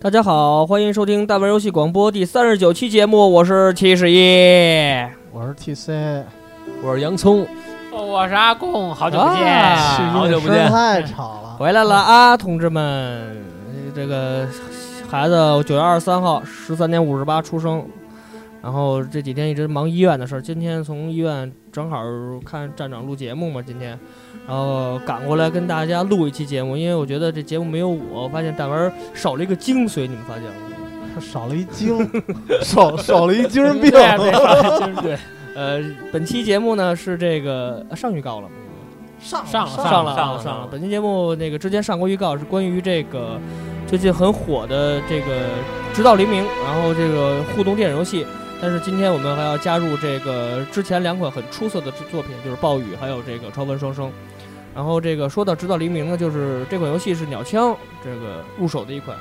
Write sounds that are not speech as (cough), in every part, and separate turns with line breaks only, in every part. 大家好，欢迎收听大玩游戏广播第三十九期节目，我是七十一。
我是 TC，
我是洋葱，
哦我是阿贡，好久不见，
啊
是因
好
为
久不
声儿
见
太吵了。
回来了啊，同志们！这个孩子九月二十三号十三点五十八出生，然后这几天一直忙医院的事儿。今天从医院正好看站长录节目嘛，今天，然后赶过来跟大家录一期节目，因为我觉得这节目没有我，我发现大文少了一个精髓，你们发现了吗？
少了一精，少少了一精神病。
对啊对啊就是
(laughs)
对，
呃，本期节目呢是这个啊上预告了吗。
啊上
上了
上上
了上了
上
上了
本期节目那个之前上过预告，是关于这个最近很火的这个《直到黎明》，然后这个互动电影游戏。但是今天我们还要加入这个之前两款很出色的作品，就是《暴雨》还有这个《超凡双生》。然后这个说到《直到黎明》呢，就是这款游戏是鸟枪这个入手的一款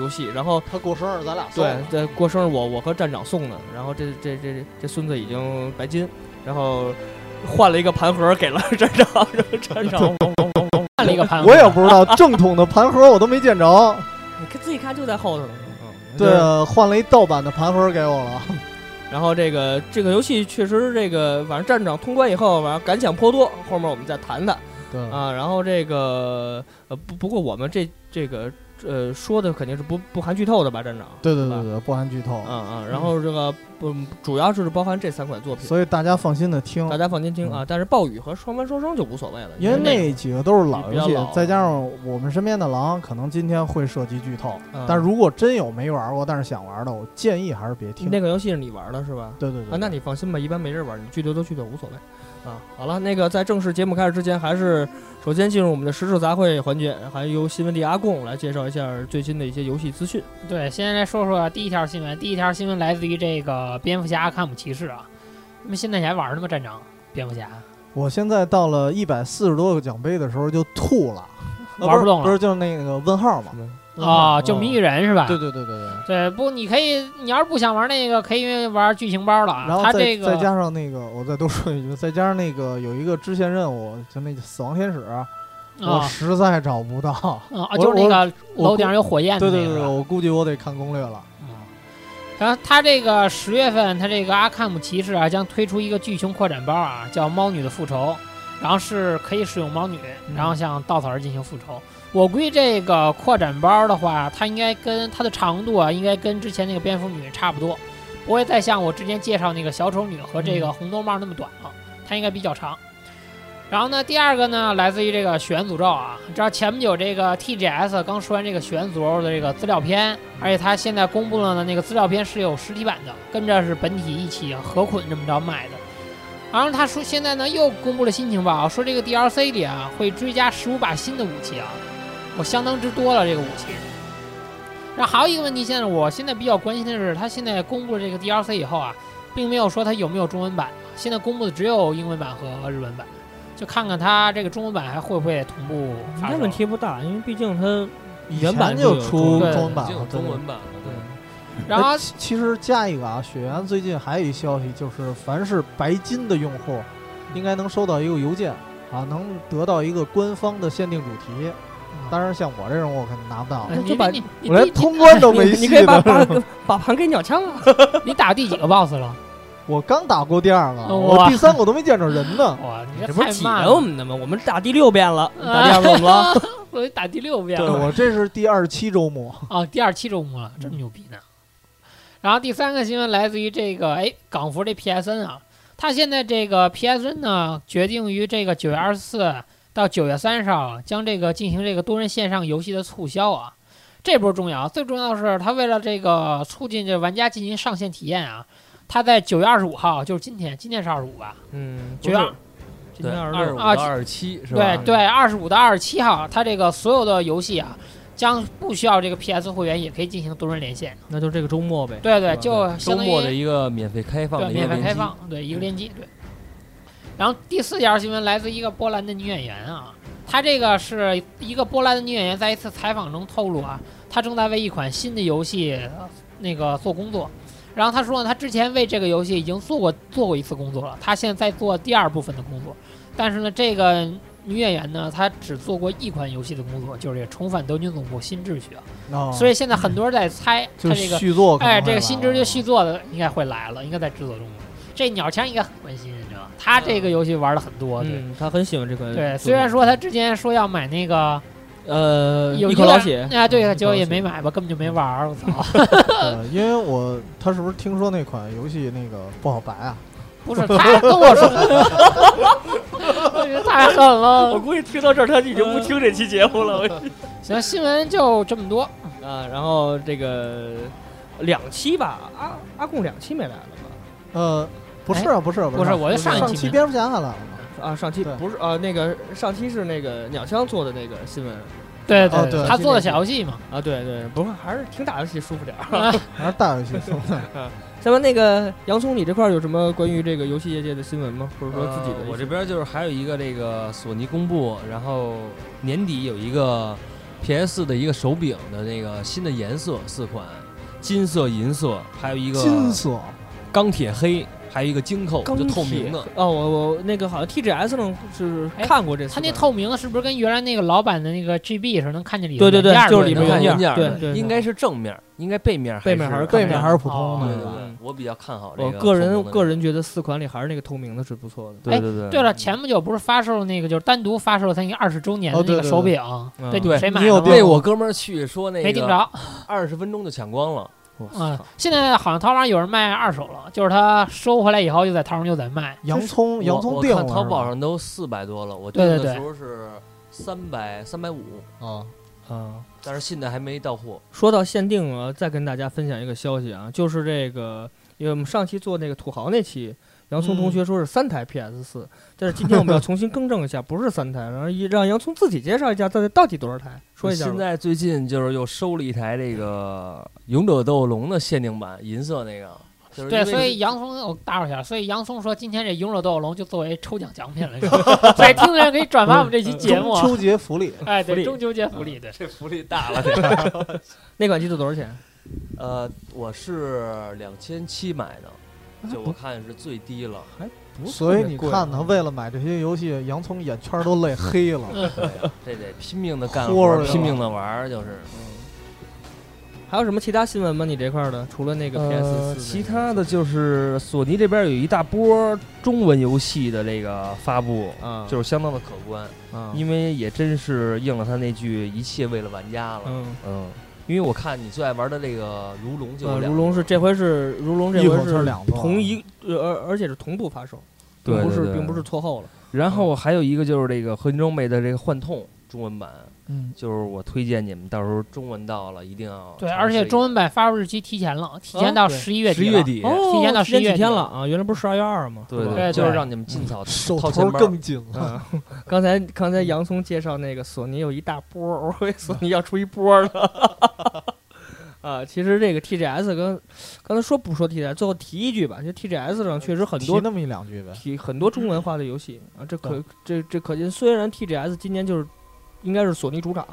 游戏，然后
他过生日，咱俩送
对，在过生日我我和站长送的，然后这这这这这孙子已经白金，然后 (laughs) 换了一个盘盒给了 (laughs) 站长，站长
换了一个盘，
我也不知道正统的盘盒我都没见着。
你看自己看就在后头呢。嗯，
对
就是
啊，换了一盗版的盘盒给我了。
然后这个这个游戏确实这个，反正站长通关以后，反正感想颇多，后面我们再谈谈
对，
啊。然后这个呃不不过我们这这个呃说的肯定是不不含剧透的吧，站长。
对对
是吧
对对，不含剧透，
嗯嗯，然后这个不、主要就是包含这三款作品，
所以大家放心的听
大，家放心听啊。但是暴雨和双帆双生就无所谓了，
因为那几个都是老游
比
戏
较老，
再加上我们身边的狼，可能今天会涉及剧透
嗯。
但如果真有没玩过，但是想玩的，我建议还是别听。
那个游戏是你玩的是吧？
对对对
啊，那你放心吧，一般没人玩，你拒绝都拒绝无所谓。啊，好了，那个在正式节目开始之前，还是首先进入我们的时事杂烩环节，还由新闻地阿贡来介绍一下最新的一些游戏资讯。
对，先来说说第一条新闻，第一条新闻来自于这个蝙蝠侠阿卡姆骑士啊，那么现在你还玩呢吗？站长，蝙蝠侠
我现在到了一百四十多个奖杯的时候就吐了，呃
(laughs) 玩不动了
是不是就是那个问号嘛？
啊
哦，
嗯
就谜语人是吧？
对对对对对。
对，不，你可以，你要是不想玩那个，可以玩剧情包了啊。
然后
他
再
这
再
个
加上那个，我再多说一句，再加上那个有一个支线任务，就那死亡天使，我
啊
实在找不到。
啊，
我
就是那个
我
楼顶上有火焰的
对
那
对
个
对
是
对，
吧。
我估计我得看攻略了。
啊，然后他这个十月份，他这个阿卡姆骑士啊将推出一个剧情扩展包啊，叫《猫女的复仇》，然后是可以使用猫女，然后向稻草人进行复仇。我估计这个扩展包的话，它应该跟它的长度啊，应该跟之前那个蝙蝠女差不多，不会再像我之前介绍那个小丑女和这个红豆帽那么短了、它应该比较长。然后呢，第二个呢，来自于这个《血源诅咒》啊，知道前不久这个 TGS 刚说完这个《血源诅咒》的这个资料片，而且它现在公布了呢，那个资料片是有实体版的，跟着是本体一起合捆这么着卖的。然后他说现在呢又公布了新情报啊，说这个 DLC 里啊会追加十五把新的武器啊，我相当之多了这个武器。然后还有一个问题，现在我现在比较关心的是，他现在公布了这个 DLC 以后啊，并没有说它有没有中文版，现在公布的只有英文版和日文版。就看看它这个中文版还会不会同步发
那
售
问题不大，因为毕竟它
以
原版
前
就
就
有
出
中
文
中文版
已经
了
有，
对
中文版了，对。
然后
哎其其实加一个啊，雪原最近还有一消息，就是凡是白金的用户，
嗯
应该能收到一个邮件啊，能得到一个官方的限定主题。
嗯
当然，像我这种我肯定拿不到
那，
哎你
就把
你你
我连
你
通关都没
你你
戏
可以把
呢。
把把盘给鸟枪啊。
你打第几个 boss 了？
我刚打过第二个，
哦哇
我第三个我都没见着人
(laughs)
呢。
哇，你
这不是
太
挤
慢
着我
了，
们的吗？我们打第六遍了，打第二遍怎么 (laughs) 了？
我得打第六遍
对
了。
我这是第二十七周末，
哦，第二期周末了，这
嗯
么牛逼呢。然后第三个新闻来自于这个，哎，港服这 PSN 啊，它现在这个 PSN 呢，决定于这个九月二十四到九月三十号啊将这个进行这个多人线上游戏的促销啊。这不是重要，最重要的是，它为了这个促进这玩家进行上线体验啊，它在九月二十五号，就是今天，今天是二十五吧？
嗯，
九月二
今天二
二
十
五
六，
啊
到二十七是吧？
对对，二十五到二十七号，它这个所有的游戏啊，将不需要这个 PS 会员也可以进行多人连线。
那就这个周末呗。
对对，
对
就
周
相当
末的
于
一个免费开放
对
的一个
免费
链
开
接，
放，对一个联机对。然后第四条新闻来自一个波兰的女演员啊，她这个是一个波兰的女演员在一次采访中透露啊，她正在为一款新的游戏呃那个做工作。然后她说呢，她之前为这个游戏已经做过做过一次工作了，她现在在做第二部分的工作。但是呢，这个女演员呢，她只做过一款游戏的工作，就是这个《重返德军总部：新秩序》啊。
哦
所以现在很多人在猜她
就
这个，
续作可能会来
哎，
了，
这个新秩序续作的应该会来了，应该在制作中。这鸟枪应该很关心，你知道吗？他这个游戏玩的很多，对、
嗯，他很喜欢这款。
对。虽然说他之前说要买那个
呃，
有
一
一
口
个
老血，
啊，对，结果也
一口老血
没买吧，根本就没玩儿。
(laughs)
我操，
呃，因为我他是不是听说那款游戏那个不好白啊？
不是他跟我说，我觉得太狠
我 (laughs)
了。
估计听到这儿，他已经不听这期节目了。我
行，新闻就这么多。
嗯 (laughs) 啊，然后这个两期吧，阿阿贡两期没来了吧？
呃，不是啊，不是啊，
不是
啊
我就上一期
上
没
蝙蝠侠还来了吗？
啊，上期
对
不是啊，那个上期是那个鸟枪做的那个新闻
对
哦对
他做的小游戏嘛，
啊，对对，不过还是听打游戏舒服点儿。 (laughs)
还是大 (laughs) 游戏
咱们那个洋葱，你这块儿有什么关于这个游戏业界的新闻吗？或者说自己的一
呃
些？
我这边就是还有一个这个索尼公布，然后年底有一个 PS 的一个手柄的那个新的颜色四款，金色、银色，还有一个
金色
钢铁黑，还有一个晶透，
钢
就
铁
透明的。
哦，我我那个好像 TGS 上是
哎
看过这次
他
的，
那透明的是不是跟原来那个老版的那个 GB 似的，能看见里
对
面
对对
原件儿
就是里面
能看
原
原
件儿
件
对
儿
对对
应该是正面，应该背面
背面还
还
是
背
看不见
面还是普
哦
通
对对
的？
对，我比较看好这
我
个透
个
明的那个。
人个人觉得四款里还是那个透明的是不错的。哎
对对对。
对了，前不久不是发售了那个，就是单独发售了它那个二十周年的
哦
那
对
个
对
手
对
柄，
嗯
对
对
谁买
你有
了吗？
订
那我哥们儿去说那个
没订
(laughs)
着，
二十分钟就抢光了。我
嗯
操！，
现在好像淘宝上有人卖二手了，就是他收回来以后又在淘宝上又在卖。
洋葱，洋
我
葱
我
定
看
了
淘宝
是
上都四百多了，我订
对对
的时候是三百三百五，
吧啊，
啊，
但是现在还没到货。
说到限定额，再跟大家分享一个消息啊，就是这个，因为我们上期做那个土豪那期，洋葱
嗯
同学说是三台 PS 四、但是今天我
(laughs)
们要重新更正一下，不是三台，然后一让洋葱自己介绍一下到底到底多少台，说一下吧。
现在最近就是又收了一台这个《勇者斗龙》的限定版，银色那个。就是因
对，
为
所以洋葱，我打扰一下，所以洋葱说今天这勇者斗恶龙就作为抽奖奖品了，是吧
(laughs)
所以听众可以转发我们这期节目
嗯
啊
中。秋节福利
哎，
福利
对，中秋节福利，对，
这福利大
(laughs)
了，这个。
那款机子多少钱？
呃，我是两千七买的，就我看是最低 (laughs) 了。
不是
所以
特别
你
贵啊
看他为了买这些游戏，洋葱眼圈都累黑了。
啊这得拼命的干
豁
活
儿
儿，
了
拼命的玩儿，就是
还有什么其他新闻吗？你这块儿的，除了那个 PS 四、
呃，其他的就是索尼这边有一大波中文游戏的这个发布，
啊，
就是相当的可观，
啊，
因为也真是应了他那句“一切为了玩家”了。
嗯，
嗯，因为我看你最爱玩的这个如龙就有
呃，
两
如龙是这回是如龙这
一
回
口气儿
是
两座
同一，呃而而且是同步发售，
对
并不
对
是
对
并不是嗯错后了。
然后还有一个就是这个和平中美的这个幻痛中文版，
嗯，
就是我推荐你们到时候中文到了一定要
对，而且中文版发布日期提前了，提前
啊
到
对
十一月
哦十
底
月
了。
底，
哦，
提前到
时间
11月
几天
底
了啊，原来不是十二月二吗？
对
是吧嗯
对
就是
对
让你们尽早
手头
掏钱
儿
包
更紧了。
啊， (laughs) 刚才刚才洋葱介绍那个索尼有一大波儿，我以为索尼要出一波儿呢。 (laughs) 啊，其实这个 TGS 跟刚才说不说 TGS，最后提一句吧，就 TGS 上确实很
提嗯
多
那么一两句呗。
提很多中文化的游戏啊，这可这这可见，虽然 TGS 今年就是应该是索尼主场，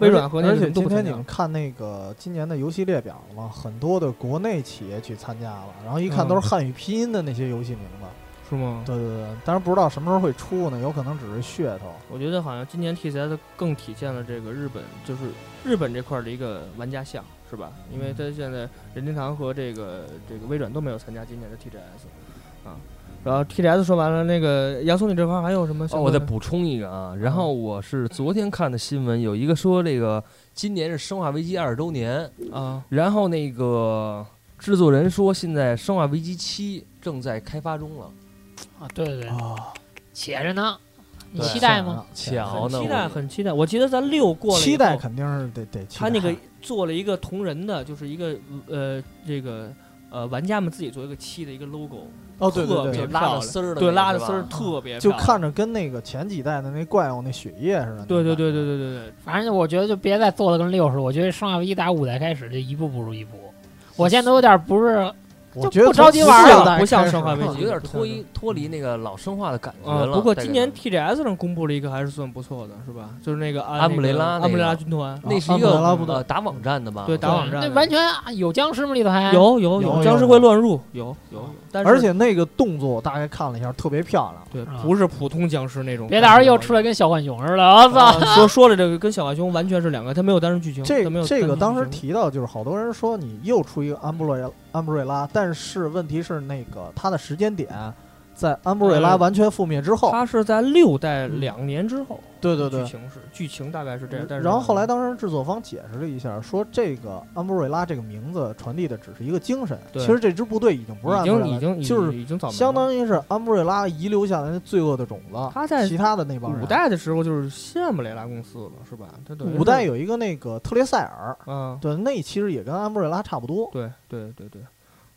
微软和那
而
个什
且
么都
今
不
天
参
你
加
们看那个今年的游戏列表了吗？很多的国内企业去参加了，然后一看
嗯
都是汉语拼音的那些游戏名字。
是吗？
对对对，当然不知道什么时候会出呢，有可能只是噱头。
我觉得好像今年 TGS 更体现了这个日本，就是日本这块儿的一个玩家像，是吧？因为他现在任天堂和这个这个微软都没有参加今年的 TGS 啊。然后 TGS 说完了，那个洋葱你这块儿还有什么想
哦，
问的？
我再补充一个啊，
嗯
然后我是昨天看的新闻，有一个说这个今年是《生化危机》二十周年，
啊，
然后那个制作人说现在《生化危机七》正在开发中了，
啊，对对对，
啊，
写着呢，你
哦对
期待吗？？
巧
很
呢，
期
我
待，很期待。我记得咱六过了以
期待
后
肯定是得得期
他
待。
那个做了一个同人的，就是一个呃这个呃玩家们自己做一个漆的一个 logo，
哦，对对
特别
就
对，
拉着丝儿的那个，
对，拉着
是吧
丝儿特别
就
漂亮
看着跟那个前几代的那怪物那血液似的。
对对对对对对对，
反正我觉得就别再做了跟六似的，我觉得《生化危机》打五代开始就一步不如一步。我现在都有点不是
我觉得
不着急
从
玩
四
了
代
不像
开始
生化危机
有点脱离脱离那个老生化的感觉
啊，
了。
不过
带给
今年
他
TGS 上公布了一个还是算不错的，是吧？就是那个安
安
那
布雷
个
拉那
安布雷拉
个
军团，
那是
啊
一
安布雷拉
个
部队
呃打网站的吧？
对打网站
那
的
完全啊有僵尸吗？里头还
有有
有
僵尸
有
会乱入，有有，有但是
而且那个动作我大概看了一下，特别漂亮。
对，
啊
不是普通僵尸那种。
别到时候又出来。跟小浣熊似的，我操！
啊、说说了这个跟小浣熊完全是两个，它没有单人剧情，
这
它没有单
这个
人
当
剧情
时提到，就是好多人说你又出一个安布瑞安布瑞拉，但是问题是那个它的时间点在安布瑞拉
呃
完全覆灭之后，
它是在六代两年之后，
嗯对对对
剧，情是剧情大概是这样，但是
然后后来当时制作方解释了一下，说这个安布瑞拉这个名字传递的只是一个精神，
对
其实这支部队已经不是
已
安布瑞
经
拉
已经
就是
已经早没
相
了
当于是安布瑞拉遗留下来的罪恶的种子。
他在
其他的那帮人，
五代的时候就是羡慕雷拉公司了，是吧？它等于
五代
是
有一个那个特列塞尔，
啊，
对，那其实也跟安布瑞拉差不多，
对对对对，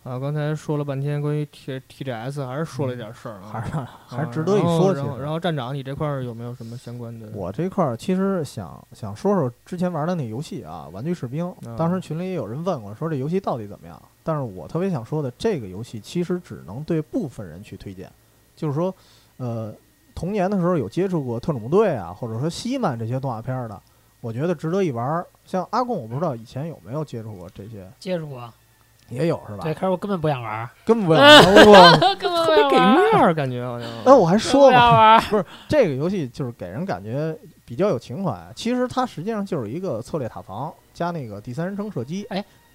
啊，刚才说了半天关于 T TGS，还是说了一点事儿啊，
嗯还是还
啊
是值得一
然后
说。其
然后，
实
然后站长，你这块儿有没有什么相关的？
我这块儿其实想想说说之前玩的那游戏啊，《玩具士兵》
嗯，
当时群里也有人问我说这游戏到底怎么样，但是我特别想说的，这个游戏其实只能对部分人去推荐，就是说，呃，童年的时候有接触过《特种部队》啊，或者说《西曼》这些动画片儿的，我觉得值得一玩儿。像阿贡，我不知道以前有没有接触过这些，
接触过，
也有是吧
对，？可是我根本不想玩，
根本不想玩
(laughs)
我。
根本
特别给
玩，
面儿，感觉好像。
那呃我还说
不
吧，
想玩，
这个游戏就是给人感觉比较有情怀。啊其实它实际上就是一个策略塔防加那个第三人称射击。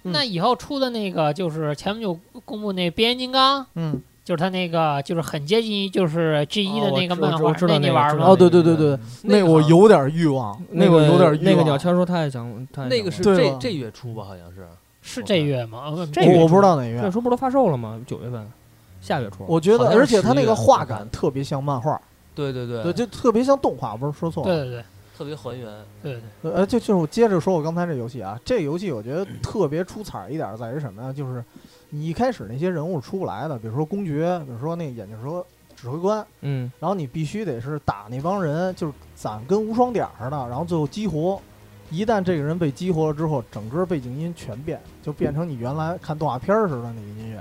嗯
那以后出的那个就是前不久公布那变形金刚，
嗯，
就是它那个就是很接近于就是 G 一的
哦我
那个
知
漫
我
画，
知道
你
那个
玩
知
吗？
道
哦，对对对对，那我
有
有点欲望，
那
个
个
有点啊欲望。
那个鸟枪说太强，太
那个是
对
这
吧
这月初吧，好像是
是这月吗？呃
这个
我我不知道哪
这
月，
说不是都发售了吗？九月份，下月初。
啊我觉得
好像，是
而且它那个
11月
画
我看
感特别像漫画，
对对对
对，就特别像动画，不是说错
对
了。
对对
特别还原。
对对，
呃，就就是我接着说我刚才这游戏啊，这游戏我觉得特别出彩儿一点儿在于什么呀？就是你一开始那些人物出不来的，比如说公爵，比如说那眼镜蛇指挥官，
嗯，
然后你必须得是打那帮人，就是攒跟无双点儿似的，然后最后激活。一旦这个人被激活了之后，整个背景音全变，就变成你原来看动画片儿似的那个音乐。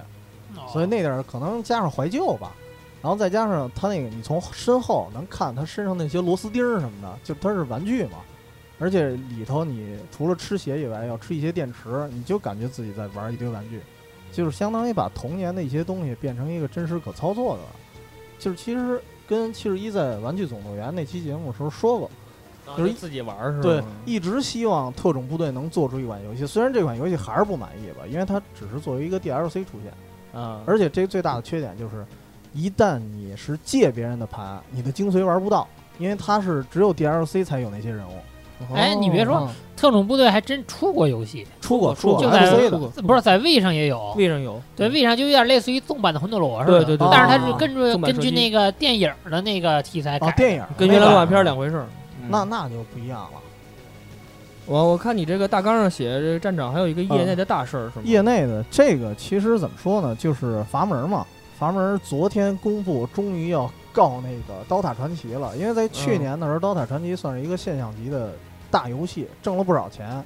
哦
所以那点儿可能加上怀旧吧，然后再加上他那个你从身后能看他身上那些螺丝钉儿什么的，就它是玩具嘛，而且里头你除了吃血以外，要吃一些电池，你就感觉自己在玩一堆玩具，就是相当于把童年的一些东西变成一个真实可操作的了，就是其实跟七十一在《玩具总动员》那期节目的时候说过，
哦
就是
自己玩儿是吧？
对，一直希望特种部队能做出一款游戏，虽然这款游戏还是不满意吧，因为它只是作为一个 DLC 出现。
啊，
而且这最大的缺点就是，一旦你是借别人的盘，你的精髓玩不到，因为它是只有 DLC 才有那些人物。
哎你别说
嗯
特种部队还真出过游戏，
出过出过
就在
FC
哦出
的
过，
不是在 V 上也有，
位上有
对，为啥就有点类似于纵版的魂斗罗似的？
嗯对对对哦
但是它
对
是
对
根据
纵版
根
射
据
击
那个电影的那个题材改
啊
的。
电影
跟
没
原来
改
动画片儿两回事儿。
嗯
嗯
那那就不一样了。
我我看你这个大纲上写这个站长还有一个业内的大事儿是吗？
嗯业内的这个其实怎么说呢，就是阀门嘛。阀门昨天公布，终于要告那个《刀塔传奇》了，因为在去年的时候，《刀塔传奇》算是一个现象级的大游戏，挣了不少钱。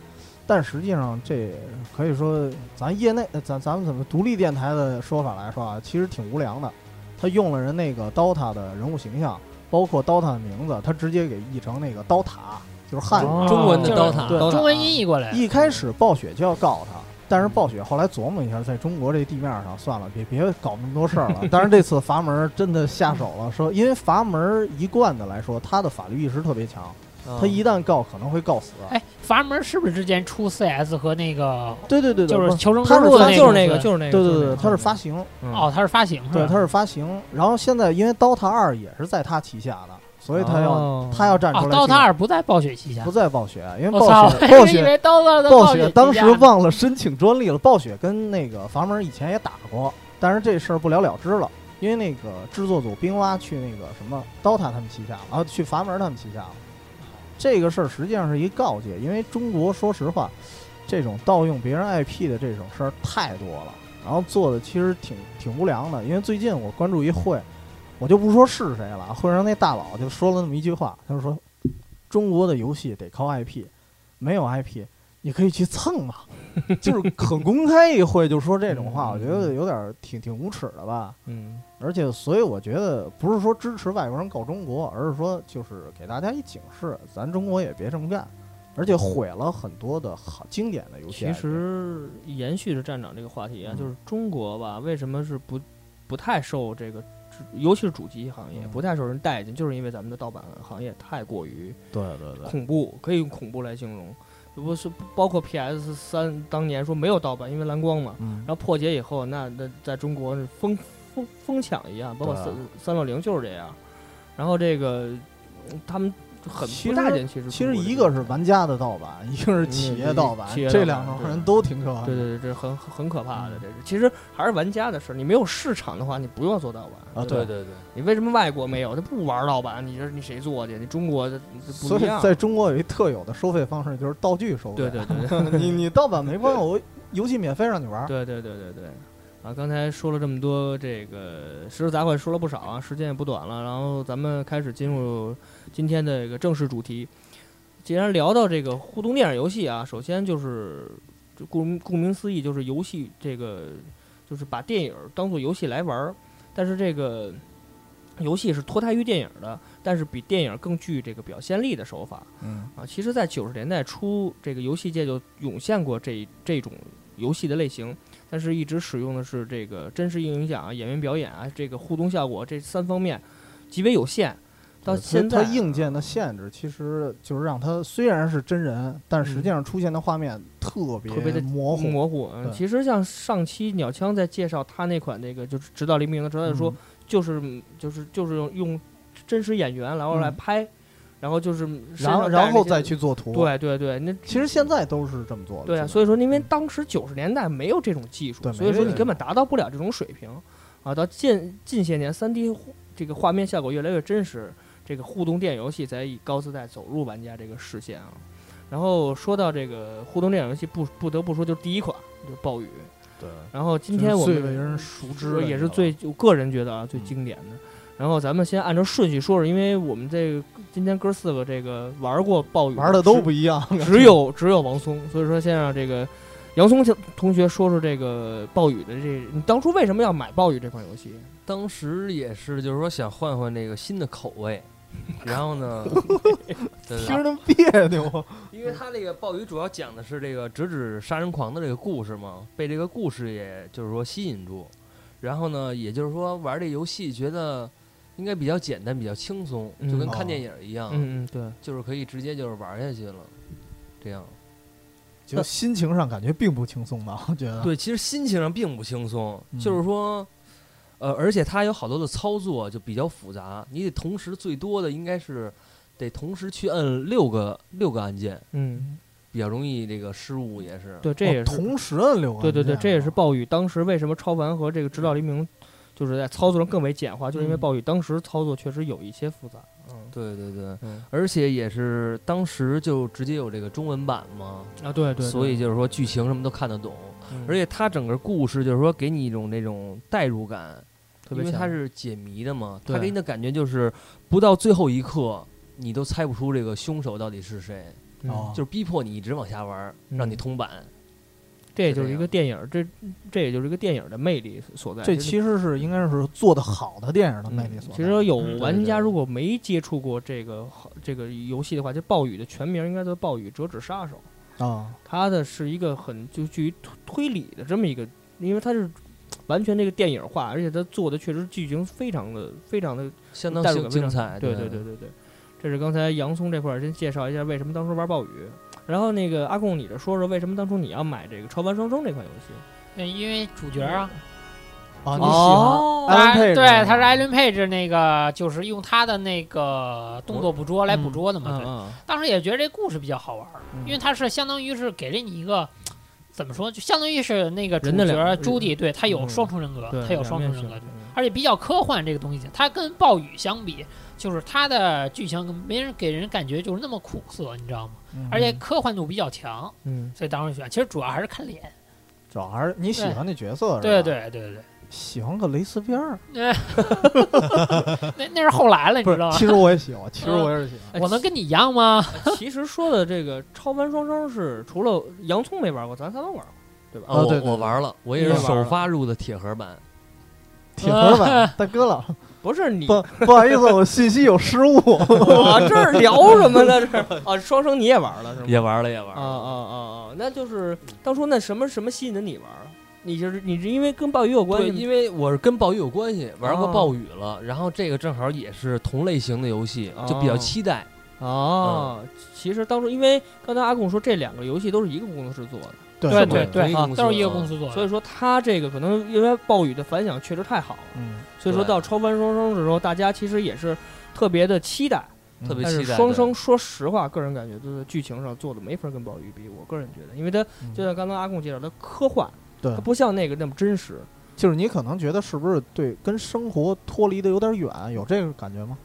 但实际上，这可以说咱业内，呃咱咱们怎么独立电台的说法来说啊，其实挺无良的。他用了人那个 DOTA 的人物形象，包括 DOTA 的名字，他直接给译成那个刀塔，就是汉语。
哦
中文的
就是
刀塔，
对
刀塔
中文音译过来，
一开始暴雪就要告他，但是暴雪后来琢磨一下，在中国这地面上，算了，别别搞那么多事儿了。但是这次阀门真的下手了，说因为阀门一贯的来说，他的法律意识特别强，他
他
一旦告可能会告死。
哎，阀门是不是之前出 CS 和那个
对对对对，
就是
不
求生之
他是
路的
它啊就是那
那
个
个公司？
就是那个，嗯
对
就
对
是
对，他是发行，
那个
哦，，它是发行是吧？
对，他是发行。然后现在因为 DOTA 二也是在他旗下的，所以他要
哦
他要站
哦
出，来。
刀塔二不在暴雪旗下
不。在暴雪，因为
我
暴
操！
雪
我
暴
以
雪
为刀塔在
暴
雪
雪
旗
当时
下呢
忘了申请专利了。暴雪跟那个阀门以前也打过，但是这事儿不了了之了，因为那个制作组冰蛙去那个什么 DOTA 他们旗下了，啊，去阀门他们旗下了。这个事儿实际上是一告诫，因为中国说实话，这种盗用别人 IP 的这种事儿太多了，然后做的其实挺挺无良的。因为最近我关注一会，我就不说是谁了，会上那大佬就说了那么一句话，他就说中国的游戏得靠 IP，没有 IP 你可以去
(laughs)
蹭嘛，就是很公开一会就说这种话，我觉得有点儿挺挺无耻的吧。
嗯，
而且，所以我觉得不是说支持外国人搞中国，而是说就是给大家一警示，咱中国也别这么干，而且毁了很多的好经典的游戏。
其，实延续着站长这个话题啊，
嗯
就是中国吧，为什么是不不太受这个，尤其是主机行业
嗯
不太受人待见，就是因为咱们的盗版行业太过于
对对对，
恐怖，可以用恐怖来形容。不是包括 PS 三当年说没有盗版，因为蓝光嘛，
嗯
然，后破解以后，那那在中国是疯疯疯抢一样，包括
对啊
三三六零就是这样。然后这个嗯他们很
其
不待
实
见，其实
其
中国
实一
这
个是玩家的盗版，一个是企业盗版，
嗯企业
这
盗版
两
对
种人都挺可怕
对
的。
对对，这很很可怕
嗯
的，这是其实还是玩家的事儿。你没有市场的话，你不用做盗版
啊
对吧
对对对，
你为什么外国没有？他不玩盗版，你这你谁做去？你中国这这
所
不
以
一样。
在中国有一特有的收费方式，就是道具收费。
对对对对
(laughs) 你你盗版没关系，我游戏免费让你玩。
对对对对对。啊，刚才说了这么多，这个时事杂烩说了不少啊，时间也不短了。然后咱们开始进入今天的这个正式主题。既然聊到这个互动电影游戏啊，首先就是这顾名顾名思义，就是游戏这个就是把电影当做游戏来玩儿。但是这个游戏是脱胎于电影的，但是比电影更具这个表现力的手法。
嗯，
啊，其实，在九十年代初，这个游戏界就涌现过这一这种游戏的类型，但是一直使用的是这个真实影响啊、演员表演啊、这个互动效果这三方面极为有限。到
其实
现在，
呃它硬件的限制，其实就是让它虽然是真人，但实际上出现的画面特别
嗯特别地
模糊。
模糊。嗯
对
其实像上期鸟枪在介绍他那款那个就是《直到黎明》的时候，他就说
嗯
就是就是就是用用真实演员然后来
嗯
拍，然后就是身
然
上
后
带着
然后
那些
再去做图。，
对对对，那
其实现在都是这么做的。
对啊，
现在
所以说，因为当时九十年代没有这种技术
对，
所以说
没
你
这
根本达到不了这种水平啊。到近近些年，三 D 这个画面效果越来越真实，这个互动电影游戏才以高姿态走入玩家这个视线啊。然后说到这个互动电影游戏，不不得不说就是第一款就是暴雨。
对，
然后今天我
最为
们
人熟知
说
的
也
一
是
个
最我个人觉得啊最
嗯
经典的。然后咱们先按照顺序说说，因为我们这个今天哥四个这个玩过暴雨
玩的
是
都不一样。
(laughs) 只有只有王松，所以说先让这个杨松同学说说这个暴雨的这，你当初为什么要买暴雨这款游戏？啊
当时也是就是说想换换这个新的口
(laughs)
味，然后呢，对对
啊
听着那么别扭。 (laughs)
因为他这个暴雨主要讲的是这个直指杀人狂的这个故事嘛，被这个故事也就是说吸引住，然后呢，也就是说玩这游戏觉得应该比较简单，比较轻松，
嗯
就跟看电影一样，
嗯嗯，对，
就是可以直接就是玩下去了。这样
就心情上感觉并不轻松吧？我觉得。
对，其实心情上并不轻松，
嗯
就是说，呃，而且它有好多的操作就比较复杂，你得同时最多的应该是得同时去摁六个六个按键，
嗯，
比较容易这个失误也是。
对，这
哦
也是，
同时摁六个
对
按键
对
啊。
对，这也是暴雨当时为什么超凡和这个直到黎明就是在操作上更为简化，就是因为
嗯
暴雨当时操作确实有一些复杂。嗯
对对对，
嗯
而且也是当时就直接有这个中文版嘛，
啊，对嗯对，
所以就是说剧情什么都看得懂，而
且
且它整个故事就是说给你一种那种代入感，
特别
因为
强
它是解谜的嘛，
对
它给你的感觉就是不到最后一刻你都猜不出这个凶手到底是谁，
哦
就是逼迫你一直往下玩儿，
嗯
让你通版。
这也
是
就
这
是一个
样
电影，这这也就是一个电影的魅力所在。
这
就是
其实是应该是做的好的电影的
嗯
魅力所在。
其实有
嗯对
玩
对
家
对
如果没接触过这个这个游戏的话，这暴雨的全名应该叫暴雨折纸杀手，
啊，
它的是一个很就具于推推理的这么一个，因为它是完全这个电影化，而且它做的确实剧情非常的非常的，
相当
代入
精
感非常
精彩，
对对对对对。这是刚才洋葱这块儿先介绍一下为什么当初玩暴雨，然后那个阿贡你这说说为什么当初你要买这个《超凡双生》这款游戏？
那因为主角啊，
啊，你喜欢
哦
艾伦
他
佩
对
治吗
他是艾伦佩治那个，就是用他的那个动作捕捉来捕捉的嘛。对
嗯
当时也觉得这故事比较好玩儿，
嗯
因为它是相当于是给了你一个。怎么说？就相当于是那个主
人的两
角
个
朱棣，对他有
嗯
双重人格，
对，
啊他有
两
双
面
重人
性
格，
嗯
而且比较科幻这个东西，它跟暴雨相比，就是它的剧情没人给人感觉就是那么苦涩，你知道吗？
嗯
而且科幻度比较强，
嗯，
所以当时选。其实主要还是看脸。
主要还是你喜欢那角色，是吧
对，对对对，
喜欢个蕾丝边儿，
那那是后来了，你
不
知
是
道？嗯吗
其？实我也喜欢，其实我也是喜欢。
我能跟你一样吗？
(laughs) 其实说的这个超凡双生是除了洋葱没玩过，咱仨都玩过。
啊，
啊对
我
对
我玩了，我也
你
是
也玩
首
了
发入的铁盒版。
铁盒版大哥了，
不是你，
不不好意思，我信息有失误。
(laughs) 我这儿聊什么呢？这儿啊，双生你也玩了是吗？
也玩了，也玩
啊
了。
啊啊啊！那就是当初那什么什么吸引着你玩儿？你就是你是因为跟鲍鱼有关
对，
系吗，
因为我是跟暴雨有关系，玩过
哦
暴雨了，然后这个正好也是同类型的游戏，就比
哦
较期待。
哦，其实当初因为刚才阿贡说这两个游戏都是一个工作室做的，
对
是
对
的
同
对
一个，公司
都是一个
啊
公司做的。
所以说他这个可能因为暴雨的反响确实太好了，
嗯，
所以说
对
到超凡双生的时候，大家其实也是特别的期待。
嗯
特别
但是
期待
双
对
生，说实话，个人感觉就是剧情上做的没法跟鲍鱼比，我个人觉得，因为它
嗯
就像刚刚阿贡介绍，它科幻，
对
它不像那个那么真实。
就是你可能觉得是不是对跟生活脱离的有点远，有这个感觉吗？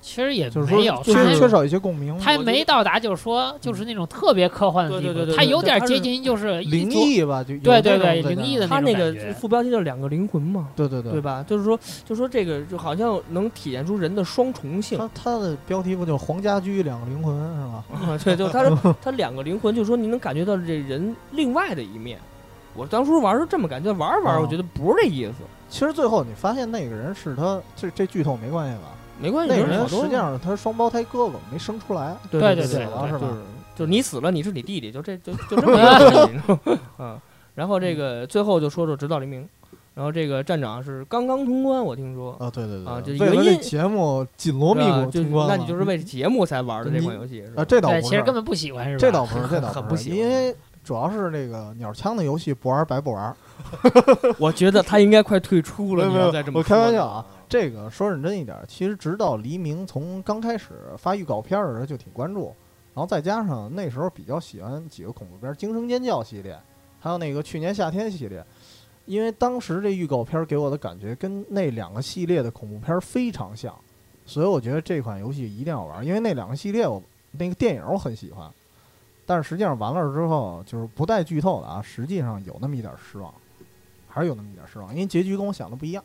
其实也
就是
没有
说，缺
他
缺少一些共鸣，
他
我觉
没
得
到达，就是说，就是那种特别科幻的
对
地
对对
步，
对
他
对
有
对
点
它
接
是
近就是一
灵
座，
异吧，就有
对对
这种
对
在
灵
那
异
儿
的
它
那
那
种
个
感觉
副标题叫“两个灵魂”嘛，
对对
对
对。
吧？就是说，就说这个就好像能体现出人的双重性。
他他的标题不就“黄家驹两个灵魂”是吧？
啊，对，就他说他两个灵魂，就是说你能感觉到这人另外的一面。我当初玩是这么感觉，玩着玩着我
哦
觉得不是这意思，
其实最后你发现那个人是他，这这剧透没关系吧？
没关系。
那个
人
人
好多
实际上他是双胞胎哥哥没生出来，
对
对
对
对
死了是
就
吧
是？就是你死了，你是你弟弟，就这就就
(laughs)
这么一个问题你知道吗，嗯。然后这个最后就说说直到黎明，然后这个站长是刚刚通关，我听说。
啊，对对对
啊
对
这
为了
原
这
因
节目紧锣密
啊
鼓
就
通关
那
了
你就是为节目才玩的这
你
款游戏是吧
啊，？这倒
对，
不
其
是
实，根本不喜欢，是吧？
这倒不是，嗯这倒
(laughs) 很
不
不
是，
喜欢
因为主要是这个鸟枪的游戏不玩白不玩。
我觉得他应该快退出了，
没有
你
没
要
有
再这么
我开
说
玩
的
笑啊，这个说认真一点，其实直到黎明从刚开始发预告片儿的时候就挺关注，然后再加上那时候比较喜欢几个恐怖片儿，《惊声尖叫》系列，还有那个去年夏天系列，因为当时这预告片儿给我的感觉跟那两个系列的恐怖片儿非常像，所以我觉得这款游戏一定要玩，因为那两个系列我那个电影我很喜欢，但是实际上玩了之后就是不带剧透的啊，实际上有那么一点儿失望。还是有那么一点儿失望，因为结局跟我想的不一样。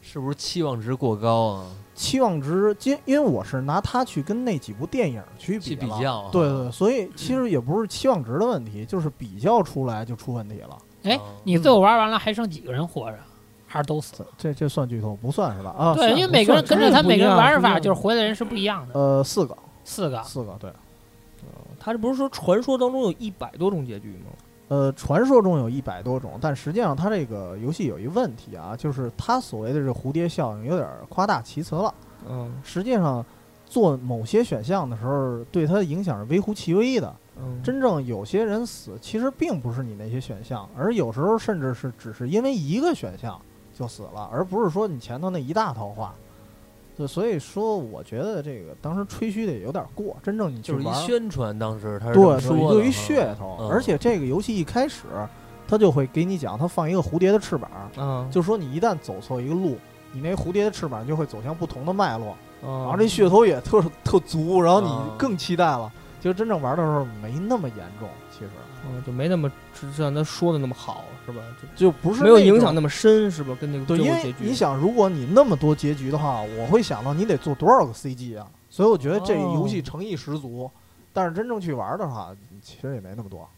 是不是期望值过高啊？
期望值，因因为我是拿它去跟那几部电影去
去
比
比
了
较啊，
对对，所以其实也不是期望值的问题，就是比较出来就出问题了。
哎
啊
你最后玩完了，还剩几个人活着？还是都死了？
这这这算剧透不算是吧？啊，
对，
算
因为每个人
不
跟
算
着他
不一
每个人
样
玩
不一
法，
样
就是活的人是不一样的。
呃四个
四个，
四个对，
他这不是说传说当中有一百多种结局吗？
呃，传说中有一百多种，但实际上它这个游戏有一问题啊，就是它所谓的这蝴蝶效应有点儿夸大其词了。
嗯
实际上做某些选项的时候，对它的影响是微乎其微的。
嗯，
真正有些人死，其实并不是你那些选项，而有时候甚至是只是因为一个选项就死了，而不是说你前头那一大套话。对，所以说我觉得这个当时吹嘘的也有点过，真正你去
就是一
玩，
宣传，当时他是
对，
这
对
么说
就
的
一
啊
噱头。
嗯
而且这个游戏一开始，他就会给你讲，他放一个蝴蝶的翅膀，
啊，
就说你一旦走错一个路，你那蝴蝶的翅膀就会走向不同的脉络，然
然
后这噱头也特特足，然后
啊
你更期待了。其实真正玩的时候没那么严重，其实。
嗯，就没那么就像他说的那么好，是吧？就
就不是
没有
那种
影响。那么深，是吧？跟那个
对，
最
因
后结
为
局，
你想，如果你那么多结局的话，我会想到你得做多少个 CG 啊？所以我觉得这个游戏诚意十足，但是真正去玩的话，嗯其实也没那么多，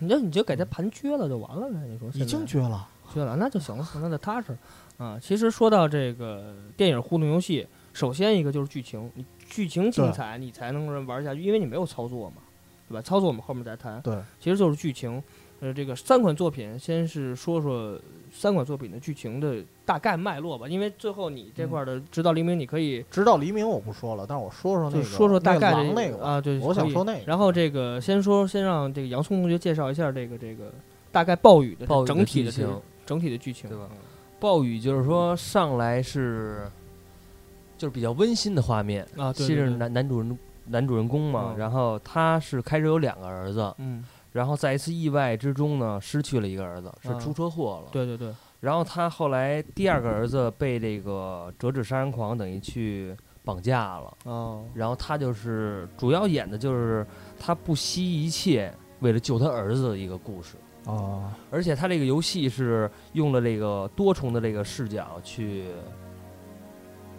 你就你就给他盘撅了就完了呗。你说
已经
撅
绝了。
撅了，那就行了，那就踏实啊。其实说到这个电影互动游戏，首先一个就是剧情，你剧情精彩，你才能让玩下去，因为你没有操作嘛，对吧？操作我们后面再谈。
对，
其实就是剧情。呃，这个三款作品，先是说说三款作品的剧情的大概脉络吧，因为最后你
嗯
这块儿的《直到黎明》，你可以
直到黎明我不说了，但是我说说那
就
个，
说说大概的
那个狼那个吧，
啊，对，
我想
可以
说那个
然后这个先说，先让这个洋葱同学介绍一下这个这个大概暴雨的
暴雨
整体的
剧
这
情
个整体的剧情，啊
对吧？暴雨就是说上来是就是比较温馨的画面，
嗯？啊，对
先
对
是
对
男男主人男主人公嘛，
嗯
然后他是开始有两个儿子，
嗯，
然后在一次意外之中呢失去了一个儿子，是
嗯
出车祸了。
对对对，
然后他后来第二个儿子被这个折纸杀人狂等于去绑架了，
哦，
然后他就是主要演的就是他不惜一切为了救他儿子的一个故事。
哦，
而且它这个游戏是用了这个多重的这个视角去，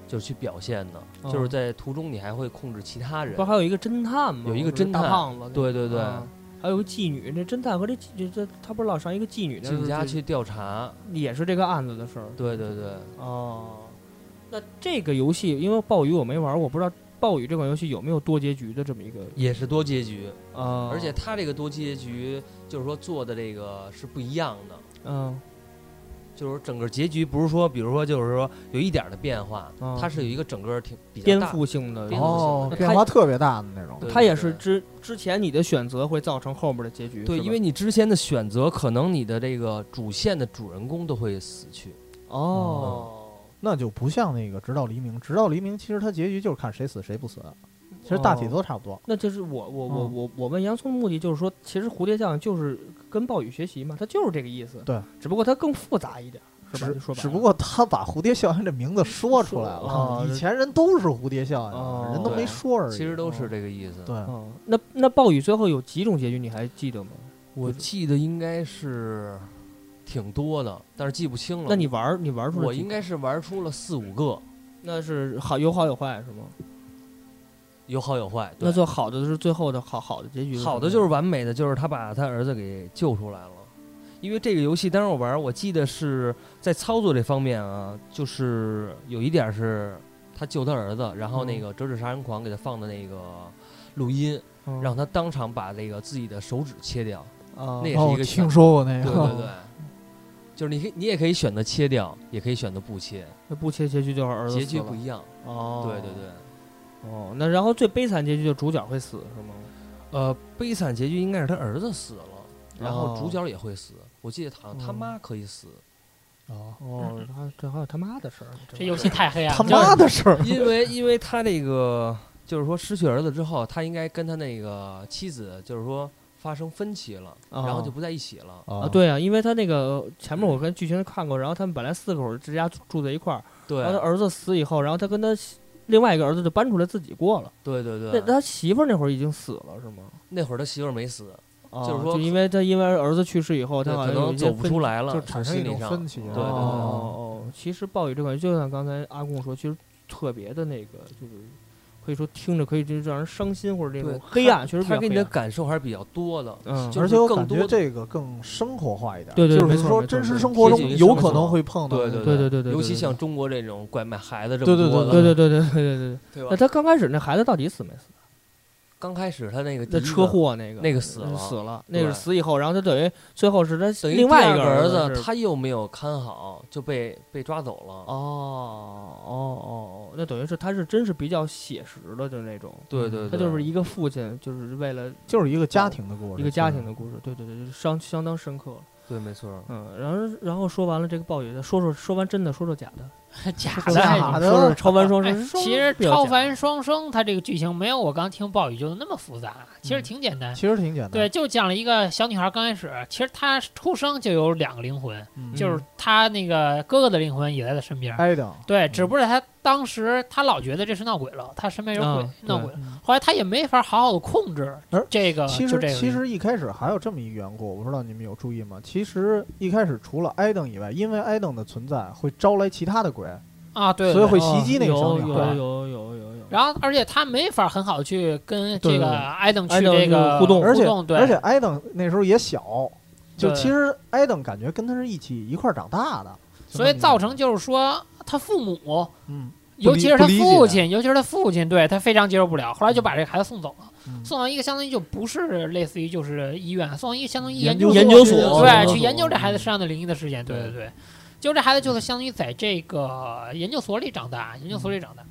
就是去表现的，
哦
就是在途中你还会控制其他人
不，还有一个侦探吗？
有一个侦探
大胖子，
对对对，
啊还有个妓女，这侦探和这妓这这他不是老上一个妓女那
进
儿
家
就
去调查，
也是这个案子的事儿
对对对，
哦。那这个游戏，因为暴雨我没玩儿，我不知道暴雨这款游戏有没有多结局的这么一个
也是多结局，
啊，
哦而且它这个多结局就是说做的这个是不一样的，
嗯
就是整个结局不是说，比如说就是说有一点儿的变化，
嗯
它是有一个整个挺比较
颠
大
覆性的
变
哦
化
哦
性的
变化特别大的那种
对，
它也是之之前你的选择会造成后面的结局，
对，
是吧
因为你之前的选择，可能你的这个主线的主人公都会死去。
哦，
那就不像那个《直到黎明》，《直到黎明》其实它结局就是看谁死谁不死，其实
哦
大体都差不多。
那就是我我我
嗯
我我问洋葱的目的就是说，其实蝴蝶酱就是跟暴雨学习嘛，它就是这个意思，
对，
只不过它更复杂一点，是吧？
只
就说白了
只不过他把蝴蝶效应这名字说出来
说哦
了，以前人都是蝴蝶效
哦
应，人都
对
没说而已。
其
嗯
实都是这个意思。
对，
哦，那那暴雨最后有几种结局，你还记得吗？
我记得应该是挺多的，但是记不清了。
那你玩儿你玩儿出来
我
几
应该是玩出了四五个，
那是好有好有坏是吗？
有好有坏。对
那最好的是最后的好好的结局，
好的就是完美的，就是他把他儿子给救出来了。因为这个游戏当时我玩，我记得是在操作这方面啊，就是有一点是他救他儿子，然后那个折纸杀人狂给他放的那个录音，
嗯
让他当场把那个自己的手指切掉。
啊
那也是
哦
一，个选
听说过那
哎
对
个，
对对，就是你可以你也可以选择切掉，也可以选择不切，
那不切结局就是儿子
结局
死了
不一样。
哦，
对对对，
哦，那然后最悲惨结局就是主角会死是吗？
呃，悲惨结局应该是他儿子死了，然后主
哦
角也会死。我记得好像他
嗯
妈可以死。
(laughs) 哦，
嗯
哦，他这还有他妈的事儿，
这游戏太黑暗
他
了，就是
妈的事
(laughs)
儿，
因为因为他那个就是说失去儿子之后，他应该跟他那个妻子就是说发生分歧了，
啊
然后就不在一起了。
啊，
啊，
对啊，因为他那个前面我跟剧情看过，然后他们本来四口之家住在一块儿，
对
然后他儿子死以后，然后他跟他另外一个儿子就搬出来自己过了。
对
那
对对，
他媳妇儿那会儿已经死了是吗？
那会儿他媳妇儿没死，
啊
就是说
就因为他因为儿子去世以后，
对
他好
可
像有
能
一些
走不
分
出来了，
就
从
产生一
心理
种
上。
分歧。
对
哦
对对
哦哦，其实暴雨这款，就像刚才阿贡说，其实特别的那个，就是可以说听着可以就让人伤心或者这种
对
黑暗，确实比
他
较
给
黑
你的
暗
感受还是比较多的。
嗯，
就是
而且我
更
感
多
觉
的
这个更生活化一点，
对对
就
没
是
错
说
没错
真
没
实
错
生活中
贴近于
有
生
可能
活
会碰到
对
的那种，
对
对
对对对，
尤其
对
像中国这种拐卖孩子这
对
么
对
多的，
对对对对对对对。
对
那
吧？
他刚开始那孩子到底死没死？
刚开始他那个第
那
一个
车，祸那个
那个死了
嗯死了，那个
对
死以后，然后他等于最后是他
等于
另外
第
一
二个
儿
子
是
他又没有看好，就被被抓走了。
哦哦哦，哦那等于是他是真是比较写实的，就是那种
对对对，
他就是一个父亲，就是为了
就是一个家庭的故事，
一个家庭
的。
的故事，对对对，就是相相当深刻了。
对，没错儿。
嗯，然后然后说完了这个暴雨，再说说说完真的，说说假的，
(laughs) 假
说假
的。
的
说说超凡双
哎
生，
其实超凡双生它这个剧情没有我刚听暴雨救的那么复杂，其实挺简单。
其实挺简单，
对，就讲了一个小女孩刚开始，其实她出生就有两个灵魂，
嗯，
就是她那个哥哥的灵魂也在她身边。
挨着，
对，只不过她当时她老觉得这是闹鬼了，她身边有鬼、
嗯
闹鬼了
嗯，
后来她也没法好好的控制
而
这个。
其
啊就
实
这个
其实一开始还有这么一缘故，我不知道你们有注意吗？其实一开始除了埃登以外，因为埃登的存在会招来其他的鬼，
啊，对
所以
对
会袭击那个
有
小女
有
孩。
有有有有，
然后，而且她没法很好的去跟
对
这
对
个
对
艾登去
艾登
这
去
个
互动
而且
对，
而且埃登那时候也小，就
对
其实埃登感觉跟他是一起一块儿长大的，
所以造成就是说，他父母，
嗯，
尤
理
其是他
不理解
父亲，尤其是他父亲，对他非常接受不了。后来就把这个孩子送走了，
嗯
送到一个相当于就不是类似于就是医院，送到一个相当于
研
究
究
研
研
究
所
所
对，
所
去研究这孩子
嗯
身上的灵异的事件，对
对
对对。就这孩子就是相当于在这个研究所里长大，研究所里长大。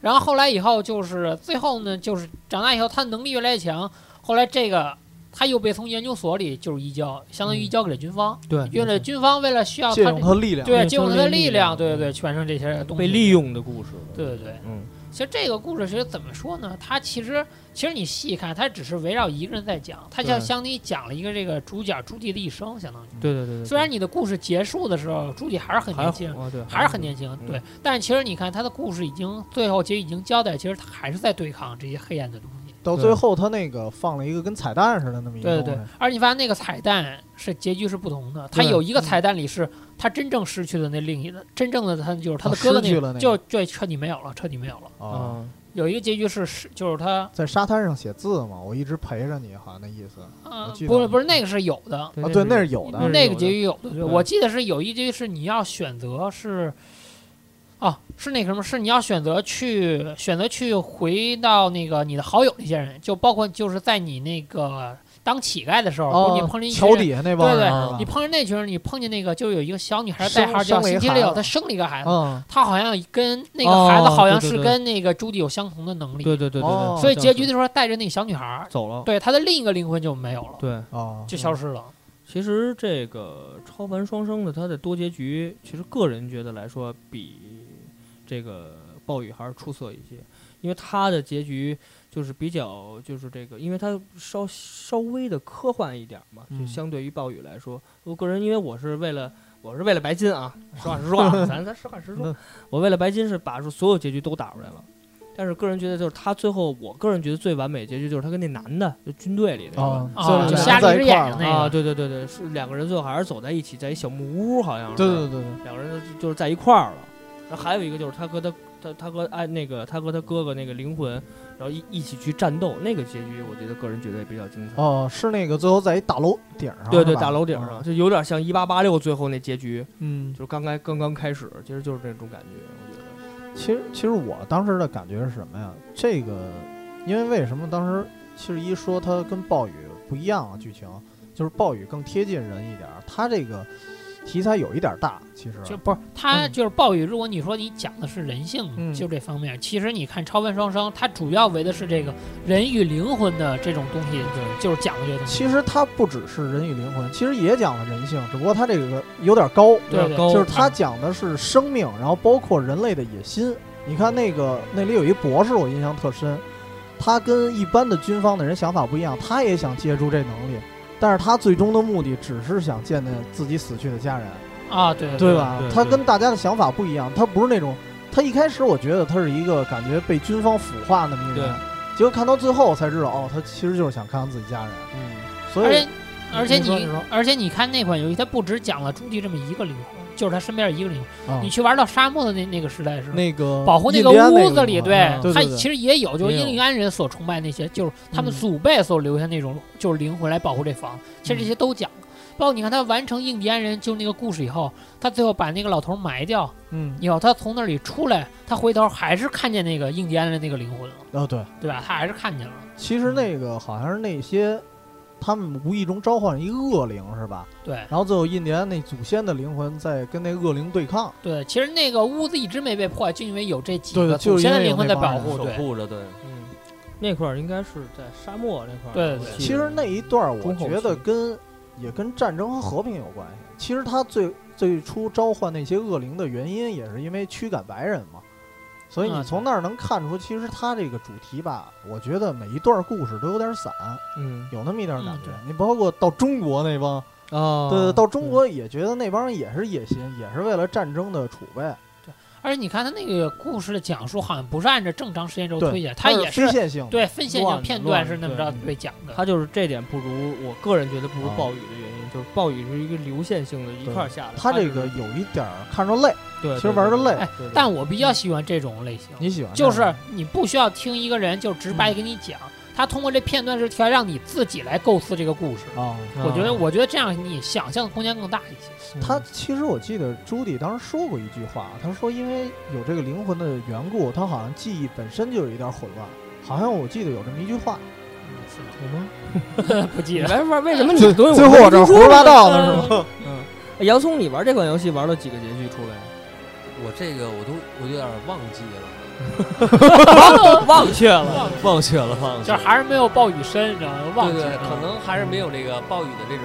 然后后来以后就是最后呢，就是长大以后他能力越来越强，后来这个他又被从研究所里就是移交，相当于移交给了军方，
对，
因为军方为了需要
借
他这
用他力量，
嗯
对，
用
借
生
用他
命
的
力
力
量
量，对对对，去完成这些东西，
被利。用的故事，
对对对，
嗯
其实这个故事其实怎么说呢？它其实其实你细看，它只是围绕一个人在讲，它
对
就相当于讲了一个这个主角朱棣的一生，相当于。
对对对对，
虽然你的故事结束的时候，朱棣还是很
还
年
是
轻，
啊对，
还是很年轻，
嗯
对。但是其实你看他的故事已经最后结局已经交代，其实他还是在对抗这些黑暗的东西。
到
对
最后他那个放了一个跟彩蛋似的那么一
对
个
对
东
对
西，，
而且你发现那个彩蛋是结局是不同的，
啊
它
对
有一个
嗯
彩蛋里是他真正失去的那另一个，真正的他就是他的
啊
哥哥
失去了那个
就就彻底没有了，彻底没有了。
啊，
嗯哦
有一个结局是是就是他
在沙滩上写字嘛，我一直陪着你，好像那意思啊，
呃
我记得
不是不是那个是有的，
对
哦对，那是有的
嗯，
那
有
个
的
结局有的，对
对
我记得是有一结局是你要选择是。哦，是那个什么，是你要选择去选择去回到那个你的好友那些人，就包括就是在你那个当乞丐的时候，不
哦
是你碰见一，群
桥
人
底下那帮
对
人
对
是吧
你碰见那群人，你碰见那个就有一个小女孩
生
代号叫
生了一个
星期
孩
六，
子
她生了一个孩子，
嗯，
她好像跟那个孩子
哦
好像
对
是
对对
跟那个朱迪有相同的能力，
对对对对
哦
对，
所以结局
就
的时候带着那个小女孩，
走了。
对她的另一个灵魂就没有了，
对，
哦，
就消失了。
其实这个超凡双生的它的多结局，其实个人觉得来说，比这个暴雨还是出色一些，因为它的结局就是比较就是这个，因为它稍稍微的科幻一点嘛，就
嗯
相对于暴雨来说，我个人因为我是为了我是为了白金啊，实话实说啊，咱咱实话实说
那，
我为了白金是把所有结局都打出来了。但是个人觉得，就是他最后，我个人觉得最完美的结局就是他跟那男的，就军队里那个，
啊，
啊
算
哦就是瞎
在一
了一
块
眼
儿了
那
啊，
个
对对对对，是两个人最后还是走在一起，在一小木屋，好像是
对对对对，
两个人就就是在一块儿了。然后还有一个就是他和他他他和哎那个他和他哥哥那个灵魂，然后一一起去战斗，那个结局我觉得个人觉得也比较精彩。
哦，是那个最后在一大楼顶上是吧，
对对，大楼顶上
啊，
就有点像一八八六最后那结局，
嗯
就，是刚开刚刚开始，其实就是这种感觉，我觉得。
其实其实我当时的感觉是什么呀？这个，因为为什么当时七十一说它跟暴雨不一样啊？剧情就是暴雨更贴近人一点儿，它这个题材有一点儿大，其实
就不是他
嗯
就是暴雨。如果你说你讲的是人性，
嗯
就这方面，其实你看《超凡双生》，它主要为的是这个人与灵魂的这种东西，就是讲的这个东西。
其实它不只是人与灵魂，其实也讲了人性，只不过它这个有点儿高，
对对
高
就是它讲的是生命，然后包括人类的野心。你看那个那里有一博士，我印象特深，他跟一般的军方的人想法不一样，他也想借助这能力，但是他最终的目的只是想见见自己死去的家人，
啊，对
对吧
对？对
他跟大家的想法不一样，他不是那种，他一开始我觉得他是一个感觉被军方腐化那么一个人，结果看到最后我才知道，哦，他其实就是想看看自己家人，
嗯，
所
而
以嗯
且而且
你说你
你
说
而且你看那款游戏，它不只讲了朱棣这么一个灵魂，就是他身边一个灵魂。
啊
你去玩到沙漠的那那个时代是。
那个
保护那
印
个
第安那
屋子里，
地方
对
啊对
他
对
其实也有，就是
也有
印第安人所崇拜那些，就是他们
嗯
祖辈所留下那种，就是灵魂来保护这房。其实这些都讲了，包括你看他完成印第安人就那个故事以后，他最后把那个老头埋掉
嗯
以后，他从那里出来，他回头还是看见那个印第安人那个灵魂了，
哦对。
对吧？他还是看见了，
其实那个好像是那些他们无意中召唤一恶灵是吧？
对
然后最后印第安那祖先的灵魂在跟那恶灵对抗。
对。其实那个屋子一直没被破坏，就因为有这几
对
个
的就
祖
是
先的
因为
灵
有
魂
那
在
帮
保
人
护，
守
对。
护着，对，
嗯，那块儿应该是在沙漠那块儿。
对对
我记得
其实那一段儿我
中后
觉得
期
跟也跟战争和和平有关系。其实他最最初召唤那些恶灵的原因，也是因为驱赶白人嘛。所以
啊
你从那儿能看出，其实他这个主题吧，我觉得每一段故事都有点散，
嗯
有那么一点感
嗯
觉。你包括到中国那帮，
啊，
对，到中国也觉得那帮人也是野心，也是为了战争的储备。
而且你看他那个故事的讲述，好像不是按照正常时间轴推演，他
它
也
是非线性的，
对分线
乱的
性片
乱
段
的
是那么
对
着
嗯
被讲的。
它就是这点不如，我个人觉得不如
啊
暴雨的原因，就是暴雨是一个流线性的，一
对
块儿下来。
它
就
这个
是
有一点儿看着累。
对，
其实
对
玩得
对
累
对
哎
对对
但我比较喜欢这种类型，
你喜欢这啊
就
样
是你不需要听一个人就直白给你讲，他通过这片段是条让你自己来构思这个故事。
啊？
我觉得，
啊
我觉得这样你想象的空间更大一些。
嗯他其实我记得朱迪当时说过一句话，他说因为有这个灵魂的缘故，他好像记忆本身就有一点混乱。好像我记得有这么一句话，
嗯
有吗？
是 (laughs) 不记
你
得，
玩玩为什么你的东西
最后我这胡说八道呢，是
吗？
吗？
嗯，哎洋葱，你玩这款游戏玩了几个结局出来？ (laughs)
我这个我都我有点忘记了，
忘却了。
忘却了，忘
就是还是没有暴雨深，你知道吗？忘记
对对，
了
可能还是没有这个暴雨的这种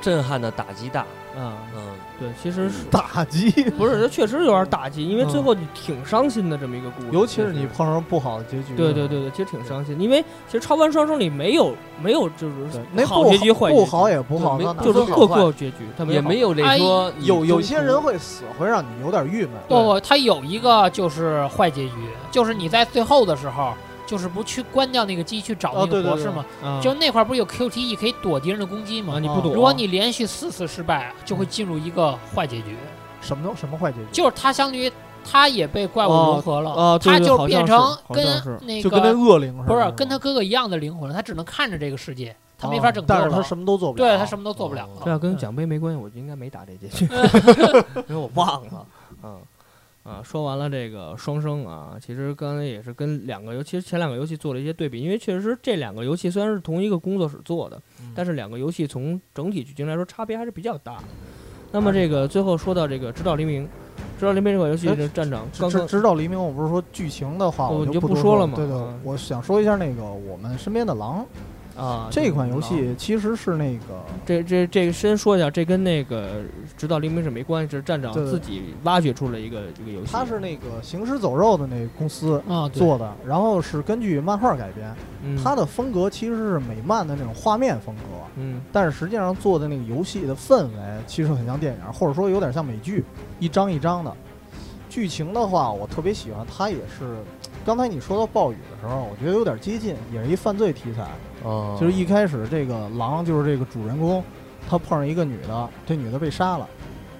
震撼的打击大，
啊，
嗯，
对，其实是
(laughs) 打击，
不是？它确实有点打击，因为最后你挺伤心的这么一个故事，
嗯尤其是
实
你碰上不好的结局。
对对对对，其实挺伤心，因为其实《超凡双生》里没有没有就是
对，那
好
不
结局坏结
不
局
好也不好，
对
那
没
哪
就是
知道
各个结局，它
也没
有
有这说你
有有
中
些
途
人会死，会让你有点郁闷。
不不，它有一个就是坏结局，就是你在最后的时候，就是不去关掉那个机去找
哦
那
对
个
对
博士
对
吗？
啊
就那块儿不是有 QTE 可以躲敌人的攻击吗？
啊，你
啊
不懂。
如果你连续四次失败，就会进入一个坏结局，
什么都什么坏结局，
就是它相当于它也被怪物
哦
融合了，
啊，对
它
对
就
好像
变
是
成
好
跟
像是
那
就跟嗯那
个
恶灵似的，
不是跟他哥哥一样的灵魂，他只能看着这个世界，他没
哦
法拯救
但是他
了。
什么都做不了，
对他什么都做不了
哦
这
了。
要啊跟奖杯没关系，我应该没打这结局， (laughs) 因为我忘了。嗯， (laughs) 啊，说完了这个双生啊，其实刚才也是跟两个游，其实前两个游戏做了一些对比，因为确实这两个游戏虽然是同一个工作室做的，但
是
是两个游戏从整体剧情来说差别还是比较大的。那么这个最后说到这个《直到黎明》，《直到黎明》这款游戏
哎
的战场
只
刚
只
刚
直到黎明，我不是说剧情的话，
哦
我
你就不
不多
说
说
了嘛
对对
嗯，
我想说一下那个我们身边的狼
啊，
这款游戏，其实是那个
这这这个先说一下，这跟那个《直到黎明》是没关系，这是站长
对
自己挖掘出了一个一个游戏。
它是那个行尸走肉的那个公司
啊，对
做的，然后是根据漫画改编，
嗯
它的风格其实是美漫的那种画面风格，
嗯
但是实际上做的那个游戏的氛围其实很像电影，或者说有点像美剧，一张一张的。剧情的话，我特别喜欢，它也是刚才你说到暴雨的时候，我觉得有点接近，也是一犯罪题材。
哦，
就是一开始这个狼就是这个主人公，他碰上一个女的，这女的被杀了，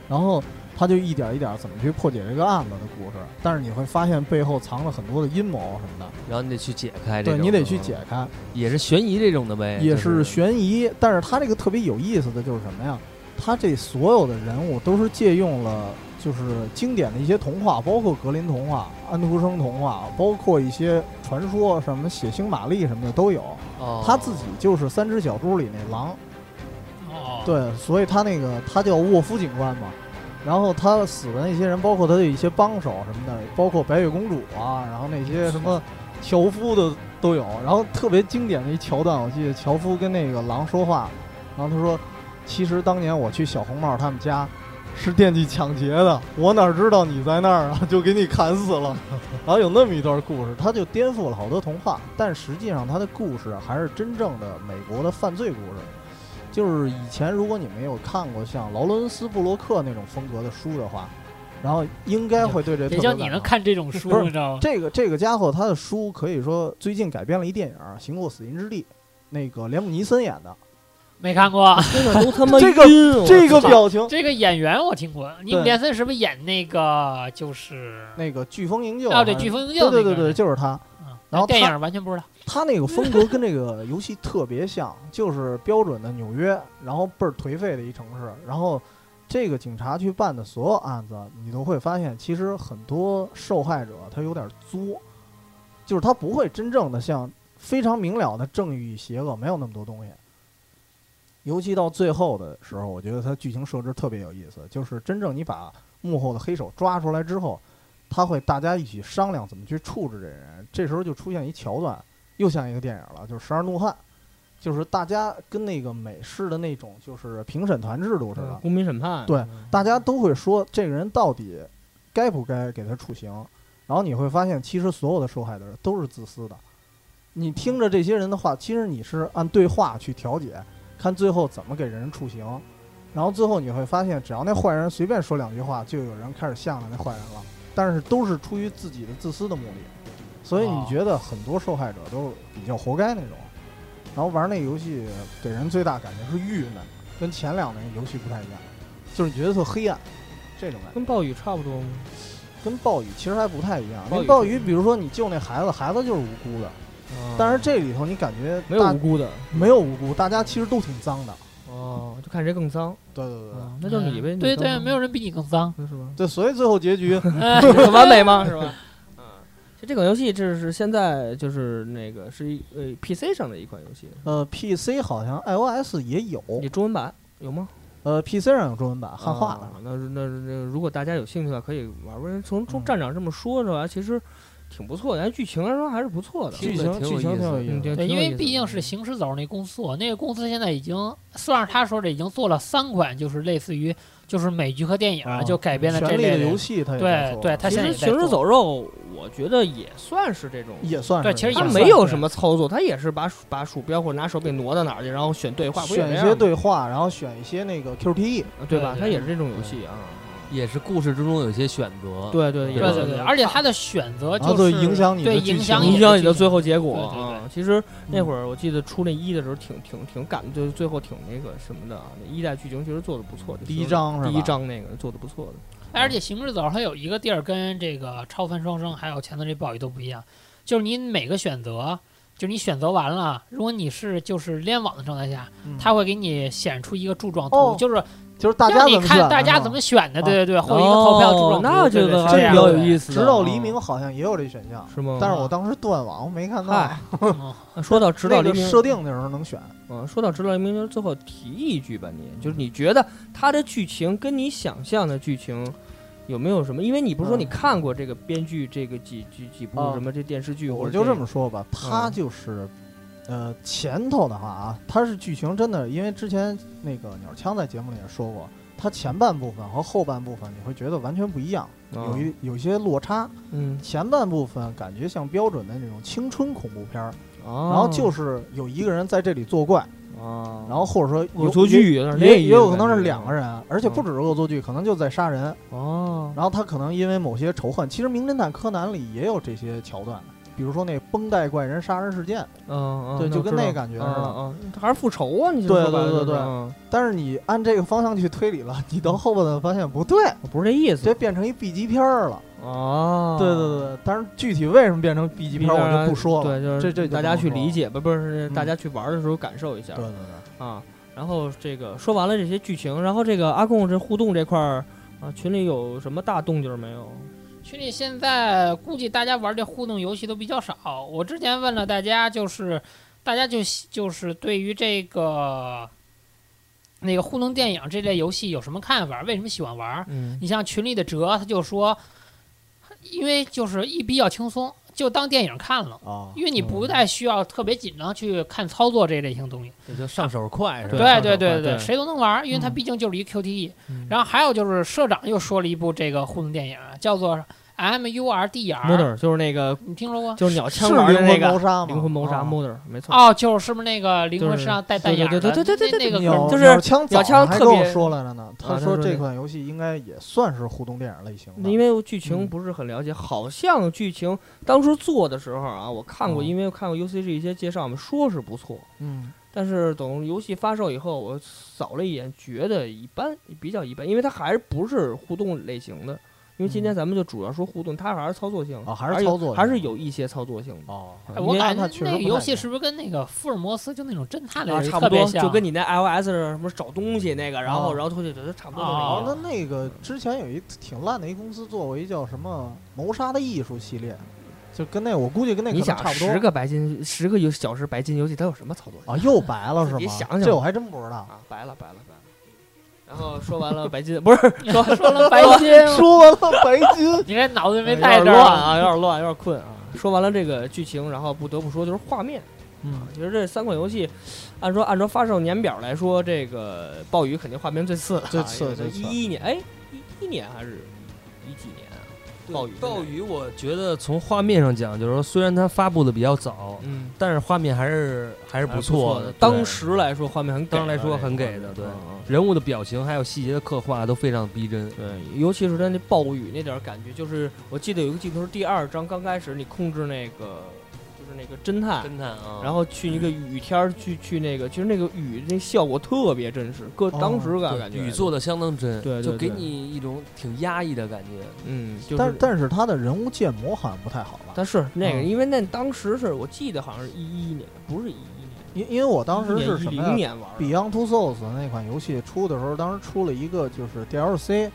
然后他就一点一点怎么去破解这个案子的故事。但是你会发现背后藏了很多的阴谋什么的，
然后你得去解开这
对
种，嗯
你得去解开，
也是悬疑这种的呗，
也
哎就是是
悬疑。但是他这个特别有意思的就是什么呀？他这所有的人物都是借用了就是经典的一些童话，包括格林童话、安徒生童话，包括一些传说，什么血腥玛丽什么的都有。
哦
他自己就是《三只小猪》里那狼。
哦，
对，所以他那个他叫沃夫警官嘛，然后他死的那些人，包括他的一些帮手什么的，包括白雪公主啊，然后那些什么樵夫的都有。然后特别经典的一桥段，我记得樵夫跟那个狼说话，然后他说：“其实当年我去小红帽他们家。”是惦记抢劫的，我哪知道你在那儿啊，就给你砍死了。然后有那么一段故事，他就颠覆了好多童话，但实际上他的故事还是真正的美国的犯罪故事。就是以前如果你没有看过像劳伦斯布洛克那种风格的书的话，然后应该会对这特别
也就
感
你能
冒
看这种书
不，是
你知道吗？
这个这个家伙他的书可以说最近改编了一电影《行过死荫之地》，那个连姆尼森演的，
没看过
真的都他
哎
妈
这个
晕我
这个
操
表情，
这个演员，我听过。尼姆
对
连森是不是演那个就是
那个飓风营救
哦，对，
还是
飓风营救
对对对
那个
对，
人
就是他，
啊
然后
电
他
影完全不知道。
他那个风格跟这个游戏特别像，就是标准的纽约，然后倍儿颓废的一城市。然后这个警察去办的所有案子，你都会发现，其实很多受害者他有点作，就是他不会真正的像非常明了的正义与邪恶，没有那么多东西。尤其到最后的时候，我觉得它剧情设置特别有意思，就是真正你把幕后的黑手抓出来之后，他会大家一起商量怎么去处置这人。这时候就出现一桥段，又像一个电影了，就是《十二怒汉》，就是大家跟那个美式的那种就是评审团制度似的，
(laughs) 公民审判
对大家都会说这个人到底该不该给他处刑。然后你会发现，其实所有的受害的人都是自私的。你听着这些人的话，其实你是按对话去调解，看最后怎么给人处刑。然后最后你会发现，只要那坏人随便说两句话，就有人开始向着那坏人了。但是都是出于自己的自私的目的，所以你
哦
觉得很多受害者都比较活该那种。然后玩那个游戏给人最大感觉是郁闷，跟前两个游戏不太一样，就是你觉得特黑暗，这种感觉
跟暴雨差不多吗？
跟暴雨其实还不太一样。
暴雨
那暴雨，比如说你救那孩子，孩子就是无辜的，
嗯
但是这里头你感觉
啊没有
大
无辜的
没有无辜，大家其实都挺脏的。
哦，就看谁更脏，
对对对对
啊那就是你呗，
嗯
你
对
脏
对，
吗
没有人比你更
(laughs)
脏。
是吧？
对，所以最后结
(laughs)
局
很完美吗？是吧？嗯，就这款游戏，这是现在就是那个是一呃 PC 上的一款游戏，
呃，PC 好像 iOS 也有，
你中文版有吗？
呃，PC 上有中文版汉化的
啊。那是那是那是如果大家有兴趣的话，可以玩玩。从从
嗯
站长这么说的话，其实挺不错的，但剧情来说还是不错的。
剧
听
情
着
剧
挺有
情
意
挺
思
有
的
意
嗯
思的。
挺
对，
挺
因
有意
为
思的
毕竟是行尸走那公司，那个公司现在已经，算是他说这已经做了三款，就是类似于就是美剧和电影、
啊
就改编了这
权力的
类
游。戏它也在
对
做
对，他
其
现在
实
也在
行尸
做
走肉，我觉得也算是这种。
也算是
对其实
它
也
没
算
有
是
什么操作，它也是把鼠把鼠标或者拿手柄挪到哪儿去，然后选对话，不也
选
这
一
样
些
吗
对话，然后选一些那个 E， QTE，
对吧？
对
它
对
也是这种游戏啊。
也是故事之中有一些选择。
对对，也
对
是
对对，
的
而且他的选择
然后
呃就是
就影响你的
对
剧情
影响
影响你的最后结果
对对对
啊。其实那会儿我记得出那一的时候挺，挺挺感，就是最后挺那个什么的啊。那一代剧情确实做的不错的，
第一章是吧？
第一章那个做的不错的。
而且《行尸走肉》它有一个地儿跟这个《超凡双生》还有《前头这暴雨》都不一样，就是你每个选择，就是你选择完了，如果你是就是联网的状态下，
嗯
它会给你显出一个柱状图，
哦
就是
就是大家
让你
怎么选
看
的
大家
是吧
怎么选的，
啊
对对对，或者一个投票柱状
哦
图，
那
对
这
对
个
是
还
这
是
样
比较
的
有意思的。
直到
啊
黎明好像也有这选项，
是吗？
但是我当时断网我没看到。
嗯嗨
嗯
说到直到
那
黎
个
明，
设定的时候能选，
嗯，说到直到黎明，就是最后提一句吧你，就是你觉得它的剧情跟你想象的剧情有没有什么？因为你不是说你
嗯
看过这个编剧这个几几几部
啊
什么这电嗯视剧，或
我
者
就这
这
么说吧，它
嗯
就是，呃，前头的话啊，它是剧情真的，因为之前那个鸟枪在节目里也说过，它前半部分和后半部分你会觉得完全不一样，
啊
有一有一些落差。
嗯，
前半部分感觉像标准的那种青春恐怖片儿，
然
然后就是有一个人在这里作怪，
啊，
然后或者说有
恶作剧有点
也
那
也
意思
有可能是两个人，而且
嗯
不只是恶作剧，可能就在杀人。
哦，
然后他可能因为某些仇恨，其实《名侦探柯南》里也有这些桥段，比如说那绷带怪人杀人事件。
嗯嗯，
对
那
就
我
跟
知道
那感觉似的
嗯嗯，还是复仇啊？你
对
说白了
对对
就是
对
嗯
但是你按这个方向去推理了，你到后半段发现不对，
我不是这意思
这变成一 B 级片儿了。
哦，
对对对，但是具体为什么变成 B 级片儿我就不说了。
对，就是
这这就
大
不
家
能
去
说
理
了
解吧，不是
嗯
大家去玩的时候感受一下
对对对，
啊。然后这个说完了这些剧情，然后这个阿贡这互动这块儿啊，群里有什么大动静没有？
(laughs) 群里现在估计大家玩这互动游戏都比较少。我之前问了大家，就是大家就就是对于这个那个互动电影这类游戏有什么看法？为什么喜欢玩？
嗯
你像群里的哲，他就说，因为就是一比较轻松，就当电影看了。
啊，
因为你不太需要特别紧张去看操作这类型东西，
也就上手快是吧？
对
对
上手
对对
快对
谁都能玩，因为它
嗯
毕竟就是一 QTE。
嗯
然后还有就是社长又说了一部这个互动电影，啊叫做 MURDR，
，Mother 就是那个
你听说过？
啊就是鸟
是
枪
灵
玩的那
魂谋
个
杀吗？
灵魂谋杀
啊
Mother，没错。
哦，就是是不是那个灵魂身上带
对
弹
对
眼
对
的？
对对对对
那那个
鸟
就是
鸟枪
鸟
早
枪
上还
特
跟我
别啊
说来了呢，他
他
说
说
这
这
款游戏应该也算是互动电影类型的。
因为剧情
嗯
不是很了解，好像剧情当初做的时候啊，我看过，
嗯
因为看过 UCG 一些介绍嘛，说是不错，
嗯，
但是等游戏发售以后，我扫了一眼，觉得一般，比较一般，因为它还是不是互动类型的。因为今天咱们就主要说互动，它还是操作性
嗯啊还是
有
操作
还是
性
有一些操作性的。
哦，
啊
哎
因
我
为
感
它
觉
确实
那
不
个
太
游戏
一样
是不是跟那个福尔摩斯就那种侦探类
啊，
的
差
特
不
别
多，
像？
就跟你那 iOS 什么找东西那个，然后
哦
然后出去觉得差不多就那
哦
意，思
那那个之前有一挺烂的一公司做过一叫什么《谋杀的艺术》系列，就跟那我估计跟那可
你
能
想
差不
十
多
个白金，十个游小时白金游戏，它有什么操作性
啊，又白了是
自己
吗？
想想
这我还真不知道。
啊？白了，白了，白了。然后说完了白金， (laughs) 不是说
说了白金，，
(laughs) 说完了白金
你这脑子没
有
在
点
这儿
乱
啊？
啊，有点乱，有点困啊。说完了这个剧情，然后不得不说就是画面。啊
嗯，
其实这三款游戏，按说按照发售年表来说，这个暴雨肯定画面最次了啊，
最次最次
一一年，哎，一一年还是一几年啊？暴雨
暴雨，我觉得从画面上讲，就是说虽然它发布的比较早，
嗯，
但是画面还是还是
还是
错
的。
的。
当
对
时来说，画面很给的，
当时来说很给的
这
对
个画面嗯
人物的表情还有细节的刻画都非常逼真。
嗯嗯对，尤其是它那暴雨那点儿感觉，就是我记得有一个镜头，第二章刚开始，你控制那个就是那个侦探，
侦探
嗯
啊，
然后去一个雨天儿去去那个，其实那个雨那效果特别真实，各
哦
当时感
对
感觉
雨做的相当真，
对对
就给
对
你一种挺压抑的感觉。
嗯，就是
但但是他的人物建模好像不太好吧？
但是那个，
嗯
因为那当时是我记得好像是一一年，不是一一年，
因因为我当时是
一
什么
零
呀
年玩的
？Beyond Two Souls 那款游戏出的时候，当时出了一个就是 DLC，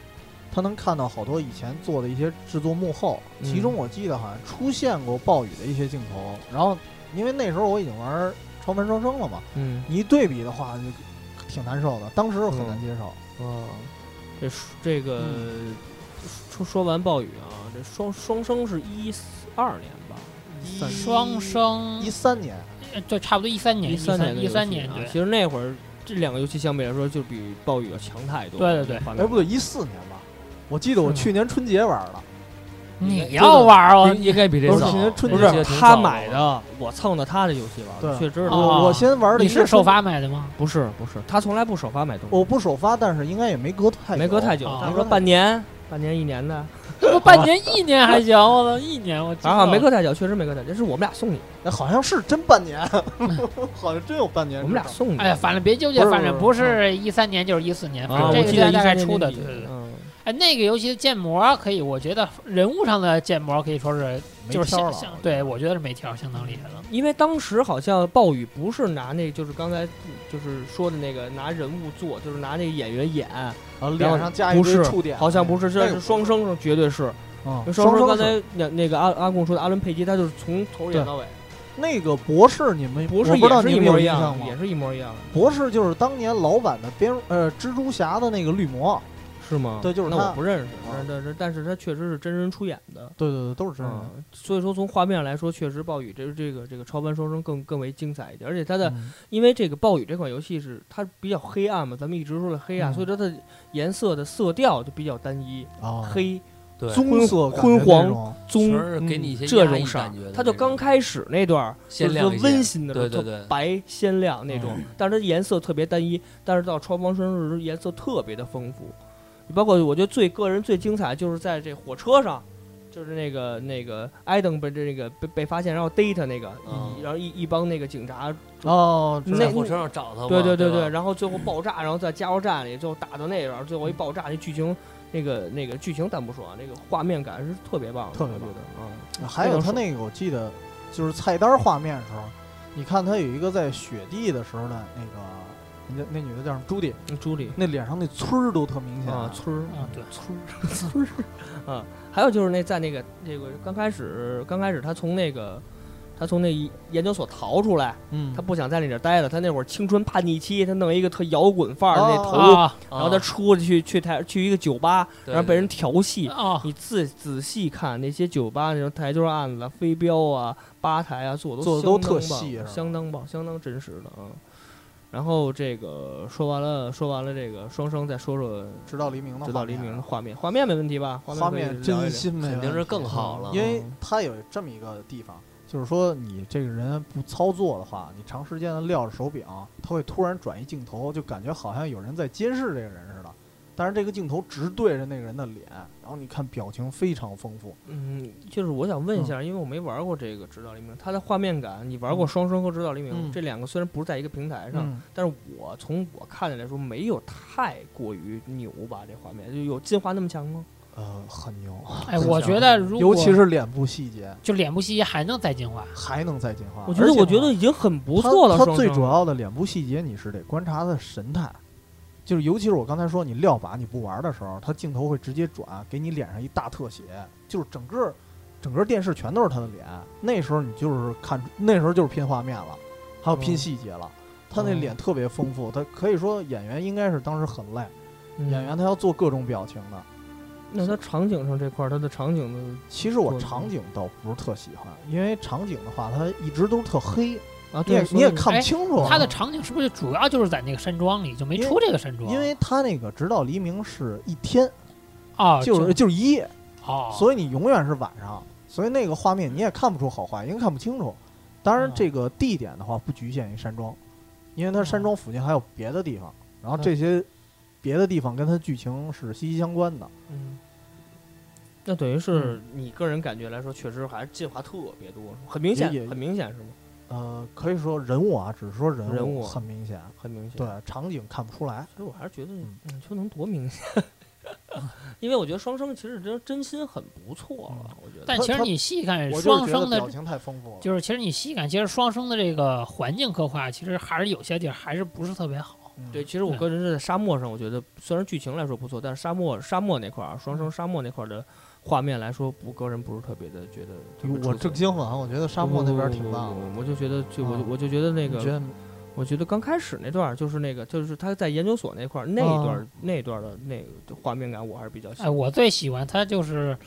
他能看到好多以前做的一些制作幕后，
嗯
其中我记得好像出现过暴雨的一些镜头。然后因为那时候我已经玩超凡双生了嘛，
嗯
你一对比的话就挺难受的，当时是很难接受。
哦，这说这个
嗯
说说完暴雨啊，这双双生是一二年吧，
一
嗯双生
一三年，
呃对，差不多一三年，
一
一
三年的
一
游戏
三年
啊
对。
其实那会儿这两个游戏相比来说，就比暴雨要强太多了。
哎
对对对
画面
哎，不对，一四年吧。我记得我去年春节玩的，
你要玩儿啊我
啊应应该比这
不是
早
现在，春
不
我觉得
是
挺
他
早
买的，我蹭的他的游戏玩
对
的，确实是
哦
我我先玩了
你
一个
是首
春，
发买的吗？
不是不是，他从来不首发买东西，
我不首发，但是应该也没隔哦太久
没隔太久
哦，
他说半年半年一年的，
这不半年一年还行，我操，一年我
啊没隔太久，确实没隔太久，这是我们俩送你，
哎好像是真
(laughs)
半年，好像真有半年。
我们俩送你
(laughs) 哎呀，反正别纠
不
结，
是
反正
不
不
是
是一三年就是一四年，反
嗯啊，
正
我
这个
记
月
得
大
13
概
年
出的，
底
对对对。
嗯，
哎，那个游戏的建模可以，我觉得人物上的建模可以说是
没
就是
挑
相
了
啊
啊
相，对我觉得是没挑，相当厉害了。
因为当时好像暴雨不是拿那，就是刚才就是说的那个拿人物做，就是拿那个演员演，
啊脸上加一
不
堆
是
触点，
好像不是，
那
这
个
是
不
双生是绝对是。
嗯
双
双
生刚
是
才那那个阿阿贡说的阿伦佩吉，他就是从头演到尾，
那个博士，你们
不
我
是
不知
也
道
是
你
一
们有
模一
印象
样，
吗？
也是一模一样，
博士就是当年老版的蝙呃蜘蛛侠的那个绿魔，
是吗？
对就是
那
他
我不认识
啊，
但是但是他确实是真人出演的。
对对对，都是真人。
嗯，所以说从画面上来说，确实暴雨这这个这个超凡双生更更为精彩一点，而且它的
嗯
因为这个暴雨这款游戏是它比较黑暗嘛，咱们一直说的黑暗，
嗯
所以它的颜色的色调就比较单一，
哦，
黑、
对，
棕色感觉
昏昏
那种
棕
全是，给
嗯
你一些
这
压
种
抑
色
感觉的。
它就
那
刚
种
开始那段儿
鲜
就是
亮一些
温馨的时候，
对对
特
对
白鲜亮那种
嗯，
但是它颜色特别单一，但是到超方生日时颜色特别的丰富，包括我觉得最个人最精彩就是在这火车上。就是那个那个艾登被这个被被发现，然后逮他那个，
嗯
一然后一一帮那个警察
哦，知道
那
在火车上找他
哦
嘛，
对对
对
对对，
吧，
然后
嗯
最后爆炸，然后在加油站里最后打到那边儿，最后一爆炸，那剧情那个那个剧情咱不说啊，那个画面感是特别棒的，
特别
我觉
棒
得啊，
还有他那个，我记得就是菜单画面的时候，你看他有一个在雪地的时候的那个，那那女的叫什么朱迪，
嗯朱莉
那脸上那皴儿都特明显
啊，村儿
啊，对，
村 (laughs) 儿村儿啊，还有就是那在那个这个刚开始刚开始他从那个。他从那一研究所逃出来，
嗯
他不想在那里待了。他那会儿青春叛逆期，他弄一个特摇滚范儿的那
哦
头，
啊
然后他
啊
出去去台去一个酒吧，
对
然后被
对
人调戏，
啊，
你自仔细看那些酒吧那种台球案子、飞镖啊、吧台啊，做得
做得
都相当
都特细
棒
啊是吧
相当棒，相当真实的啊。然后这个说完了，说完了这个双生，再说说
直到黎明的啊
直到黎明的画面，画面没问题吧？面可
画
以聊
面
一
真
聊
心没
肯定
问
是
题
更好了
因为
嗯
他有这么一个地方，就是说你这个人不操作的话，你长时间的撂着手柄，他会突然转移镜头，就感觉好像有人在监视这个人似的。但是这个镜头直对着那个人的脸，然后你看表情非常丰富。
嗯，就是我想问一
嗯
下，因为我没玩过这个《直到黎明》，它的画面感，你玩过《双生》和《直到黎明》
嗯
这两个，虽然不是在一个平台上，
嗯，
但是我从我看的来说，没有太过于牛吧？这画面就有进化那么强吗？
呃，很牛，
哎，我觉得如果
尤其是脸部细节
就脸部细节还能再进化，
还能再进化。
我觉得
啊而且
我觉得已经很不错了。
它它
双
最
生嗯
主要的脸部细节，你是得观察它的神态，就是尤其是我刚才说你撂把你不玩的时候，它镜头会直接转，给你脸上一大特写，就是整个整个电视全都是他的脸。那时候你就是看，那时候就是拼画面了，还有拼
嗯
细节了。他那
嗯
脸特别丰富，他可以说演员应该是当时很累，
嗯
演员他要做各种表情的。
那它场景上这块儿，它的场景的
其实我
做得
场
好
景倒不是特喜欢，因为场景的话，它一直都是特黑，
啊，
你也
对，
你也看不
哎
清楚。啊
它的场景是不是主要就是在那个山庄里，就没
因为
出这个山庄？
因为它那个直到黎明是一天，
哦，
就是就是一夜，
哦，
所以你永远是晚上，所以那个画面你也看不出好坏，因为看不清楚。当然
嗯，
这个地点的话不局限于山庄，因为它山庄附近还有别的地方，然后这些别的地方跟它剧情是息息相关的。
嗯，那等于
嗯
是你个人感觉来说，确实还是进化特别多，很明显
也，也
很明显是吗？
呃，可以说人物啊，只是说人物
人物
很明显，
很明显。
对，场景看不出来。
其实我还是觉得，
嗯
嗯，啊就能多明显。 (laughs) 因为我觉得双生其实真真心很不错了，我觉得。
但其实你细看
我就
双
是觉得
生的
表情太丰富了。
就是其实你细看，其实双生的这个环境刻画，其实还是有些地儿还是不是特别好。
嗯
对，，其实我
对
个人是在沙漠上，我觉得虽然剧情来说不错，但是沙漠沙漠那块儿，啊双生沙漠那块儿的画面来说，不个人不是特别的觉得特别出色。
嗯我正兴奋啊，我觉得沙漠那边挺棒的。
不不不不不我就觉得就我就
啊
我就觉得那
你觉
个，
得
我觉得刚开始那段儿就是那个，就是他在研究所那
啊
块儿那一段儿那一段儿的那个画面感，我还是比较喜
哎，
欢。
我最喜欢它就是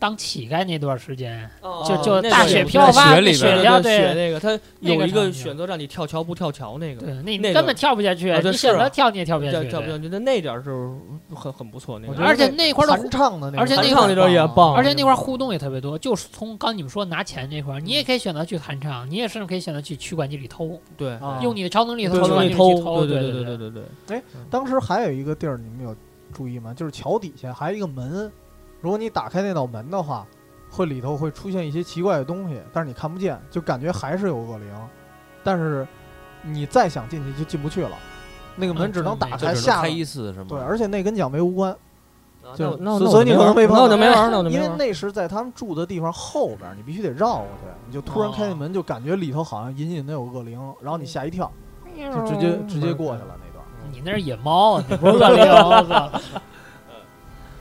当乞丐那段时间，
哦
就
哦
就
那
大
个
雪
有
飘
对
吧，
雪里边
雪
对
飘
对
对
雪那个，它
那
有
个
一个
场景
选择让你跳桥不跳桥那个，
对，那
那
你根
个
本跳不下去，
啊对
你
是
选择
啊
跳你也跳不下
跳
去。
跳不
对
下去，那那点儿是很很不错那
我
个
觉。得
而且那块儿的
弹唱的那个，
而且那
弹
块儿
唱那段也棒，
而且那块儿互动也特别多，就是从刚你们说拿钱这块儿，你也可以选择去弹唱，你也甚至可以选择去取款机里偷，
哦对，
啊
用你的超能力从
超
取
能
款
力
机里去
偷，
对
对
对
对
对。
对对。
当时还有一个地儿，你们有注意吗？就是桥底下还有一个门，如果你打开那道门的话，会里头会出现一些奇怪的东西，但是你看不见，就感觉还是有恶灵，但是你再想进去就进不去了，那个门
嗯
只能
对
打
那
就
开
只能
下
开
来。
一次是吗？
对，而且那跟奖杯无关，
啊
就
那我那我
所
那
所
我
以
就
你可能没
玩
碰
那我就
到
没玩儿，那我就
因
没
为
玩儿。
那是在他们住的地方后边儿，你必须得绕过去，你就突然开那门就感觉里头好像隐隐的有恶灵，然后你吓一跳，嗯就直接直接过去了那段。
你那是野猫，你不是
(laughs)
恶灵我操。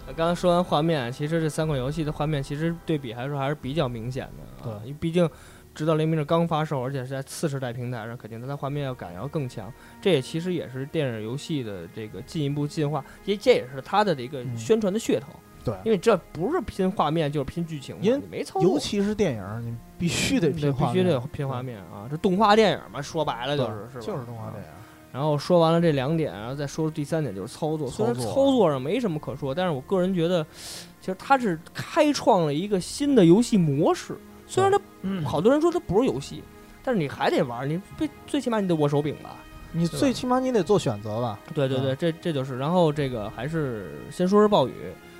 呃刚刚说完画面，其实这三款游戏的画面其实对比来说还是比较明显的啊，因为毕竟《直到黎明》是刚发售，而且是在次世代平台上，肯定它的画面要感要更强。这也其实也是电影游戏的这个进一步进化，也这也是它的这个
嗯
宣传的噱头。
对
因为这不是拼画面就是拼剧情嘛，
因为
你没操
尤
作。
其是电影，你哦嗯必须得
对，
拼
必
画
须
面
得拼画面啊！这动画电影嘛，说白了就是是吧？
就是嗯动画电
影。
影。
然后说完了这两点，然后再说第三点就是操作。啊虽然
操作
操作上没什么可说，但是我个人觉得，其实它是开创了一个新的游戏模式。虽然它
嗯
好多人说它不是游戏，但是你还得玩儿，你最最起码你得握手柄吧。
你
吧
最起码你得做选择吧。
对对对，这这就是。然后这个还是先说说暴雨。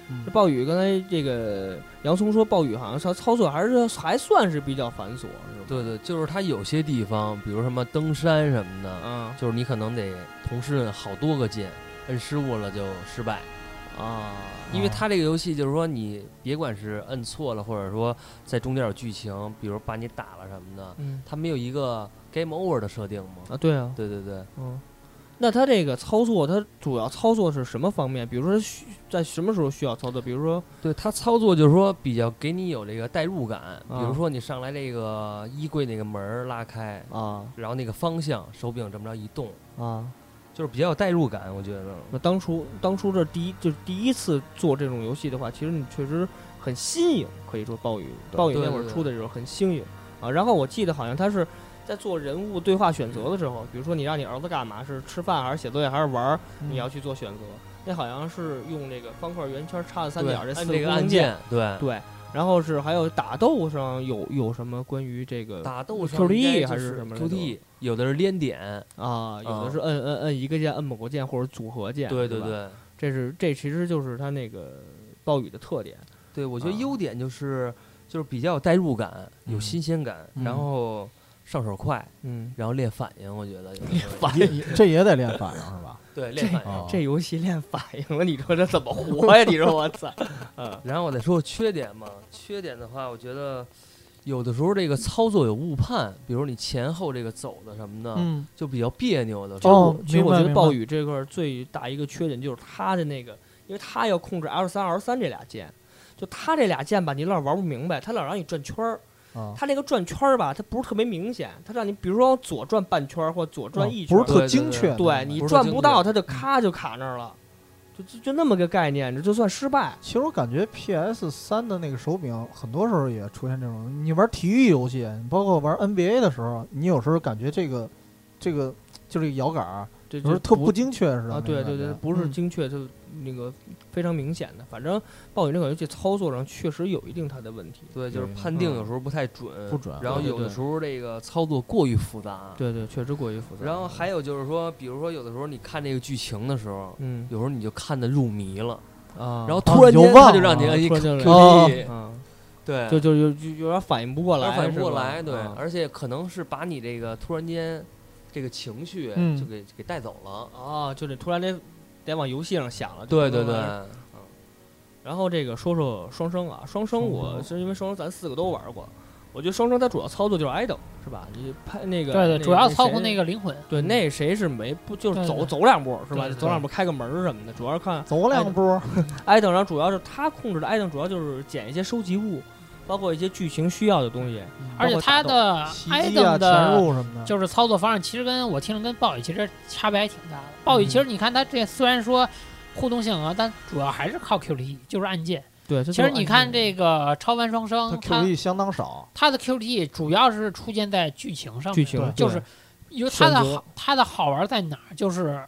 嗯
这暴雨刚才这个洋葱说暴雨好像它操作还是还算是比较繁琐，是吧？
对对，就是它有些地方，比如什么登山什么的，
啊
就是你可能得同时摁好多个键，摁失误了就失败。
啊，
因为它这个游戏就是说，你别管是摁错了，或者说在中间有剧情，比如把你打了什么的，
嗯
它没有一个 game over 的设定吗？
啊，对啊，
对对对，
嗯，那它这个操作，它主要操作是什么方面？比如说需在什么时候需要操作？比如说
对它操作就是说比较给你有这个代入感，比如说你上来这个衣柜那个门儿拉开，
啊
然后那个方向手柄这么着一动，
啊，
就是比较有代入感，我觉得。
那当初当初这第一就是第一次做这种游戏的话，其实你确实很新颖，可以说暴雨
对
暴雨
对
那会儿
对
出的时候很新颖啊。然后我记得好像它是在做人物对话选择的时候，比如说你让你儿子干嘛，是吃饭还是写作业还是玩儿，
嗯
你要去做选择。那好像是用这个方块、圆圈、叉子、三
对
角这四
按
个
这
功
个
能
按
键。
键，对，
对，然后是还有打斗上有有什么关于这个
打斗上
QTE
应该
还
就是
什么来着
QTE，有的是连点，
啊，有的
啊
是摁摁摁一个键，摁某个键或者组合键，
对
是
对
吧，
对
这是这其实就是它那个暴雨的特点，
对，我觉得
啊
优点就是就是比较有代入感，有
嗯
新鲜感，
嗯
然后上手快，
嗯。
然后练反应，我觉得练
你你这也得练反应是吧？
对练反应。
啊
这游戏练反应了，你说这怎么活呀？你说我操！
然后我再说缺点嘛，缺点的话，我觉得有的时候这个操作有误判，比如你前后这个走的什么的，
嗯，
就比较别扭的。
(laughs) 哦
其实我觉
明
得
白
暴
明
雨这块儿最大一个缺点就是它的那个，因为它要控制 L 三 L 三这俩键，就它这俩键吧，你老玩不明白，它老让你转圈儿，
白啊，
哦
它那个转圈儿吧，它不是特别明显，它让你比如说左转半圈儿或左转
啊
一圈
不
儿，
是特
对对
精确的那种。
对你
不是
转
精
不
确
到，它就咔就卡那儿了，就就就那么个概念，这就算失败。
其实我感觉 PS 三的那个手柄，很多时候也出现这种。你玩体育游戏，你包括玩 NBA 的时候，你有时候感觉这个，这个就这个摇杆儿，
这
有时
就
候特
不
不精确似的
啊，对对对，不
嗯
嗯
是精确，就那个非常明显的。反正暴雨这款游戏操作上确实有一定它的问题。
对，就是
对
判定有时候不太准，
不准
然后
对对
有的
对
时候这个操作过于复杂。
对对，确实过于复杂。
然后还有就是说，比如说有的时候你看这个剧情的时候，
嗯
有时候你就看的入迷了，
啊，
然后突然
有
间
忘
他就
了
让你哎摁一
突然就
Q
来
Q
了
E，
嗯，
对，
就就有有有点反应不过
有点
来，
反应
是
不过
吧
来，对，
啊
而且可能是把你这个突然间这个情绪
嗯
就给给带走了。
啊，就得突然得得往游戏上想了。
对
就
对
不能
对
玩，然后这个说说双生啊，双生我是因为双生咱四个都玩过，我觉得双生它主要操作就是 idol 是吧？你拍那个
对
那
对，
个
主要
谁
操控那个灵魂。
对那谁是没不就是
对
走
对
走两步是吧？
对对
走两步开个门儿什么的，主要是看
走两波，
idol，然后主要是他控制的 idol 主要就是捡一些收集物，包括一些剧情需要的东西。
而且它的
袭
i d
击
e
啊、
m
潜
的
入什么的，
就是操作方式，其实跟我听着跟暴雨其实差别还挺大的。
嗯
暴雨其实你看它这虽然说互动性啊，但主要还是靠 QTE，就是按键。
对，这
其
就
实
是
你
按键
看这个超凡双
它 E
生，它
QE 相当少，
它的 QTE 主要是出现在剧情上面，
剧情，
就
对
是因为它的
选择
好，它的好玩在哪儿？就是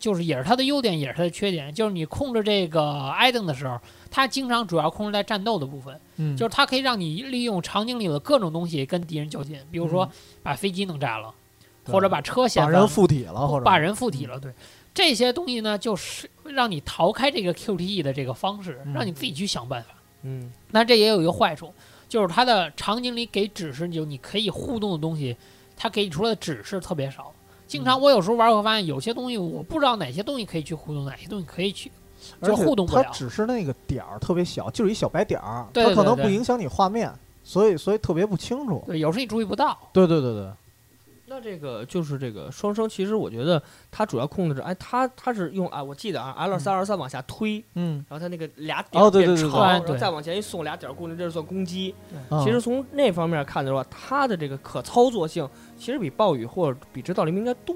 就是也是它的优点，也是它的缺点。就是你控制这个艾登的时候，它经常主要控制在战斗的部分，
嗯，
就是它可以让你利用场景里的各种东西跟敌人较劲，比如说把飞机弄炸了，
嗯对
或者把车掀
把
翻
人
了，
附体了，嗯或者
把人附体了，对。这些东西呢，就是让你逃开这个 QTE 的这个方式，
嗯
让你自己去想办法。
嗯，
那这也有一个坏处，就是它的场景里给指示，就你可以互动的东西，它给你出来的指示特别少。经
嗯
常我有时候玩儿会发现，有些东西我不知道哪些东西可以去互动，哪些东西可以去
而
就
且
互动不
它
了
只是那个点儿特别小，就是一小白点儿，
对
它可
对
能
对
不影响你画面，所以所以特别不清楚。
对，有时候你注意不到。
对对对对，
那这个就是这个双生，其实我觉得它主要控制着，哎，它它是用啊，我记得啊，L 三 L 三往下推，
嗯，
然后它那个俩点
哦
儿
对对
变
对
长，
对对
然后
对
再往前一送俩点儿固定，这是算攻击。
啊
其实从那方面看的话，它的这个可操作性其实比暴雨或者比指导灵应该多，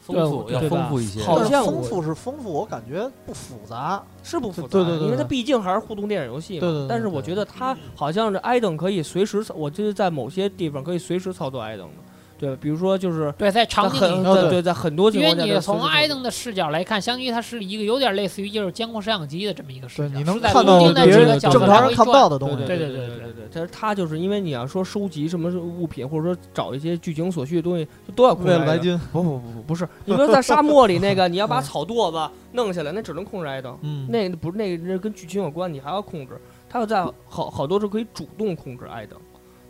丰
对
富
我
要
对吧
丰富一些，
好
但是
像
丰
我
富是丰富，我感觉不复杂。
是不复杂，
对对对对
因为它毕竟还是互动电影游戏嘛。
对对对对
但是我觉得它好像是艾登可以随时操，我就是在某些地方可以随时操作艾登的，对，比如说就是
对，在
在
场景
很
里，
哦
在
对
对在很多情
因为
况下都
你
是随时操
从
作，
艾登的视角来看，相当于它是一个有点类似于就是监控摄像机的这么一个视
对，
角，
你能
是在
看
固
到
定的
别
几个
人
角
正
色来
常
回
人看不到
转。
的东
对
西。
对
对
对
对
对，但是它就是因为你要说收集什么物品，或者说找一些剧情所需的东西，就都要控制
为了
艾
白
登。
金，
不不不不不是，你说在沙漠里那
(laughs)
个，你要把草垛子弄下来，那只能控制艾登，
嗯
那个不是那个那跟剧情有关，你还要控制。它要在好好多是可以主动控制艾登，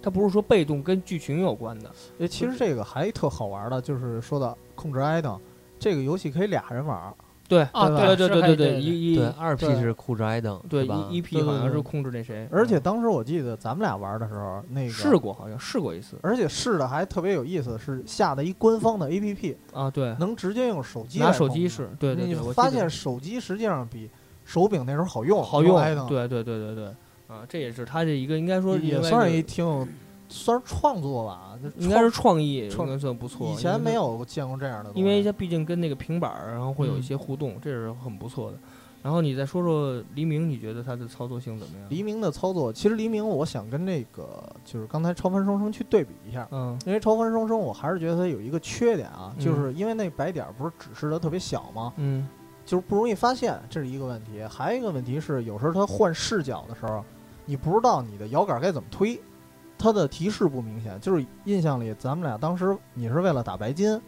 它不是说被动跟剧情有关的。
那其实这个还一特好玩的，就是说到控制 i 等，这个游戏可以俩人玩儿，
对
啊，
哦对
对
对
对
对，一一
对，二 P
对
是控制 i 等，
对
吧
一？一 P
对对
好像
对
是控制那谁，
而且当时我记得咱们俩玩的时候，那个
嗯试过好像试过一次
而且试的还特别有意思，是下的一官方的 APP，
啊，对，
能直接用手机
拿
来
手机
控制
试，对对
你
对，我记
发
得
现手机实际上比手柄那时候好用，
好
用
用
挨，灯，
对对对对对，啊，这也是他这一个应该说
也
应该
算
是
是一挺有，算是创作吧，就
应该是
创
创意，
创
应该算不错。
以前没
有。
有见过这样的东西，嗯
因为它毕竟跟那个平板儿，然后会有一些互动，这是很不错的。然后你再说说黎明，你觉得它的操作性怎么样？
黎明的操作，其实黎明我想跟那个就是刚才超凡双生去对比一下。
嗯
因为超凡双生，我还是觉得它有一个缺点啊，
嗯
就是因为那白点儿不是指示的特别小吗？
嗯
就是不容易发现，这是一个问题。还有一个问题是，有时候它换视角的时候，你不知道你的摇杆该怎么推，它的提示不明显。就是印象里，咱们俩当时你是为了打白金，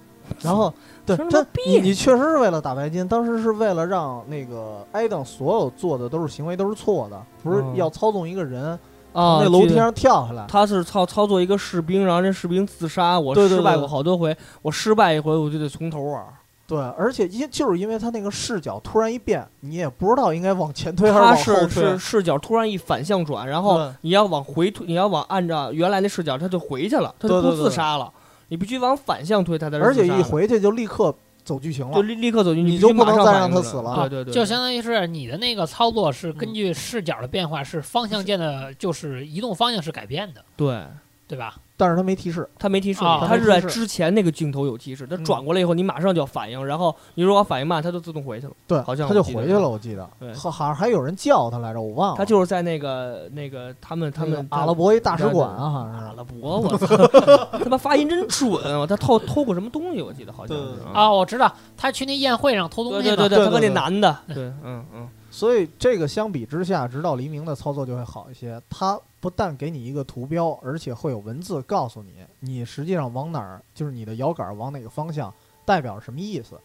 (laughs)
然后对
说他妈
这
别
你你确实是为了打白金，当时是为了让那个艾登所有做的都是行为都是错的，不是
嗯
要操纵一个人
啊
从那楼梯，上跳下来。
他是操操作一个士兵，然后这士兵自杀，我
对对
失败
对
过好多回，我失败一回我就得从头玩儿。
对，而且因就是因为他那个视角突然一变，你也不知道应该往前推还
他
往后
是
推
是。视角突然一反向转，然后
对
你要往回推，你要往按照原来那视角，他就回去了，他就
对
不
对对
自杀了。你必须往反向推，他才是
而且
自杀
一
的
回去就立刻走剧情了
就。立立刻走进去，
你
必
就
须
不
马
能
上
再
反
让
应
他
过来
死了
啊
啊
对对对，
啊就相当于是你的那个操作是根据视角的变化，是方向键的，就是移动方向是改变的，
对。
对吧？
但是他没提示。
他没提示
啊
你，他
没
是
提
在
示
之前那个镜头有提示，他
嗯
转过来以后，你马上就要反应，然后你如果反应慢，他就自动回去了。
对，
好像
他就
我记得
回去了，我记得
对，
好好像还有人叫他来着，我忘了。
他就是在那个那个他们他
哦那个
们
阿拉伯一大使
对对
馆啊，好像
阿
是。
拉伯，我操， (laughs) 他妈发音真准，我他偷偷过什么东西，我记得好像
对
是
对
啊，
啊，我知道他去那宴会上偷东
对
西
对
嘛，
对
对啊
他跟那
对对
男
(laughs)
的，对，嗯嗯，
所以这个相比之下，直到黎明的操作就会好一些。他不但给你一个图标，而且会有文字告诉你，你实际上往哪儿，就是你的摇杆往哪个方向，代表什么意思。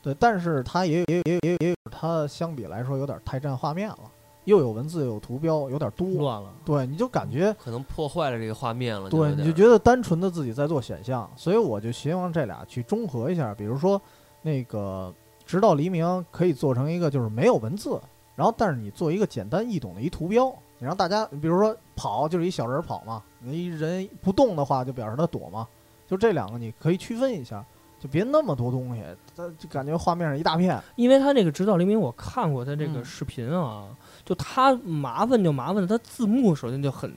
对，但是它也有也有也有也有也有，它相比来说有点太占画面了，又有文字又有图标，有点多。
乱了，
对，你就感觉
可能破坏了这个画
啊
面了，
对，
有
你
点
就觉得单纯的自己在做选项，所以我就希望这俩去中和一下。比如说，那个直到黎明可以做成一个就是没有文字，然后但是你做一个简单易懂的一图标，你让大家，比如说跑就是一小人跑嘛，你一人不动的话就表示他躲嘛，就这两个你可以区分一下，就别那么多东西，它就感觉画面上一大片。
因为他那个指导黎明，我看过他这个
嗯
视频啊，就他麻烦就麻烦了，他字幕首先就很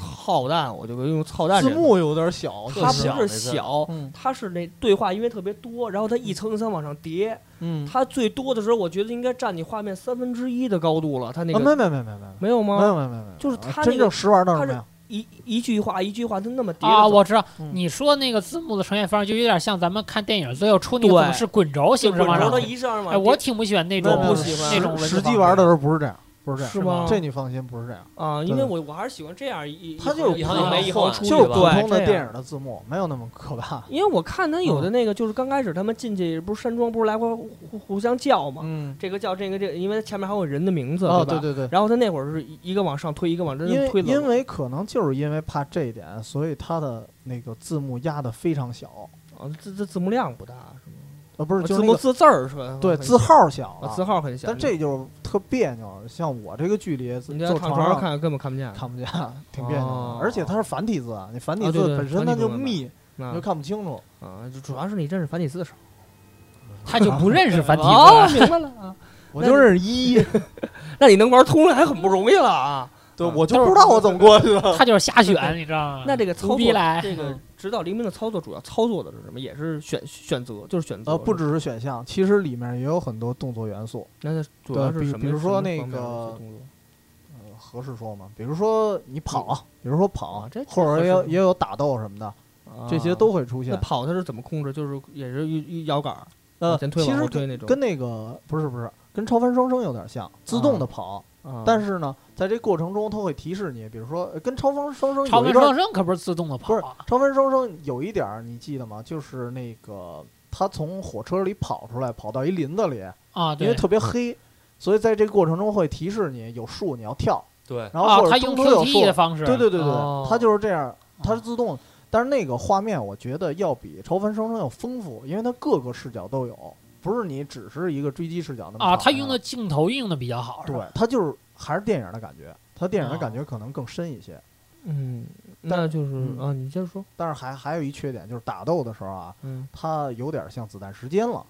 操蛋，我就用操蛋这
字
个
幕有点小，
它
它
小
不是
那字
小，
嗯
它是那对话因为特别多，然后它一层一层往上叠，
嗯，
它最多的时候我觉得应该占你画面三分之一的高度了。它那
啊，
嗯
个
没没没没没没
没有
没
吗？
有没有没有没有，
就是它那
真
个
正实玩到
它
什
是
么呀？
一一句话一句话它那么叠
啊，
着走
我知道
嗯
你说那个字幕的呈现方式，就有点像咱们看电影最后出那个字
对
幕是滚轴形式
滚
往
轴
上
它
走。
一上往
哎，
上叠
我挺不喜欢那
我
种
不喜欢
那种文字
实际
方
玩
式
的时候不是这样，不是这
是
样，
吗？
这你放心，不是这样，
啊，因为
对
我我还是喜欢这样一，一
它
一
就是
一行一
普通
行
的
一行
换
出
就是
去
普
吧，
通的
这
电
样
影的嗯字幕，没有那么可
(laughs)
怕。
啊因为我看他有的那个，就是刚开始他们进去，不是山庄，不是来回互互互相叫嘛，
嗯，
这个叫这个这个，因为前面还有人的名字，
哦，
对
对
吧？
对对，
然后他那会儿是一一个往上推，一个往这
因
么推
为
的，
因为可能就是因为怕这一点，所以它的那个字幕压的非常小，
啊，字字字幕量不大，啊是吗
呃，不是就
字
是
幕
那个
字字儿是吧？
对
很
字
小
号小
啊，字
了，
号很小。
但这就是特别扭。像我这个距离
你在
坐
躺
床
床上
上
看根本看不见，
(laughs) 看不见，挺别扭的
哦。
而且它是繁体字，啊，你繁
啊对
体
对
字本身
繁
它
体中
就
文
密，你就
啊
看不清楚。
啊，就主要是你认识繁体字少。
他就不认识繁体字
哦
了，。
明白了啊，
我就认识
(laughs)
一，
那你能玩通了还很不容易了啊。
对我就不知道我怎么过去的。 (laughs)
他就是瞎选，你知道吗？
那这个操
胡逼
作，
哎
来
这
嗯
个指导黎明的操作主要操作的是什么？也是选选择，就是选择。
呃，不只是选项，其实里面也有很多动作元素。
那它主要
对
是
比
什么？
比如说那
什么方面的
个
动作
呃，合适说吗？比如说你跑，比如说跑
啊这，
或者
这
也
合
有
适
也有打斗什么的，
啊
这些都会出
那
现。
跑它是怎么控制？就是也是一一摇杆儿，
呃
往，前推
其
往后
实
推那种。
跟那个不是不是，跟超凡双生有点像，自动的跑。
啊
但是呢，在这过程中，它会提示你，比如说呃跟超凡双生有
超
一
凡
段
双生可不是自动的跑
不是
啊，
超凡双生有一点儿你记得吗？就是那个他从火车里跑出来，跑到一林子里，
啊，
因为
对
特别黑，所以在这过程中会提示你有树你要跳，
对，
然
啊
后，或
他
者
用
中途有树
QTE 的，方式，
对对对
哦
对，它就是这样，它
哦
是自动。但是那个画面我觉得要比超凡双生要丰富，因为它各个视角都有，不是你只是一个追击视角那么
啊，
看
他用的镜头用的比较好，是吧
对，它就是还是电影的感觉，它电影
哦
的感觉可能更深一些。
嗯，那就是
嗯
啊，你接着说。
但是还还有一缺点就是打斗的时候啊，
嗯，
它有点像子弹时间了。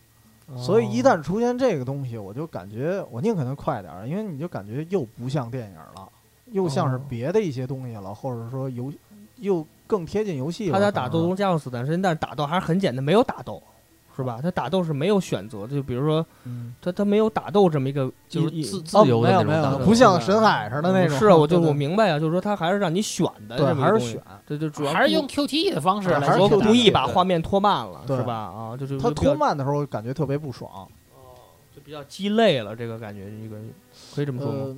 所以一
哦
旦出现这个东西，我就感觉我宁可它快点儿，因为你就感觉又不像电影了，又像是
哦
别的一些东西了，或者说游又更贴近游戏了。
他在
可
打
能
斗中加入子弹时间，但是打斗还是很简单，没有打斗，是吧？他打斗是没有选择的，就比如说
嗯
他他没有打斗这么一个，
就是
一
自
一
自由的
哦
那
没
种
有
打
没
斗
有，不像神海似的那种。
是啊，我就
对
我
对
明白啊，就是说他还是让你选的，
对
这么一
还
个
是
东西
选，，
对对，主要
还是用 QTE 的方式
对
来
还是
我
做
用
的
故意把
对
画面拖慢了，
对
是吧？啊，就就
它
就比
拖
较
慢的时候感觉特别不爽。
就比较鸡肋了，这个感觉，你可以可以这么说吗？
呃，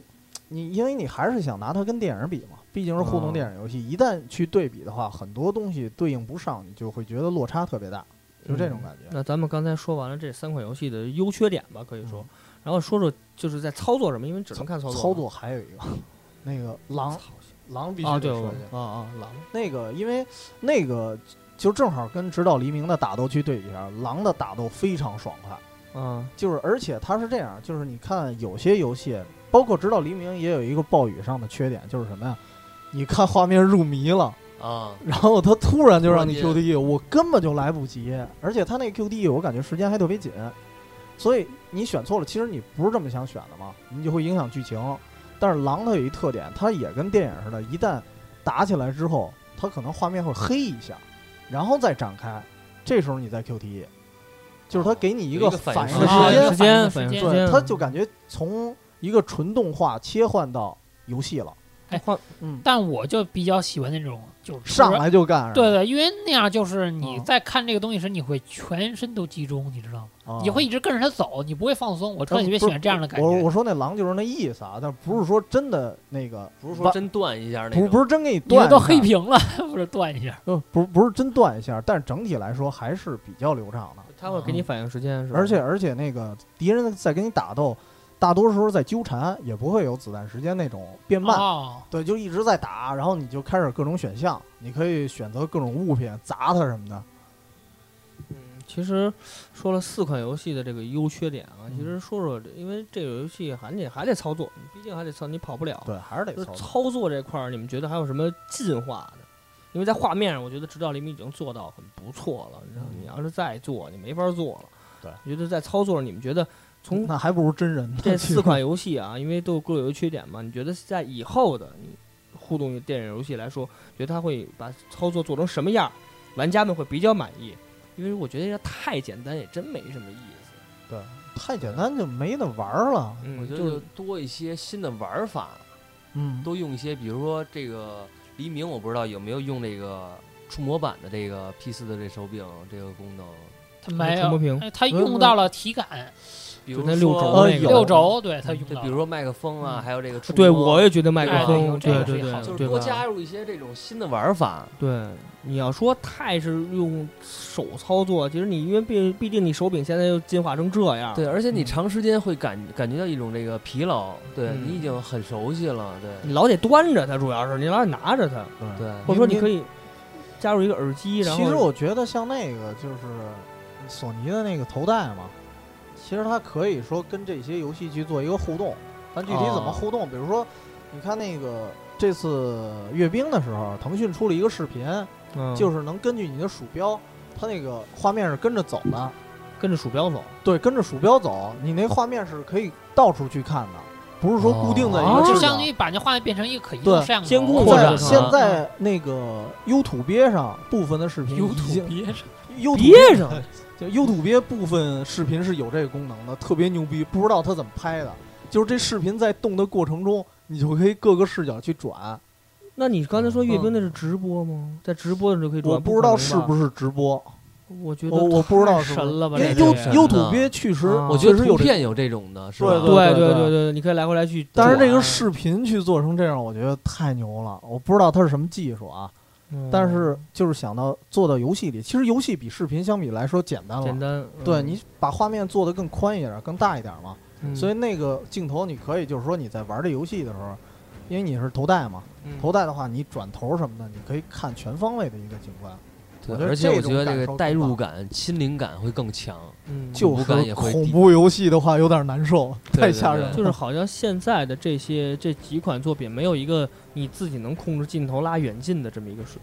你因为你还是想拿它跟电影比嘛，毕竟是
哦
互动电影游戏，一旦去对比的话，很多东西对应不上，你就会觉得落差特别大，就这
嗯
种感觉。
那咱们刚才说完了这三款游戏的优缺点吧，可以说，然后说说就是在操作什么，因为只能看操作嘛。
嗯操作还有一个，那个狼
操
狼必须
啊，
得
对，
说
我
一下。
啊啊，狼
那个，因为那个就正好跟直到黎明的打斗去对比一下，狼的打斗非常爽快，
啊，
就是而且它是这样，就是你看有些游戏，包括直到黎明也有一个暴雨上的缺点，就是什么呀？你看画面入迷了，
啊，
然后它突然就让你
突然
QTE，我根本就来不及，而且它那 QTE 我感觉时间还特别紧，所以你选错了，其实你不是这么想选的嘛，你就会影响剧情。但是狼它有一特点，它也跟电影似的，一旦打起来之后，它可能画面会黑一下，然后再展开，这时候你再 QTE，就是它给你一
有一
个
个
反
反
应
应
的
嗯
时间，
时间
啊时间
反
反
应
应时
时间嗯
间，
对，它就感觉从一个纯动画切换到游戏了，
换
嗯，
但我就比较喜欢那种就是突
上
然
来就干，
对对，因为那样就是你
嗯
在看这个东西时，你会全身都集中，你知道吗？
啊
你会一直跟着它走，你不会放松。我特别
不是
喜欢这样的感
我
觉。
我说那狼就是那意思啊，但不是说真的那个，
嗯不是说真断一下那
不
种，
不是真给你
你
断一下，
都黑屏了， (laughs) 不是断一下？
呃，不是不是真断一下，但是整体来说还是比较流畅的。
他会给你反应时间，是吧
嗯而且而且那个敌人在跟你打斗，大多时候在纠缠，也不会有子弹时间那种变慢。
哦，
对，就一直在打，然后你就开始各种选项，你可以选择各种物品砸它什么的。
哦
嗯其实说了四款游戏的这个优缺点啊，
嗯
其实说说这，因为这个游戏还得还得操作，毕竟还得操，你跑不了。
对，还是得
就是
操作。
操作这块儿，你们觉得还有什么进化的？因为在画面上，我觉得直到黎明已经做到很不错了。然后你要是再做，你没法做了。
嗯对，
我觉得在操作上，你们觉得从 (laughs)
那还不如真人呢。
这
其实
四款游戏啊，因为都各有优缺点嘛，你觉得在以后的你互动电影游戏来说，觉得它会把操作做成什么样儿，玩家们会比较满意。因为我觉得它太简单，也真没什么意思。
对， (laughs) 太简单就没得玩儿了。
嗯，
我觉得
就是
就多一些新的玩法，
嗯，
多用一些，比如说这个黎明，我不知道有没有用这个触摸板的这个 P 四的这手柄这个功能，
它没
触摸
有
屏，
哎它用到了体感
比如
那六轴
说
那个有嗯
六轴，对它用
对，
到
比
了。
如说麦克风啊，还有这个触摸啊
对我也觉得麦
哎
克风，
这
对
个
对
是好
对，
就是
对
多
吧
加入一些这种新的玩法。
对，你要说太是用手操作，其实你因为毕毕竟你手柄现在又进化成这样，
对，，而且你
嗯
长时间会感感觉到一种这个疲劳，对
嗯
你已经很熟悉了，对
你老得端着它，主要是你老得拿着它，
对。
对。
或者说你
因为
可以加入一个耳机，然后
其实我觉得像那个就是索尼的那个头戴嘛，其实它可以说跟这些游戏去做一个互动，但具体怎么
哦
互动，比如说，你看那个这次阅兵的时候，腾讯出了一个视频，
嗯
就是能根据你的鼠标，它那个画面是跟着走的，
跟着鼠标走，
对，跟着鼠标走，你那画面是可以到处去看的，不是说固定在一
哦
个
就
视
相
角。
当于把那画面变成一个可移
对
动摄像头，
监控
现
或
在
者
现
嗯
在那个优土鳖上部分的视频
有
已
土
经
鳖上，
优土
憋上了，
就优土鳖部分视频是有这个功能的，特别牛逼，不知道它怎么拍的。就是这视频在动的过程中，你就可以各个视角去转。
(laughs) 那你刚才说阅兵那是直播吗？在直播的时候可以转，
嗯我不知道是
是，
不是直播，
我觉得
我我不知道
太
是不是
神了吧？
因为
这个
有
优
这个
优土鳖确实
啊
我觉
确
得
实
图
有这，
片有这种的，是
对
吧？
对
对对
对
对，你可以来回来去转，
但是这个视频去做成这样，我觉得太牛了。我不知道它是什么技术啊，
嗯
但是就是想到做到游戏里，其实游戏比视频相比来说简单了。
简单，
啊对
嗯
你把画面做得更宽一点、更大一点嘛，
嗯
所以那个镜头你可以就是说你在玩这游戏的时候，因为你是头戴嘛，
嗯
头戴的话你转头什么的，你可以看全方位的一个景观，
对
我觉得
而且
这
我觉
种
得
感
这
受
个代
更
入
棒
感、亲临感会更强。
嗯
就
恐怖感
是
也会
恐
低
怖游戏的话有点难
(laughs)
受，太
对对
吓
对
人了。
就是好像现在的这些这几款作品，没有一个你自己能控制镜头拉远近的这么一个水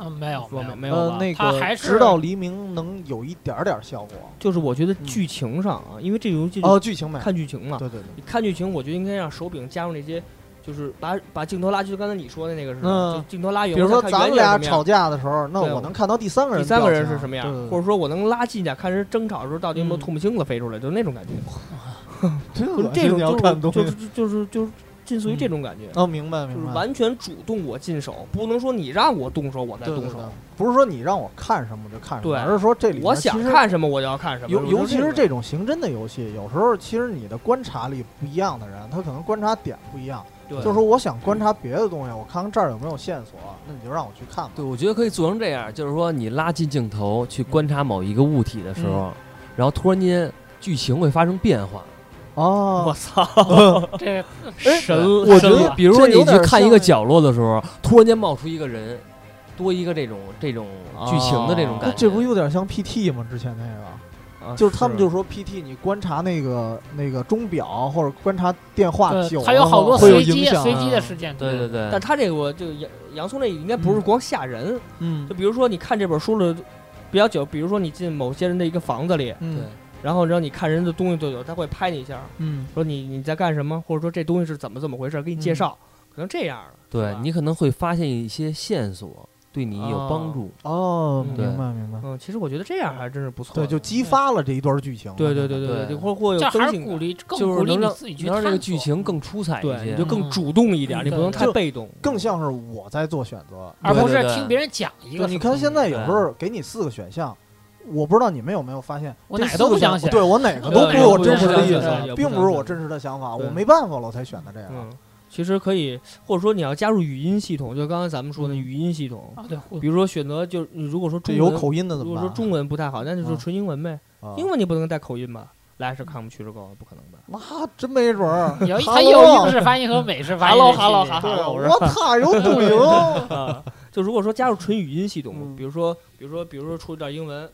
嗯，没有
平，
没
没没有
有，
呃
吧，？
那
它
个
还是
直到黎明能有一点点效果，
就是我觉得剧情上啊，因为这个
嗯
游戏
嗯哦，剧情美，
看剧情嘛，
对对对，
你看剧情，我觉得应该让手柄加入那些，就是把把镜头拉，就刚才你说的那个是什么，
嗯
就镜头拉远，
比如说
我想
咱
看远
们
点
俩
什么样
吵架的时候，那
对
我能看到第三个人
第
的表
三
情，
个人是什么样
对对，对
或者说我能拉近点看人争吵的时候到底有没有
嗯
唾沫星子飞出来，就那种感觉，就是
真恶
这
心
种
你要看东
就
西
是就是就是就是近似于这种感觉。
哦，明白
就是
明白。
完全主动我进手，不能说你让我动手我再
对
动
对
手
对，，不是说你让我看什么我就看什么，
对
而是说这里面
我
其
想
实
看什么我就要看什么。
尤
我觉得
尤其
种
是这种刑侦的游戏，有时候其实你的观察力不一样的人，他可能观察点不一样。
对
就是说，我想观察别的东西，我看看这儿有没有线索，那你就让我去看吧。
对，我觉得可以做成这样，就是说你拉近镜头去观察某一个物体的时
嗯
候，然后突然间剧情会发生变化。
我
哦，
操，
这
神
对
哎我觉
神
得
了比如说
啊这
你
有
去
点
看一
像
个角落的时候，突然间冒出一个人，多一个这种这种剧情的这种
哦
感觉。
这不有点像 PT 吗？之前那个，
啊
就是他们就说 PT，你观察那个那个钟表啊或者观察电话
对
久了，
它有好多
会有
随
影
机
响。啊
随机的事件，
对对对，
但他这个我就杨洋葱这应该不是光吓人，
嗯
就比如说你看这本书了比较久，比如说你进某些人的一个房子里，
嗯
然后让你看人的东西多久，他会拍你一下，
嗯，
说你你在干什么，或者说这东西是怎么怎么回事，给你介绍，可能这样了。
对
是吧
你可能会发现一些线索，对你有帮助。
嗯
哦，明
对
白明白。
嗯，其实我觉得这样还真是不错的。
对，就激发了这一段剧情。
对对对
对
对，或或有
这还
增
是
进
鼓
感，
励，更
就
鼓
是
励
能
你
让
自己去
能让这个
探
剧
索
情更出彩一
对，
些
你就。更主动一点，
嗯
你不能太
就
被动。
更像是我在做选择，
而
对
不是
对对
听别人讲一
对，
个。
你看现，在有时候给你四个选项，我不知道你们有没有发现，
我
这
哪
四
都
个
不
选
想选
对我哪个
对
都
我
不是我
哪个
真
不
实的
想
意
选
思，
也不
并
想
不是
选
我真实的想法，
对
我没办法了我才选的这样。
嗯，其实可以，或者说你要加入语音系统，就刚才咱们说的语音系统，
啊，对，互，
(laughs)
比如说选择就是你如果说
嗯这
中
有
文，
口音的怎
如
么
果说
办？
中文不太好，那就说
啊
纯英文呗。
啊
英文你不能带口音吧？来是看不去这个不可能的。
那真没准儿
(laughs)
有它
哈
有
喽
英式发音和美式发音。
Hello, hello, hello
对，
我说
我塔有
(laughs)
赌赢。
啊，就如果说加入纯语音系统，
嗯
比如说，比如说，比如说出一段英文，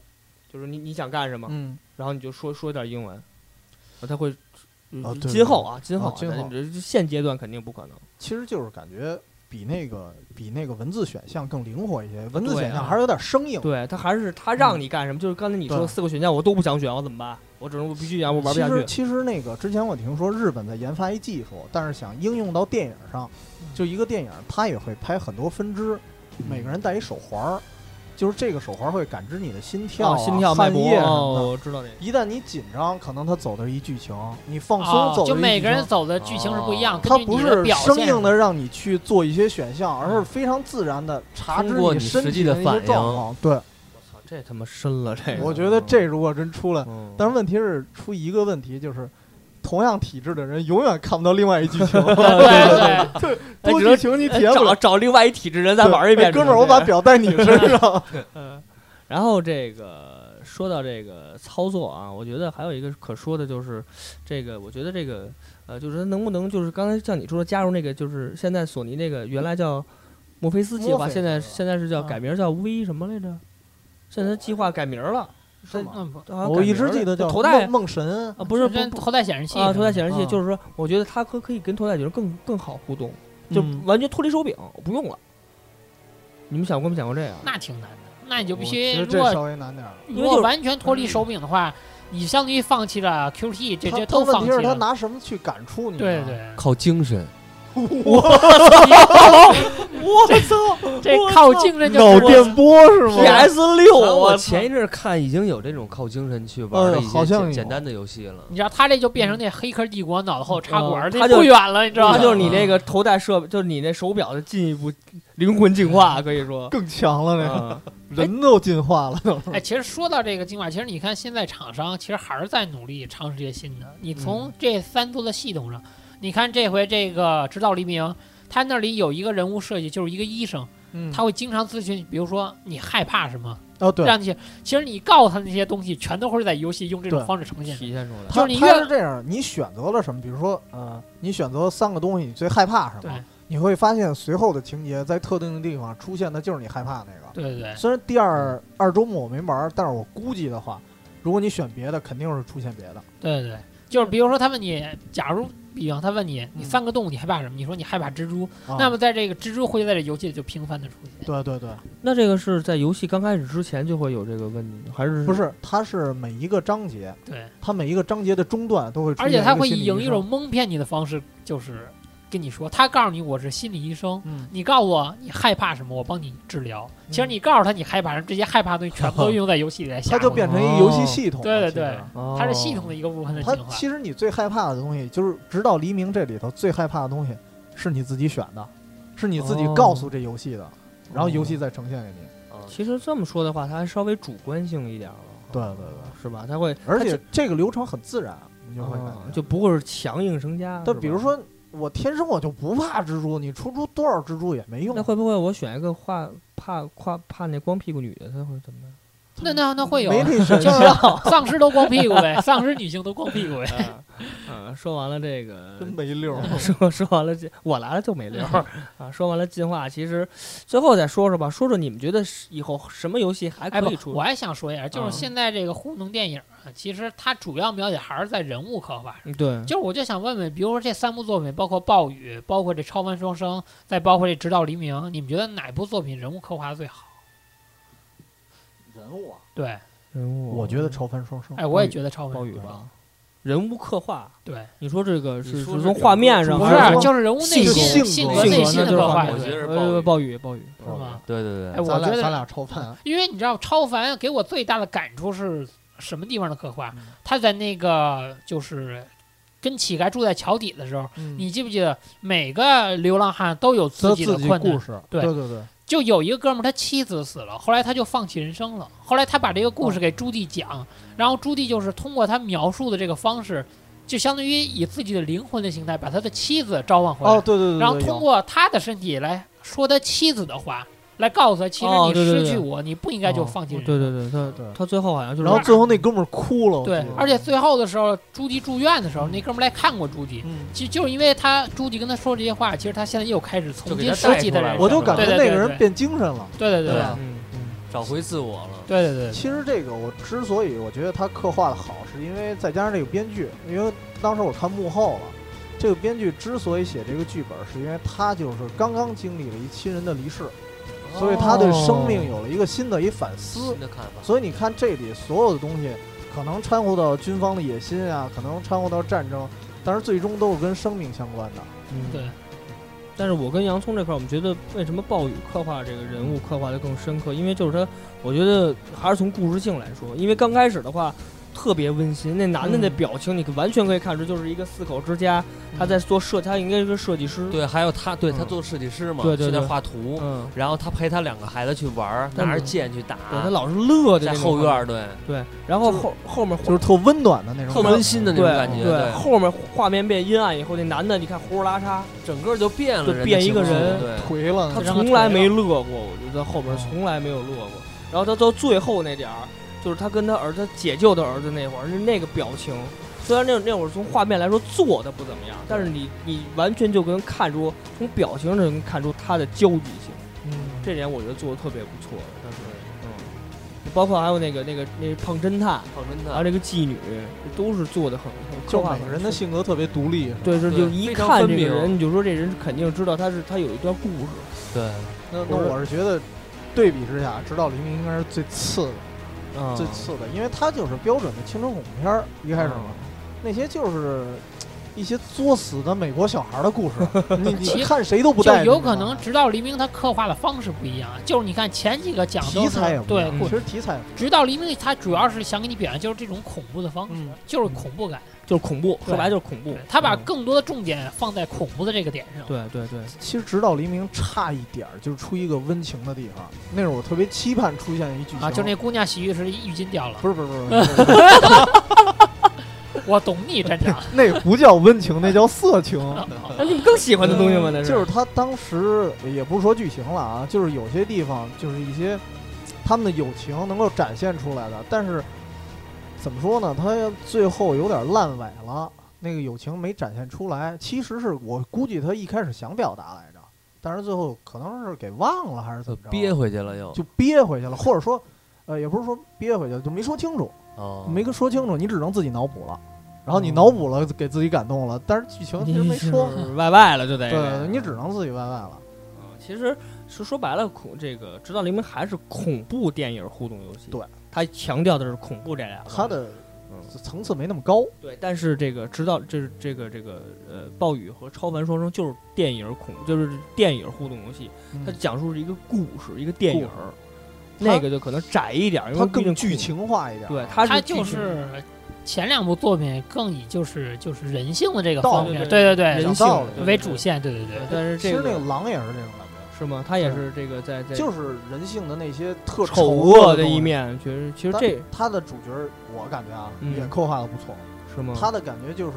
就是你你想干什么，
嗯，
然后你就说说一段英文，啊，他会。
啊对
今后啊，今后
啊今后
咱这现阶段肯定不可能。
其实就是感觉。比那个比那个文字选项更灵活一些，文字
对
选项
啊
还是有点生硬。
对他还是他让你干什么，就是刚才你说的
嗯对
四个选项我都不想选，我怎么办？我只能我必须选，我玩不
其
下
实
去。
其实那个之前我听说日本在研发一技术，但是想应用到电影上，
嗯
就一个电影它也会拍很多分支，每个人戴一手环儿，就是这个手环会感知你的心跳、
哦
啊、
心跳脉
汗
搏
液，什么的。
哦我知道那个。
一旦你紧张，可能它走的是一剧情；你放松
啊，
走的
就是
一
每
剧
个人
情
走的剧情是不一样，
它
根据
不
你的
是
表
生
现。
硬的让你去做一些选项，而是非常自然的察知
通过你
身
实际
体的
的
一些
反应
状况。对，
操这他妈深了，这个
我觉得这如果真出来，
嗯
但是问题是出一个问题，就是同样体质的人永远看不到另外一剧情，(laughs)
对对
哎
多
只能
剧情你体验不
找
了。
找另外一体质人再玩一遍。
哎哥们儿，我把表带你身上。
嗯，然后这个说到这个操作啊，我觉得还有一个可说的就是，这个我觉得这个呃，就是能不能就是刚才像你说的加入那个，就是现在索尼那个原来叫墨菲斯计
墨
划，
菲
现在
是吧
现在是叫
啊
改名叫 V 什么来着？现在计划改名了，
是吗
嗯，不
好像
我
改
一
名
直
了
记得叫
头戴
梦梦神，
啊啊，不是不
跟
不
头戴显示器
啊，
似
头
的
戴显示器，
啊
就是说，我觉得它可可以跟头戴显示更更好互动，就
嗯
完全脱离手柄，我不用了。你们想过没想过这个？
那挺难的。那你就必
其
须，
实
如
这
果
稍微难点儿。
因为
如
就
果
是
完全脱离手柄的话，你相当于放弃了 QT，这
嗯他
些
他
都
问
放
题
弃
是他
了。
拿什么去感触你？啊
对，对，
靠精
(laughs)
神，
我操！
这
我
靠
操
精
(laughs)
神
脑
就
电波是吗？
PS 六，啊
反正我
我
前一阵儿看已经有这种靠精神去玩的
哦嗯
一
好
些
像
简
有
简单的游戏了。
你知道他这就变成那黑客帝国脑子后插管
嗯
儿，这
他就
不远了，你知道
它
吗？
就是你那个头戴设备，就是你那手表的进一步灵魂进化，可以说。
更强了，那个
嗯
人都进化了。
哎，其实说到这个进化，其实你看现在厂商其实还是在努力尝试这些新的。
嗯
你从这三座的系统上，你看这回这个《直到黎明》，他那里有一个人物设计，就是一个医生，
嗯
他会经常咨询，比如说你害怕什么，
哦对，
让你其实你告诉他那些东西，全都会在游戏用这种
对
方式呈现。
体现出来。
就是你
他
越
是这样，你选择了什么？比如说，呃，你选择三个东西，你最害怕什
对
么？你会发现随后的情节在特定的地方出现的就是你害怕那个。
对对对，
虽然第
嗯
二二周末我没玩，但是我估计的话，如果你选别的，肯定是出现别的。
对对，对，就是比如说他问你，假如比方他问你，
嗯
你三个动物你害怕什么？你说你害怕蜘蛛，
啊
那么在这个蜘蛛会在这游戏里就频繁的出现。
对对对，
那这个是在游戏刚开始之前就会有这个问题，还是
不？是，它是每一个章节，
对，
它每一个章节的中段都会出
而
现
且他
个
会
心理
以
医
一种
生
蒙骗你的方式，就是跟你说，他告诉你我是心理医生，
嗯，
你告诉我你害怕什么，我帮你治疗。其实
嗯
你告诉他你害怕什么，这些害怕的东西全部
(laughs)
都运用在游戏里来吓
它就
唬
变
你
成一游戏系统了。
对对
其实
对
哦
它是系统的一个部分的
它
进化。
其实你最害怕的东西，就是直到黎明这里头最害怕的东西，是你自己选的，是你自己告诉这游戏的，然后游戏再呈现给你。
啊
其实这么说的话，它还稍微主观性一点了。
对对对，
是吧？它会，
而且这个流程很自然，你哦就会感
嗯
觉。
就不会是强硬生加。
但
是
比如
吧，
说，我天生我就不怕蜘蛛，你出出多少蜘蛛也没用
那。会不会我选一个画怕怕怕那光屁股女的，她会怎么样？
那那那会有
没
啊 (laughs)
那选
就是
项，
丧尸都光屁股呗，丧尸女性都光屁股呗。
(laughs) (laughs) 嗯，说完了这个，
(laughs) 真没溜儿。
说说完了这，我来了就没溜儿啊。说完了进化，其实最后再说说吧，说说你们觉得是以后什么游戏还
哎，
可
不
以，出
我？还想说一下，就
嗯
是现在这个糊弄电影啊，其实它主要描写还是在人物刻画上。
嗯对，
就是我就想问问，比如说这三部作品，包括《暴雨》，包括这《超凡双生》，再包括这《直到黎明》，你们觉得哪部作品人物刻画的最好？
人物啊，
对，
人物
(laughs) 我觉得超凡双生。
哎，我也觉得《超凡
暴
双
雨
生》
吧，人物刻画，
对，
你说这个
你
是
说
是从
是人
画
物
面
刻
上
不
画
还
是
说
就是人物内
性格性
心、性
格
格、内
性格
心
那
的
就是
刻
画
画，
面
我觉得
对
是
呃
暴
暴雨暴雨，
是吗？
对对
哎，
对，
我
咱
觉
俩咱
得，
俩超凡，
因为你知道超凡给我最大的感触是什么地方的刻画
嗯？
他在那个就是跟乞丐住在桥底的时候，
你
嗯你记不记得每个流浪汉都有
嗯
自
自
己
己
的困难
故？事，
对
对对对，
就有一个哥们儿，他妻子死了，后来他就放弃人生了。后来他把这个故事给朱棣讲，然后朱棣就是通过他描述的这个方式，就相当于以自己的灵魂的形态把他的妻子召唤回来，
哦对对对，
然后
对
通
有
过他的身体来说他妻子的话，来告诉他，其实
哦
你
对对
失
对
去我，你不应该就
哦
放弃人生。
对对对，他
对
他最后好像就是
然后最后那哥们儿哭了，我
对
记得
而且最后的时候，朱棣住院的时候，那哥们儿来看过朱棣。
嗯，
其实就是因为他朱棣跟他说这些话，其实他现在又开始
就
重
给
新
他
拾
带
起
出
的
来
人
了
生
我就感觉
对
那
对
个
对
人变精神了。
对对对
对
对
啊
嗯嗯
找回自我了。
对对对，
其实这个我之所以我觉得他刻画的好，是因为再加上这个编剧，因为当时我看幕后了，这个编剧之所以写这个剧本，是因为他就是刚刚经历了一亲人的离世，所以他对生
哦
命有了一个新的一反思
哦新。的看法，
所以你看这里所有的东西，可能掺和到军方的野心啊，可能掺和到战争，但是最终都是跟生命相关的。
嗯
对。
但是我跟洋葱这块儿，我们觉得为什么暴雨刻画这个人物刻画的更深刻？因为就是他，我觉得还是从故事性来说，因为刚开始的话特别温馨，那男的那
嗯
表情你可完全可以看出，就是一个四口之家，他在做设，他应该是个设计师。，
对，还有他对他
嗯
做设计师嘛，
对对
去那
对
画图，
嗯，
然后他陪他两个孩子去玩儿，
但
拿着
是
剑去打，
对他老是乐的
在
那种
后院
画面
儿，对，
对，然后后后面
就是特温暖的那种
特
感觉，
温馨的那
对
种感觉，
对，后面画面变阴暗以后，那男的你看呼噜拉碴，
整个就变了
就
人的
变一
情
个
绪
人
对，
颓了
他
让
呢。
他
从来
腿
没乐过，我觉得后边
哦
从来没有乐过。然后他到最后那点儿，就是他跟他儿子解救他儿子那会儿是那个表情，虽然那那会儿从画面来说做的不怎么样，但是你你完全就跟看出从表情上能看出他的焦急性，
嗯，
这点我觉得做的特别不错。但是，嗯，包括还有那个那个那个胖侦探，
胖侦
还有
探，
那个妓女，都是做的很很刻
嗯就
画
每
很
个人的
深
性格特别独立。
对，就
对
就一
非常
看
分
这个
明
人，你就说这人肯定知道他是他有一段故事。
对，
那那我是觉得，对比之下，《直到黎明》应该是最次的，
嗯
最次的，因为它就是标准的青春恐怖片儿。一开始
啊
嘛，那些就是一些作死的美国小孩儿的故事，你
其
你看谁都不
就
带入。
有可能直到黎明，他刻画的方式不一样。就是你看前几个讲
题
都是
材也不一
对
嗯
样，，
故
其实题材也不一样
直到黎明，他主要是想给你表现就是这种恐怖的方式，
嗯
就是恐怖感。
就是恐怖，
对
说白了就是恐怖
对。他把
嗯
更多的重点放在恐怖的这个点上。
对对对，
其实《直到黎明》差一点儿就是出一个温情的地方，那是我特别期盼出现一剧情
啊，就那姑娘洗浴时浴巾掉了。
不是不是不是不
(laughs)
是，
我懂你啊站长。
那不叫温情，那叫色
(laughs)
情。
啊
那你们更喜欢的东西吗？那
就是他当时也不是说剧情了啊，就是有些地方就是一些他们的友情能够展现出来的，但是怎么说呢？他最后有点烂尾了，那个友情没展现出来。其实是我估计他一开始想表达来着，但是最后可能是给忘了还是怎么着，
憋回去了
哦
又，
就憋回去了，或者说。呃，也不是说憋回去了，就没说清楚，
哦
没跟说清楚，你只能自己脑补
哦
了。然后你脑补了，给自己感动了，但是剧情其实没说，
外外了，就得
对你只能自己歪歪了。
啊其实是说白了，恐这个《直到黎明》还是恐怖电影互动游戏。
对，
他强调的是恐怖这俩字。
它的层次没那么高。
对，但是这个《直到这是这个这个呃，暴雨和超凡双生就是电影恐，就是电影互动游戏，它讲述是一个故事，一个电影
故。
那个就可能窄一点，因为
它
毕竟
更剧
恐。
情化一点。
嗯
啊
对，它
他
是
就
剧情
是前两部作品更以就是就是人性的这个
道
方
理
面，
对
对对
人
人
讲
性
道理
对
为
对
主
对
线，对对对
对。但是
其
这
实那
个
个狼也是这种感觉，
是吗？他也
是
是这个在在
就是人性的那些特
丑
恶
恶的
东西
一。面，其实其实
但
这
他的主角，我感觉啊，
嗯
也刻画的不错。
是吗？
他的感觉就是，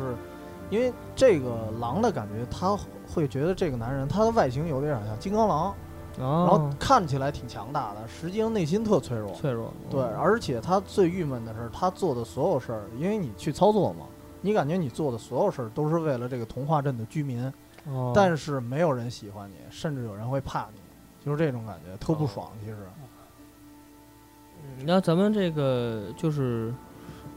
因为这个狼的感觉，他会觉得这个男人他的外形有点像金刚狼，然后
哦，
看起来挺强大的，实际上内心特脆弱。
脆弱，
对，而且他最郁闷的是，他做的所有事儿，因为你去操作嘛，你感觉你做的所有事儿都是为了这个童话镇的居民，
哦
但是没有人喜欢你，甚至有人会怕你，就是这种感觉，特不爽。其实，
嗯那咱们这个就是，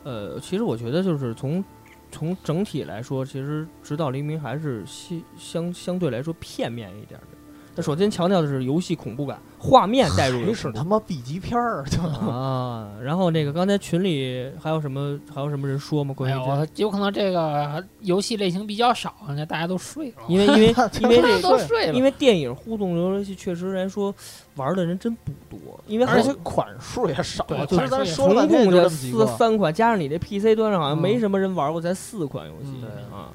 呃，其实我觉得就是从从整体来说，其实指导黎明还是相相相对来说片面一点的。那首先强调的是游戏恐怖感，画面带入
没
的
是
恐怖
他妈 B 级片儿，就
啊。然后那个刚才群里还有什么还有什么人说吗？关
哎
没
于这，
有，哎我有可能这个游戏类型比较少，那大家都睡了，
因为
(laughs)
因为因为
大家
这
都
个。
睡了，
因为电影互动游戏确实来说，玩的人真不多，因为
而
好
且款数也少。
对
其实咱
款数也
总
说了半天
共
也
就
就这么几
四
个。
三款，加上你这 PC 端上好像没
嗯
什么人玩过，才四款游戏、
嗯
啊。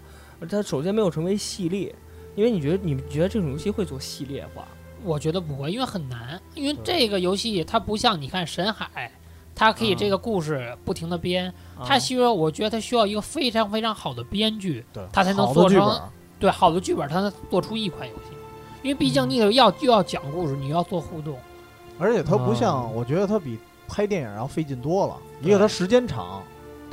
它首先没有成为系列，因为你觉得你们觉得这种游戏会做系列化？
我觉得不会，因为很难，因为
对
这个游戏它不像你看《神海》，它可以这
嗯
个故事不停的编，它
啊
需要，我觉得它需要一个非常非常好的编剧，
对
他才能
好的
做
剧
成
本。
对好的剧本，它能做出一款游戏。因为毕
嗯
竟你得要又要讲故事，你又要做互动，
而且它不
啊
像，我觉得它比拍电影要费劲多了，一
对
个它时间长，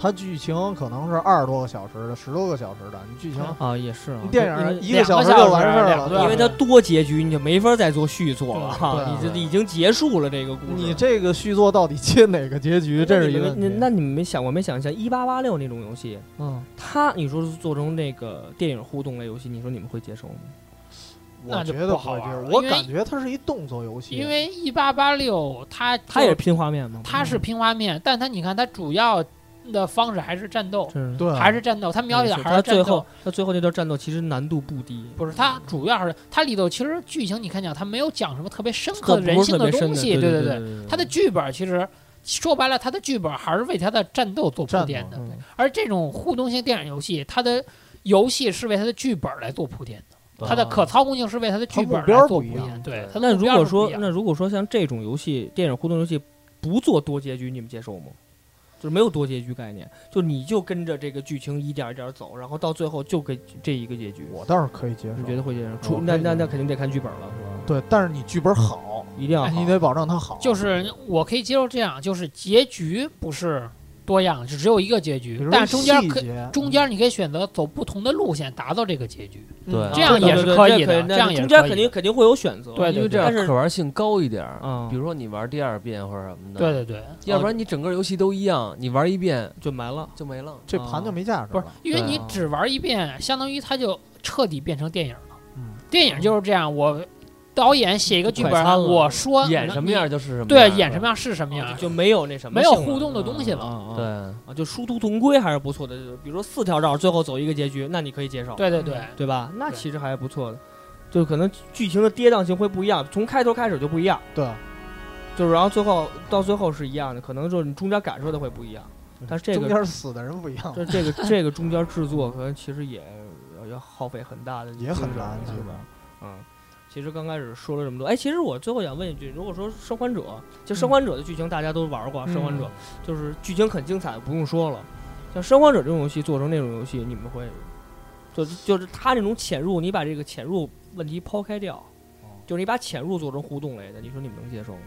它剧情可能是二十多个小时的、十多个小时的，你剧情
啊，也是啊
你电
因为
影一
嗯两
个
个
时
小
就
时
完事儿
两
了
个，
对吧
因为它多结局，你就没法再做续作了
对啊
哈，你这
对
已经结束了这个故事。
你这个续作到底接哪个结局？这是一
那
个问
你们
题
那你们没想过没想像一八八六那种游戏，
嗯，
它你说做成那个电影互动类游戏，你说你们会接受吗？
我
那就
觉得
不好
会这
玩
样
了
我
因为
感觉它是一动作游戏，
因为一八八六它就
它也是嗯拼画面吗？
它是拼画面，但它你看它主要的方式还是战斗，
真是啊
对
还是战斗，它描写的还
它
是
最
战斗。
后它最后那段战斗其实难度不低，
不是，它主要还是它里头其实剧情你看讲，它没有讲什么特别深
可
刻的
不
人
是
性
特别深
东
的
西，
对
对
对。
它的剧本其实说白了，它的剧本还是为它的战斗做铺
战
垫的
斗。嗯
而这种互动性电影游戏，它的游戏是为它的剧本来做铺垫的，
啊
它的可操控性是为它的剧本来做铺
它目标不一
垫。对，它的
那
目
如
标
果
是
说
不一样
那如果说像这种游戏电影互动游戏不做多结局，你们接受吗？就是没有多结局概念，就你就跟着这个剧情一点一点走，然后到最后就给这一个结局。
我倒是可以接
你觉
受。
得会接受？除
我
那
可以
那那
接受
肯定得看剧本了，是吧？
对，但是你剧本好，
一定要好
你得保证它好。
就是我可以接受这样，就是结局不是多样，只有一个结
比
局
如，
但中间
细
可
节
中间你可以选择走不同的路线达到这个结局。
嗯
对
嗯
这样也是可以的这样也
中
是
间
可以
肯
的
定肯定会有选择，
对对
因为这
但
样
是
可玩性高一点儿。
嗯哦
比如说你玩第二遍或者什么的，
对对对，
要不然你整个游戏都一样，你玩一遍
就埋了。
就没了。
这盘就没价值
不是
了。
因为
对
你
啊
只玩一遍，相当于它就彻底变成电影了。
嗯
电影就是这样，我导演写一个剧本
快餐，了
我说
演
能
什么样，就是什么样。
对，演什么样是什么样
就。就没有那什么
没有
性了，
互动的东西了
嗯，嗯嗯
对，
啊，就殊途同归还是不错的。就比如说四条道，最后走一个结局，那你可以接受，
对对对，
对吧？那
对
其实还是不错的，就可能剧情的跌宕性会不一样，从开头开始就不一样，
对，
就是然后最后到最后是一样的，可能就是你中间感受的会不一样。但是这
嗯中
个
间死的人不一
(laughs)
样，
这这个这个中间制作可能其实也要要耗费很大的
也很
精神
难，基
对
本
吧？嗯，其实刚开始说了这么多，哎，其实我最后想问一句，如果说《生还者》，
嗯
就《生还者》的剧情大家都玩过，啊
嗯
生还者》就是剧情很精彩，不用说了。像《生还者》这种游戏做成那种游戏，你们会就就是它那种潜入，你把这个潜入问题抛开掉，
哦
就是你把潜入做成互动类的，你说你们能接受吗？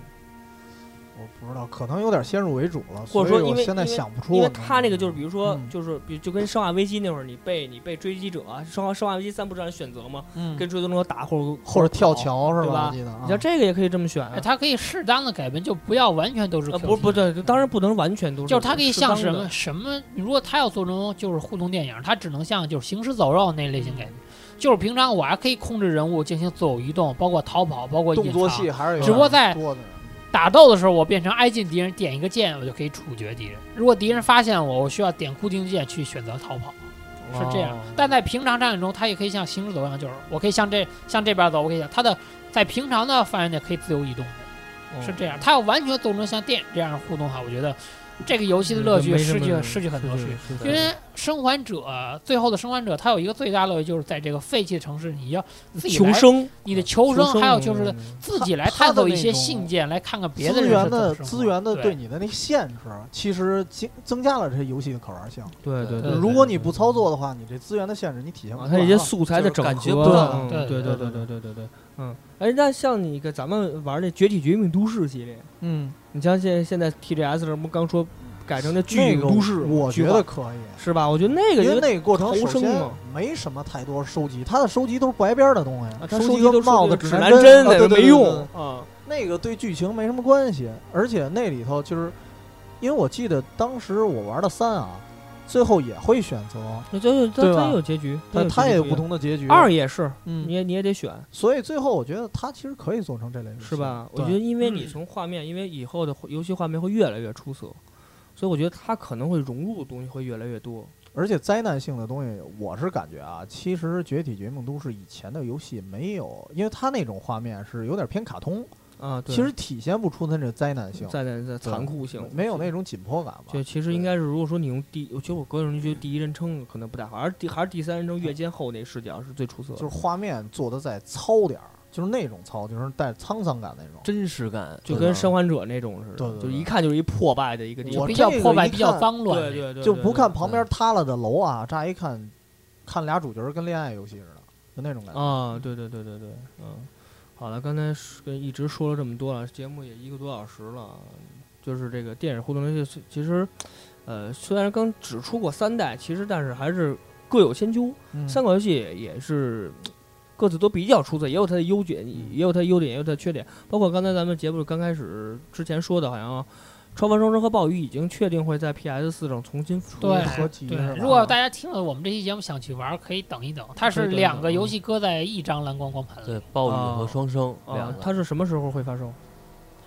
我不知道，可能有点先入为主了，
或者说
所以
因
我
为
现在
因为
想不出
因
我
为
能不能。
它那个就是，比如说
嗯
就是比就跟《生化危机》那会儿，你被你被追击者啊，《生化生化危机三》不是让你选择吗？
嗯
跟追踪者打或者
或者跳
跑。
桥是
对吧
我记得啊
你像这个也可以这么选啊
哎，它可以适当的改变，就不要完全都是
呃，
QTE
不不对，当然不能完全都是，
就是它可以
适
像
当
什
的
么什么，如果它要做成就是互动电影，它只能像就是行尸走肉那类型
嗯
改编，就是平常我还可以控制人物进行左右移动，包括逃跑，包括隐
动作
藏
戏还是有
只不过
点
在
多的
打斗的时候，我变成挨近敌人点一个键，我就可以处决敌人。如果敌人发现我，我需要点固定键去选择逃跑，是
哦
这样。但在平常战役中，它也可以像行尸走肉一样，就是我可以向这向这边走，我可以向它的在平常的范围内可以自由移动
哦
的，是这样。它要完全做成像电影这样的互动哈，我觉得这个游戏的乐趣
嗯没什
失
么
去
用
失去很多
是
趣。
是
因为生还者最后的生还者，它有一个最大乐趣就是在这个废弃的城市，你要自己来
求生，
你的
求
求生，还有就是
嗯
自己来
他他
探
的
索一
那
些
种
信件，来看看别的
资
人
源
是怎
的
么生活
资源的对
对
你的那个限制，其实增增加了这游戏的可玩性。
对对
对
如果你不操作的话，你这资源的限制你体现不
啊，
出
它
来
一些
啊。
素材的
就是
整
感觉
合
不到
嗯
对
对
对
对
对
对对对对，嗯，哎，那像你跟咱们玩那《绝体绝命都市》系列，
嗯，
你像现现在 TGS 这不刚说改成那《巨
那
影
个
都市》，
我觉得可以。
是吧？我觉得那个因
因为
为
那个过程
逃
首
生
先
嘛
没什么太多收集，他的收集都是白边的东西，
啊
他
收集
个
都是
帽子、
指
南
南针
啊对
的没
对对对
用
对
啊，
那个对剧情没什么关系，而且那里头就是，因为我记得当时我玩的三啊，最后也会选择，
那就
对
它
吧
它有结局，
但它
结
也
局
有
不一样。
不同的结局。
二，也是，你
嗯，
也你也得选，
所以最后我觉得它其实可以做成这类游戏，
是吧？我
对
觉得，因为你从画面，因为以后的游戏画面会越来越出色，所以我觉得它可能会融入的东西会越来越多。
而且灾难性的东西，我是感觉啊，其实《绝体绝命都市》以前的游戏没有，因为它那种画面是有点偏卡通，
啊，对
其实体现不出它这灾难性，
在在在残酷性
没有那。种紧迫感吧。
就其实应该是，如果说你用第，我觉得我个人觉得第一人称可能不太好，而第还是第三人称越肩后那视角是最出色的。
就是画面做的再糙点儿，就是那种糙，就是带沧桑感那种。
真实感，
就跟《生
活
还者》那种似的，
对对对
就一看就是一破败的一个地
我
方
比
这。
较
个
破败、
一
比较
看
脏乱
对
那种。
对对，
就不看
对
旁边塌了的楼啊，乍一看，看俩主角跟恋爱游戏似的，就那种感觉。
啊，对对对对对，嗯，好了，刚才是跟一直说了这么多了，节目也一个多小时了，就是这个电影互动游戏，其实呃，虽然刚只出过三代，其实但是还是各有千秋。
嗯
三款游戏也是各自都比较出色，也有它的优点，也有它的优点，也有它的缺点。包括刚才咱们节目刚开始之前说的，好像《超凡双生》和《暴雨》已经确定会在 PS 四上重新出。
对
合集是吧
对，如果大家听了我们这期节目想去玩，可以等一等。它是
可以等一等
嗯
两个游戏搁在一张蓝光光盘
对
里，，
暴
啊
雨和双生两
啊
个，，
它是什么时候会发售？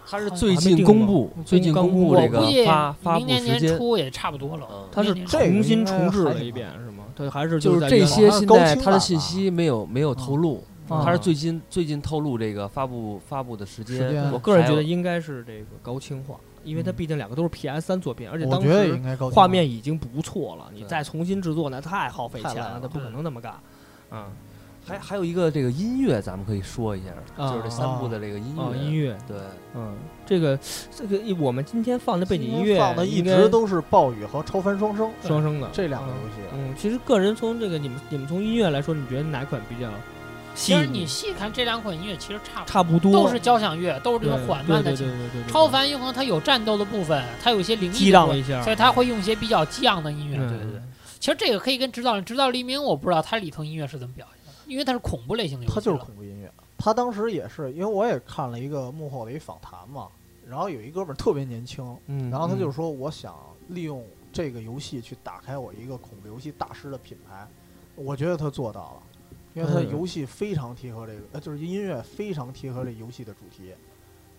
它是
好
最
还没
近
定
公
吗
布，
嗯
最近
刚
公
公
布
布
这
我
个
估计
发发
明
布
年
时
年
间。
初也差不多了。
嗯
它是
明年初
重新重置了一遍是吗？对，还是
就是
在
这
原
些
来
现
高
在啊
清
它的
版
信
吧
息没有没有透露，
啊
它是最近最近透露这个发布发布的时
时
间
嗯
间。
我个人
还
觉得
有
应该是这个高清化，因为它
嗯
毕竟两个都是 PS 三作品，而且
我
当
觉得也
时
应该高清
画面已经不错了，你
对
再重新制作那太耗费
太
钱
烂
了
了，
那不可
对
能那么干。嗯，
还还有一个这个音乐，咱们可以说一下，
啊
就是这三部的这个啊音
哦，
乐。
音乐，
(laughs) 对，
嗯，这个这个我们今天放的背景音
今天
乐
放的一
应该
直都是暴雨和超凡双生
双生的
这两个游戏，
嗯，其实个人从这个你们你们从音乐来说，你觉得哪款比较吸
其实
引
你
你？
细看这两款音乐，其实差不
差不多
多，都是交响乐，都是这
对
种缓慢的
对
节
对
奏。
对对对对，
超凡英雄它有战斗的部分，它有一些灵异
激
的
荡
部
了
分，
一下，啊
所以它会用一些比较激昂的音乐。
嗯
对对对，其实这个可以跟指导人《直到黎明》，我不知道它里头音乐是怎么表现的，因为它是恐怖类型的游戏
它
了。，
就是恐怖音乐。他当时也是，因为我也看了一个幕后的一访谈嘛，然后有一哥们儿特别年轻，
嗯，
然后他就是
是
说，我想利用这个游戏去打开我一个恐怖游戏大师的品牌，我觉得他做到了，因为他
嗯
游戏非常贴合这个，呃，就是音乐非常贴合这游戏的主题。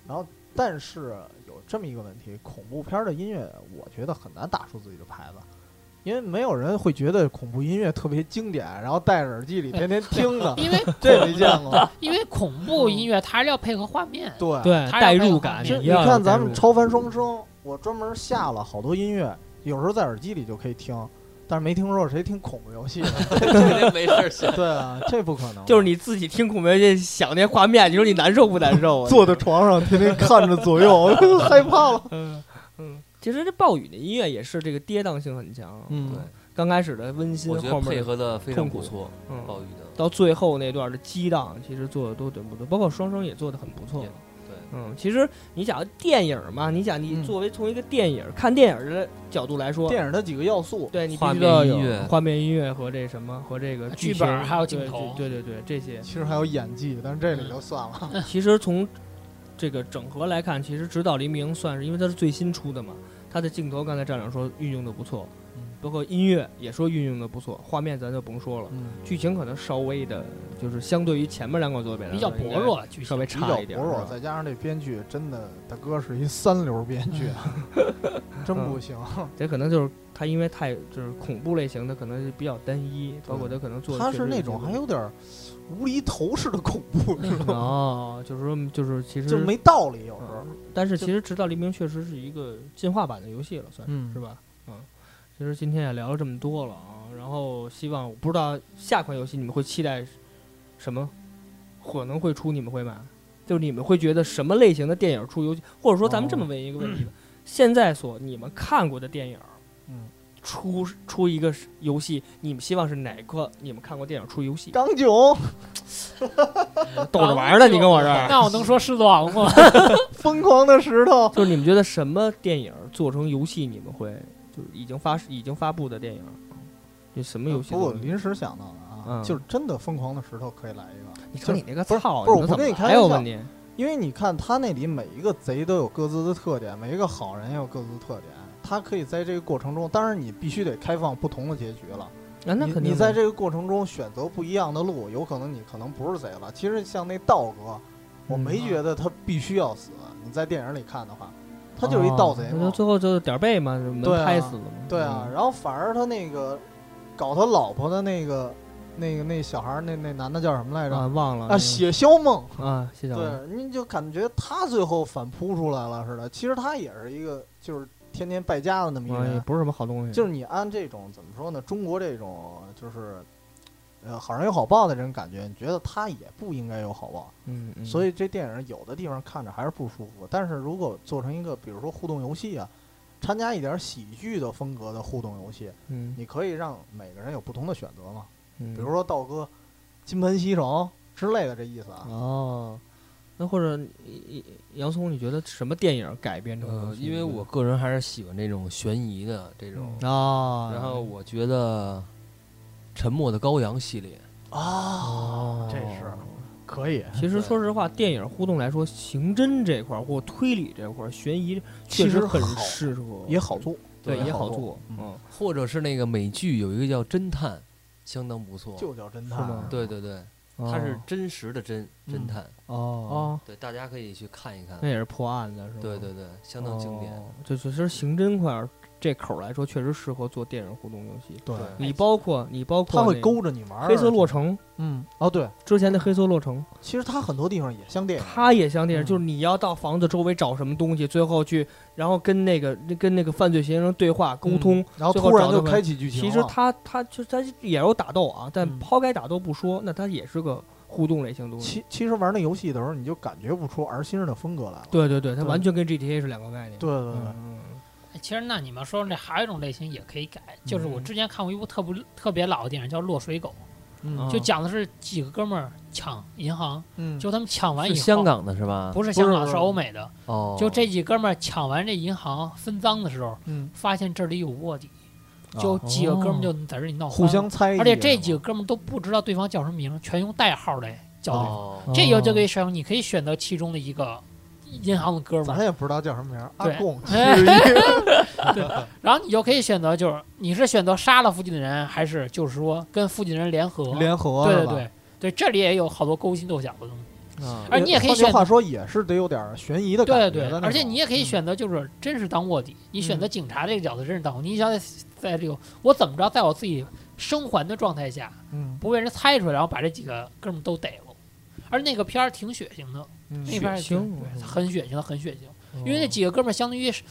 然后，但是有这么一个问题，恐怖片儿的音乐，我觉得很难打出自己的牌子。因为没有人会觉得恐怖音乐特别经典，然后戴着耳机里天天听的
(laughs) 因为
这没见
(laughs)
过。
因为恐怖音乐它还是要配合画面。
对，
对
它
代
要配
入
合
感，
画面
你
要有
看
代
咱们
入
超凡双生，我专门下了好多音乐，有时候在耳机里就可以听，但是没听说过谁听恐怖游戏的。
没事儿想。
(laughs) 对啊，这不可能。
就是你自己听恐怖游戏想那画面，你说你难受不难受啊？
(laughs) 坐在床上，天天看着左右， (laughs) 害怕了。
嗯嗯，其实这暴雨的音乐也是这个跌宕性很强，
嗯
对，
刚开始的温馨，
我觉得
后
配
面的
合的非常
痛苦
不错，
嗯，
暴雨的。
到最后那段的激荡，其实做的都挺不错，包括双生也做的很不错
也。对
嗯，其实你想电影嘛，你想你
嗯
作为从一个电影看电影的角度来说，
电影的几个要素，
对你必
画
须
面
要
音
有
乐
画面、音乐和这什么和这个
剧
情
本还有
对
镜头
对对对，这些
其实还有演技，但是这里就算了。
其实从这个整合来看，其实《直到黎明》算是因为它是最新出的嘛，它的镜头刚才站长说运用的不错
嗯，
包括音乐也说运用的不错，画面咱就甭说了，
嗯，
剧情可能稍微的，就是相对于前面两款作品来
比较
说应该
薄弱，剧
稍
情
微
比
差
较
一点。
薄弱，
是吧
再加上这编剧真的，大哥是一三流编剧，
嗯
真不行。
这可能就是它因为太就是恐怖类型的，可能是比较单一，包括它可能做的
他
确
是
实
那
也
种
不
还有点儿无厘头式的恐怖，
嗯
知道吗？
哦，就是说就是其实
就没道理，有时候
嗯。但是其实《直到黎明》确实是一个进化版的游戏了，算是、
嗯
是吧？嗯，其实今天也聊了这么多了啊，然后希望我不知道下款游戏你们会期待什么，可能会出你们会买，就是你们会觉得什么类型的电影出游戏，或者说咱们这么问一个问题吧，现在所你们看过的电影，
嗯，
出出一个游戏，你们希望是哪个？你们看过电影出游戏？
张炯、
逗着玩儿呢，你跟我这儿。
那我 (laughs) 能说《狮子王》吗？
疯狂的石头，
(laughs) 就是你们觉得什么电影做成游戏，你们会就是已经发已经发布的电影，就什么游戏
啊不
都
过
能？
我临时想到的啊
嗯，
就是真的疯狂的石头可以来一个，
你说你那个
不是
操，
不是
你
我
怎
不跟
么
你开
还有
玩笑
问题？
因为你看他那里每一个贼都有各自的特点，每一个好人也有各自的特点，他可以在这个过程中，当然你必须得开放不同的结局了。
啊，那
你
肯定
你在
的
这个过程中选择不一样的路，有可能你可能不是贼了。其实像那道哥，我
嗯
没觉得他必须要死。你在电影里看的话，他就是一盗贼
哦那就
嘛。
最后就是点儿背嘛，门
对啊
拍死了嘛。
对啊，
嗯，
然后反而他那个搞他老婆的那个那个那小孩儿那那男的叫什么来着？
啊，忘了
啊，血枭梦。
啊，谢谢老师。
对，你就感觉他最后反扑出来了似的。其实他也是一个就是天天败家的那么一
啊，
人
也，不是什么好东西。
就是你按这种怎么说呢？中国这种就是，呃，好人有好报的这种感觉，你觉得他也不应该有好报。
嗯，嗯
所以这电影有的地方看着还是不舒服，但是如果做成一个比如说互动游戏啊，掺加一点喜剧的风格的互动游戏，
嗯，
你可以让每个人有不同的选择嘛。
比
比如说道哥、金盆洗手之类的这意思啊。
哦，那或者一一洋葱，你觉得什么电影改编成
呃
游，戏？
因为我个人还是喜欢这种悬疑的这种。
啊，
然后我觉得《沉默的羔羊》系列，
啊
哦，这是可以。
其实
对
说实话，电影互动来说，刑侦这块儿或推理这块儿，悬疑
其
确
实
很
好
适合，
也好做，
对
对
也
好
好
做
做，
嗯
嗯，
或者是那个美剧有一个叫《侦探》，相当不错。
就叫侦
是吗
探。
对对对，它是真实的侦
嗯
侦探，
嗯哦
哦，
对，大家可以去看一看
那。也是破案的是吧？
对对对，相当经典。
哦。就其实刑侦块儿这口儿来说，确实适合做电影互动游戏。
对，
对
你包括你包括
哎他会
那
勾着你玩儿。
黑色洛城，
嗯，哦对，
之前的黑色洛城，
其实它很多地方也像电影。
它也像电影，
嗯
就是你要到房子周围找什么东西，最后去，然后跟那个跟那个犯罪嫌疑人对话沟通。
然后
最后
突然
找
就
到他
开启剧情
其
嗯了。
实它它就它也有打斗啊，但
嗯
抛开打斗不说，那它也是个互动类型东西。
其其实玩那游戏的时候，你就感觉不出儿新的风格来了。
对对对，它
对
完全跟 GTA 是两个概念。
对对对，
嗯，
其实那你们说这还有一种类型也可以改，就是我
嗯
之前看过一部特不特别老的电影叫《落水狗》，
嗯
就讲的是几个哥们儿抢银行，
嗯，
就他们抢完以
是
后，
香港的是吧？
不是香港
不是不是
是欧美的，
哦，
就这几哥们儿抢完这银行分赃的时候，
嗯，
发现这里有卧底，就
哦
几个哥们儿就在这里闹翻
互
了，
相猜疑。
而且这几个哥们儿都不知道对方叫什么名，全用代号来叫对方。
哦，
这个就可以使用，你可以选择其中的一个银行的哥们
咱
哦
儿，
也不知道叫什么名儿，阿
对
(laughs)
贡
哎
之一。 (laughs)
然后你就可以选择就是你是选择杀了附近的人，还是就是说跟附近人联合？
联合
对
是
对
吧？
对对，这里也有好多勾心斗角的东西。
啊
嗯
而哎你也可以
换句
选
话说，也是得有点儿悬疑的感
对
觉
对，
的那种。嗯
而且你也可以选择就是真是当卧底，你选择警察这个角色真是当卧底，你想在在这个我怎么着，在我自己生还的状态下
嗯，
不被人猜出来，然后把这几个哥们儿都逮了。而那个片儿挺血腥的，
嗯
那边儿也
血腥
对
嗯
很血腥，很血
哦
腥。
嗯
因为那几个哥们儿相当于是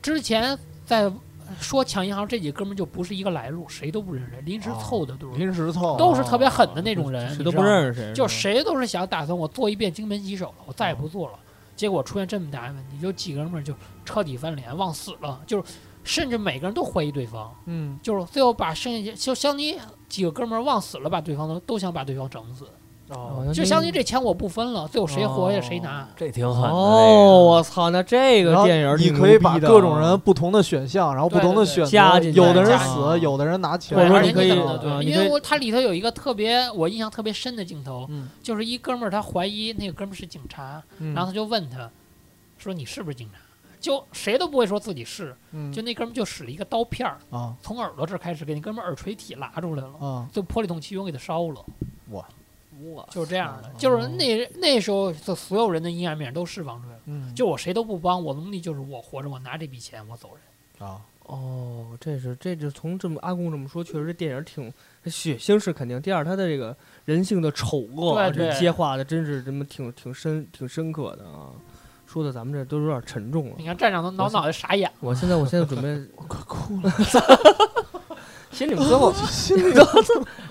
之前在说抢银行，这几个哥们儿就不是一个来路，谁都不认识，临时凑的都是、
哦嗯临时凑啊哦
都是特别狠的那种人，
谁嗯都
你知
不
道吗，哦
认识谁，
就是
吧
谁都是想打算我做一遍金盆洗手了，我再也不做了。结果出现这么大的问题，就几个哥们儿就彻底翻脸，往死了，就是甚至每个人都怀疑对方，
嗯，
就是最后把剩下就相当于几个哥们儿往死了把对方都都想把对方整死，
哦
哦，
那
就
那
相当于这钱我不分了，最后谁活下
哦
谁拿。
这挺狠的
哦，我操！那这个
然后
电影儿
你
挺
可以
牛逼
把
的啊
各种人不同的选项，然后不
对
同的
对对
选择，
加进去
有的人
加进
死，
去
有的人拿钱。
或者说
而且
你可以
等等
啊
对，
你
因
可以
为我它里头有一个特别我印象特别深的镜头，
嗯
就是一哥们儿他怀疑那个哥们儿是警察，
嗯
然后他就问他，说你是不是警察？就谁都不会说自己是，
嗯
就那哥们儿就使了一个刀片儿，
啊
从耳朵这儿开始给那哥们儿耳垂体拉出来了，
啊，
就玻璃桶气球给他烧了，
我
就是这
哦
样的，就是那那时候的所有人的阴暗面都释放出来了。
嗯，
就我谁都不帮，我的目的就是我活着，我拿这笔钱，我走人。
啊，
哦，这是这就从这么阿公这么说，确实这电影挺血腥是肯定。第二，他的这个人性的丑恶啊，
对对
这接话的真是这么挺挺深挺深刻的啊。说的咱们这都有点沉重了
你。看站长都挠脑袋傻眼，
我现在我现在准备，
(laughs) 我快哭了，
(laughs) 其实你们最后
心里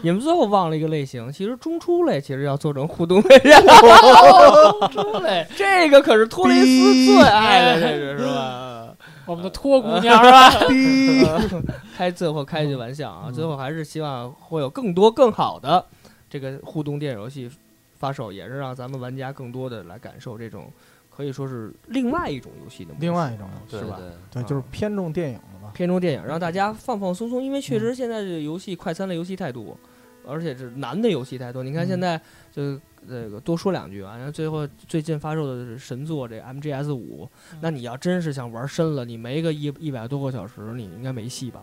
你们最后忘了一个类型，其实中出类其实要做成互动类，
出来，
(laughs) 这个可是托雷斯最爱的，这是是吧？
我们的托姑娘是吧？
逼。
呃开最后开一句玩笑啊，
嗯
最后还是希望会有更多更好的这个互动电影游戏发售，也是让咱们玩家更多的来感受这种可以说是另外一种游戏的模式
另外一种游
对
是吧？
对
对，啊就是偏重电影的吧。
片中电影让大家放放松松，
嗯
因为确实现在这游戏快餐类游戏太多，而且是难的游戏太多。你看
嗯
现在就呃这个多说两句啊，然后最后最近发售的是神作这 MGS 五
嗯，
那你要真是想玩深了，你没个一一百多个小时，你应该没戏吧？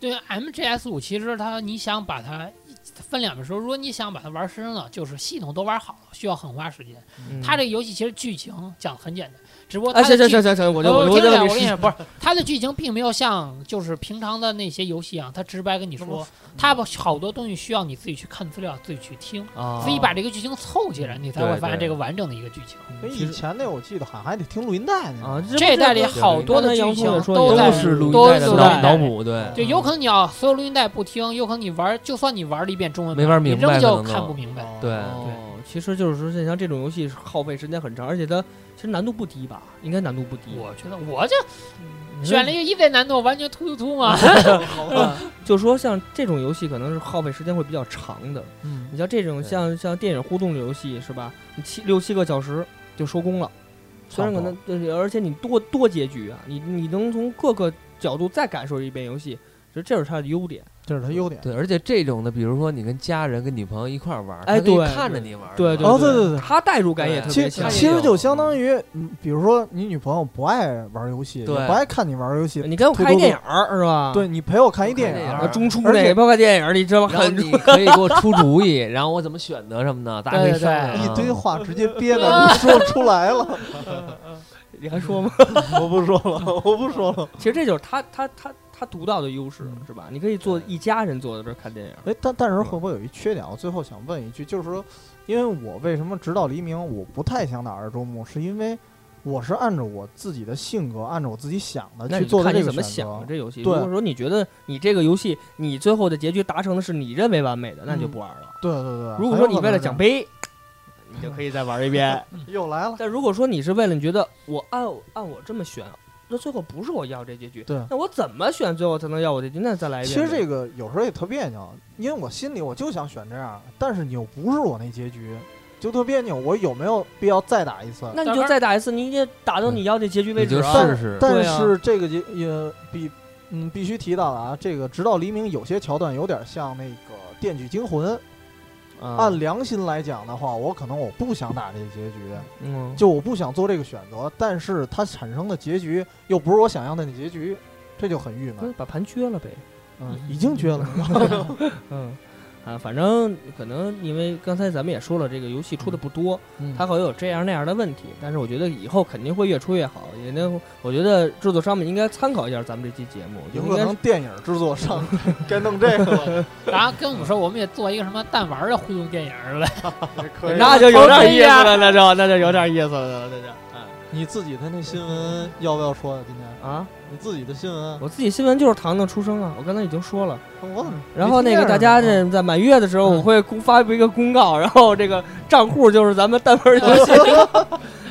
对 MGS 五，其实它你想把它分两边说，如果你想把它玩深了，就是系统都玩好了，需要很花时间。
嗯
它这个游戏其实剧情讲得很简单，只不过
哎，
它
行
哦的
行
剧
行行行，我就
呃
我就
听
这
着点
么
我跟你讲，不是它的剧情并没有像就是平常的那些游戏啊，它直白跟你说，它把好多东西需要你自己去看资料，自己去听，
啊，
自己把这个剧情凑起来，你才
对
会发现这
对
个完整的一个剧情。
哎以前那我记得好像还得听录音带呢
啊，
这一代里好多
刚
的
才
剧
杨
情
总也说
都
也
在
嗯都
在
是录
都
音带的
都
脑
在
脑补，对，
对，有可能你要所有录音带不听，有可能你玩，就算你玩了一遍中文版，
没玩
你
明白
仍旧
可能都
看不明白。
对
哦，其实就是说，像这种游戏是耗费时间很长，而且它其实难度不低吧？应该难度不低。
我觉得我就
你说
选了一个一倍难度，完全突突突嘛。
就说像这种游戏可能是耗费时间会比较长的，
(laughs) 嗯
你像这种
对
像像电影互动的游戏是吧？你七六七个小时，就收工了。虽然可
差
能，对，而且你多多结局啊，你你能从各个角度再感受一遍游戏，这这是它的优点。
这是它优点。
对，而且这种的，比如说你跟家人、跟女朋友一块儿玩儿，
哎
他可以
对
看着
对
你玩儿，
对
是
对
吧
哦对对对
它代入感也特
其
别
对
强。哦
其实就相
有
当于，嗯比如说你女朋友不爱玩游戏，也
对
不爱看你玩游戏，
你跟我看一电影儿是吧？
对你陪我看一电
看
影
电
啊，
儿，
影
中出
而且
那包括电影儿，你这么
(laughs) 然后
狠
(laughs)
你可以给我出主意，然后我怎么选择什么的，大家可以
对对
商量
对
啊
一堆话直接憋的说不出来
(laughs)
了。 (laughs)
你还说吗？
我不说了，
(laughs)
我不说了。
其实这就是他他他他独到的优势
嗯，
是吧？你可以坐一家人坐在这儿看电影。
哎，但但是会不会有一缺点？我最后想问一句，就是说，因为我为什么直到黎明我不太想打二周目，是因为我是按照我自己的性格，按照我自己想的
那
去
你
做的
看
这
你
个
怎么
选
想的
择。
这游戏？如
对
果说你觉得你这个游戏你最后的结局达成的是你认为完美的，那你就
嗯
不玩了。
对对对。
如果说
很有
你
可
为了
能
奖
是 (laughs)
杯，你就可以再玩一遍。
又来了，
但如果说你是为了你觉得我按按我这么选，那最后不是我要这结局，
对
那我怎么选最后才能要我这结局？那再来一
其
遍呗。
实这个有时候也特别扭，因为我心里我就想选这样，但是你又不是我那结局，就特别扭。我有没有必要再打一次？
那你就再打一次，你也打到你要这结局为
你
止
就
啊。
试试。
但
对啊
嗯是这个也也必嗯必须提到了啊，这个直到黎明有些桥段有点像那个《电锯惊魂》
啊
按良心来讲的话，我可能我不想打这个结局，
嗯，
就我不想做这个选择，但是它产生的结局又不是我想要的那结局，这就很郁闷。
把盘撅了呗。
嗯，已经觉得
(laughs) 嗯，啊，反正可能因为刚才咱们也说了，这个游戏出的
嗯
不多，它会有这样那样的问题，但是我觉得以后肯定会越出越好。也能，我觉得制作商们应该参考一下咱们这期节目，就
有
应
可
该
能电影制作上该弄这个了，
(laughs) 然后跟我们说，我们也做一个什么弹丸的互动电影儿呗。
可
(laughs)
以。
那就有点意思了，那就那就有点意思了，那就。嗯
你自己的那新闻要不要说啊？今天
啊，
你自己的新闻，
我自己新闻就是糖糖出生啊，我刚才已经说了。
我怎么
(laughs) 然后那个大家
这 (laughs)
呢，在满月的时候，
嗯
我会公发布一个公告，然后这个账户就是咱们单门 (laughs) 游戏，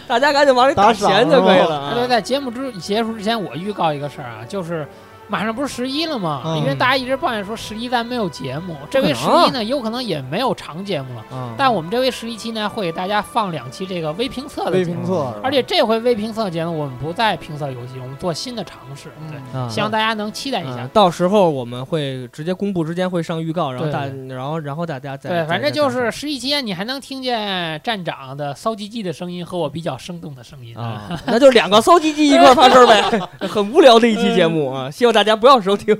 大家赶紧往里
打赏
钱就可以了
嗯
对对，
啊。
在节目之结束之前，我预告一个事儿啊，就是马上不是十一了嘛，
嗯
因为大家一直抱怨说十一咱没有节目，这回
不
十
可能啊
一呢有可能也没有长节目了，
啊
哦
但我们这回十一期呢会给大家放两期这个微评
啊
测的
微
节目，
评测是吧，
而且这回微评测节目我们不再评测游戏，我们做新的尝试，对，
嗯
啊
希望大家能期待一下
嗯。到时候我们会直接公布之前会上预告，然后
对
大然后然后大家再
对，反正就
再
是十一期间，你还能听见站长的骚唧唧的声音和我比较生动的声音
再啊， (laughs) 那就两个骚鸡鸡一块儿发声呗，很无聊的一期节目啊，希望大家不要收
(laughs)
听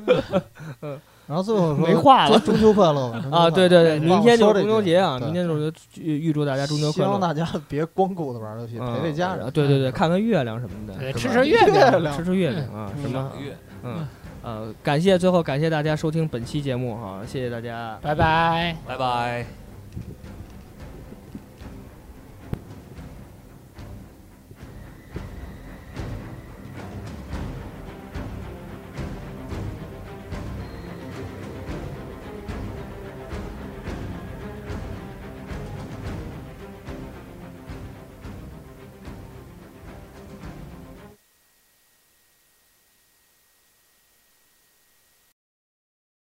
然后最后说
没话了
中秋快乐吧
啊。对对对，明天就是
嗯哎忘了说这
中秋节啊，
句对
明天就是预预祝大家中秋
希
快
望
乐，
大家别光顾着玩游戏，陪陪家人哎
嗯。对对对，看看月亮什么的，
对，
是
吃
吧
吃月饼。
月
吃
亮，
吃月饼啊，什么
赏月
嗯呃，感啊谢最后感谢大家收听本期节目哈、谢谢大家。
拜拜。
拜拜。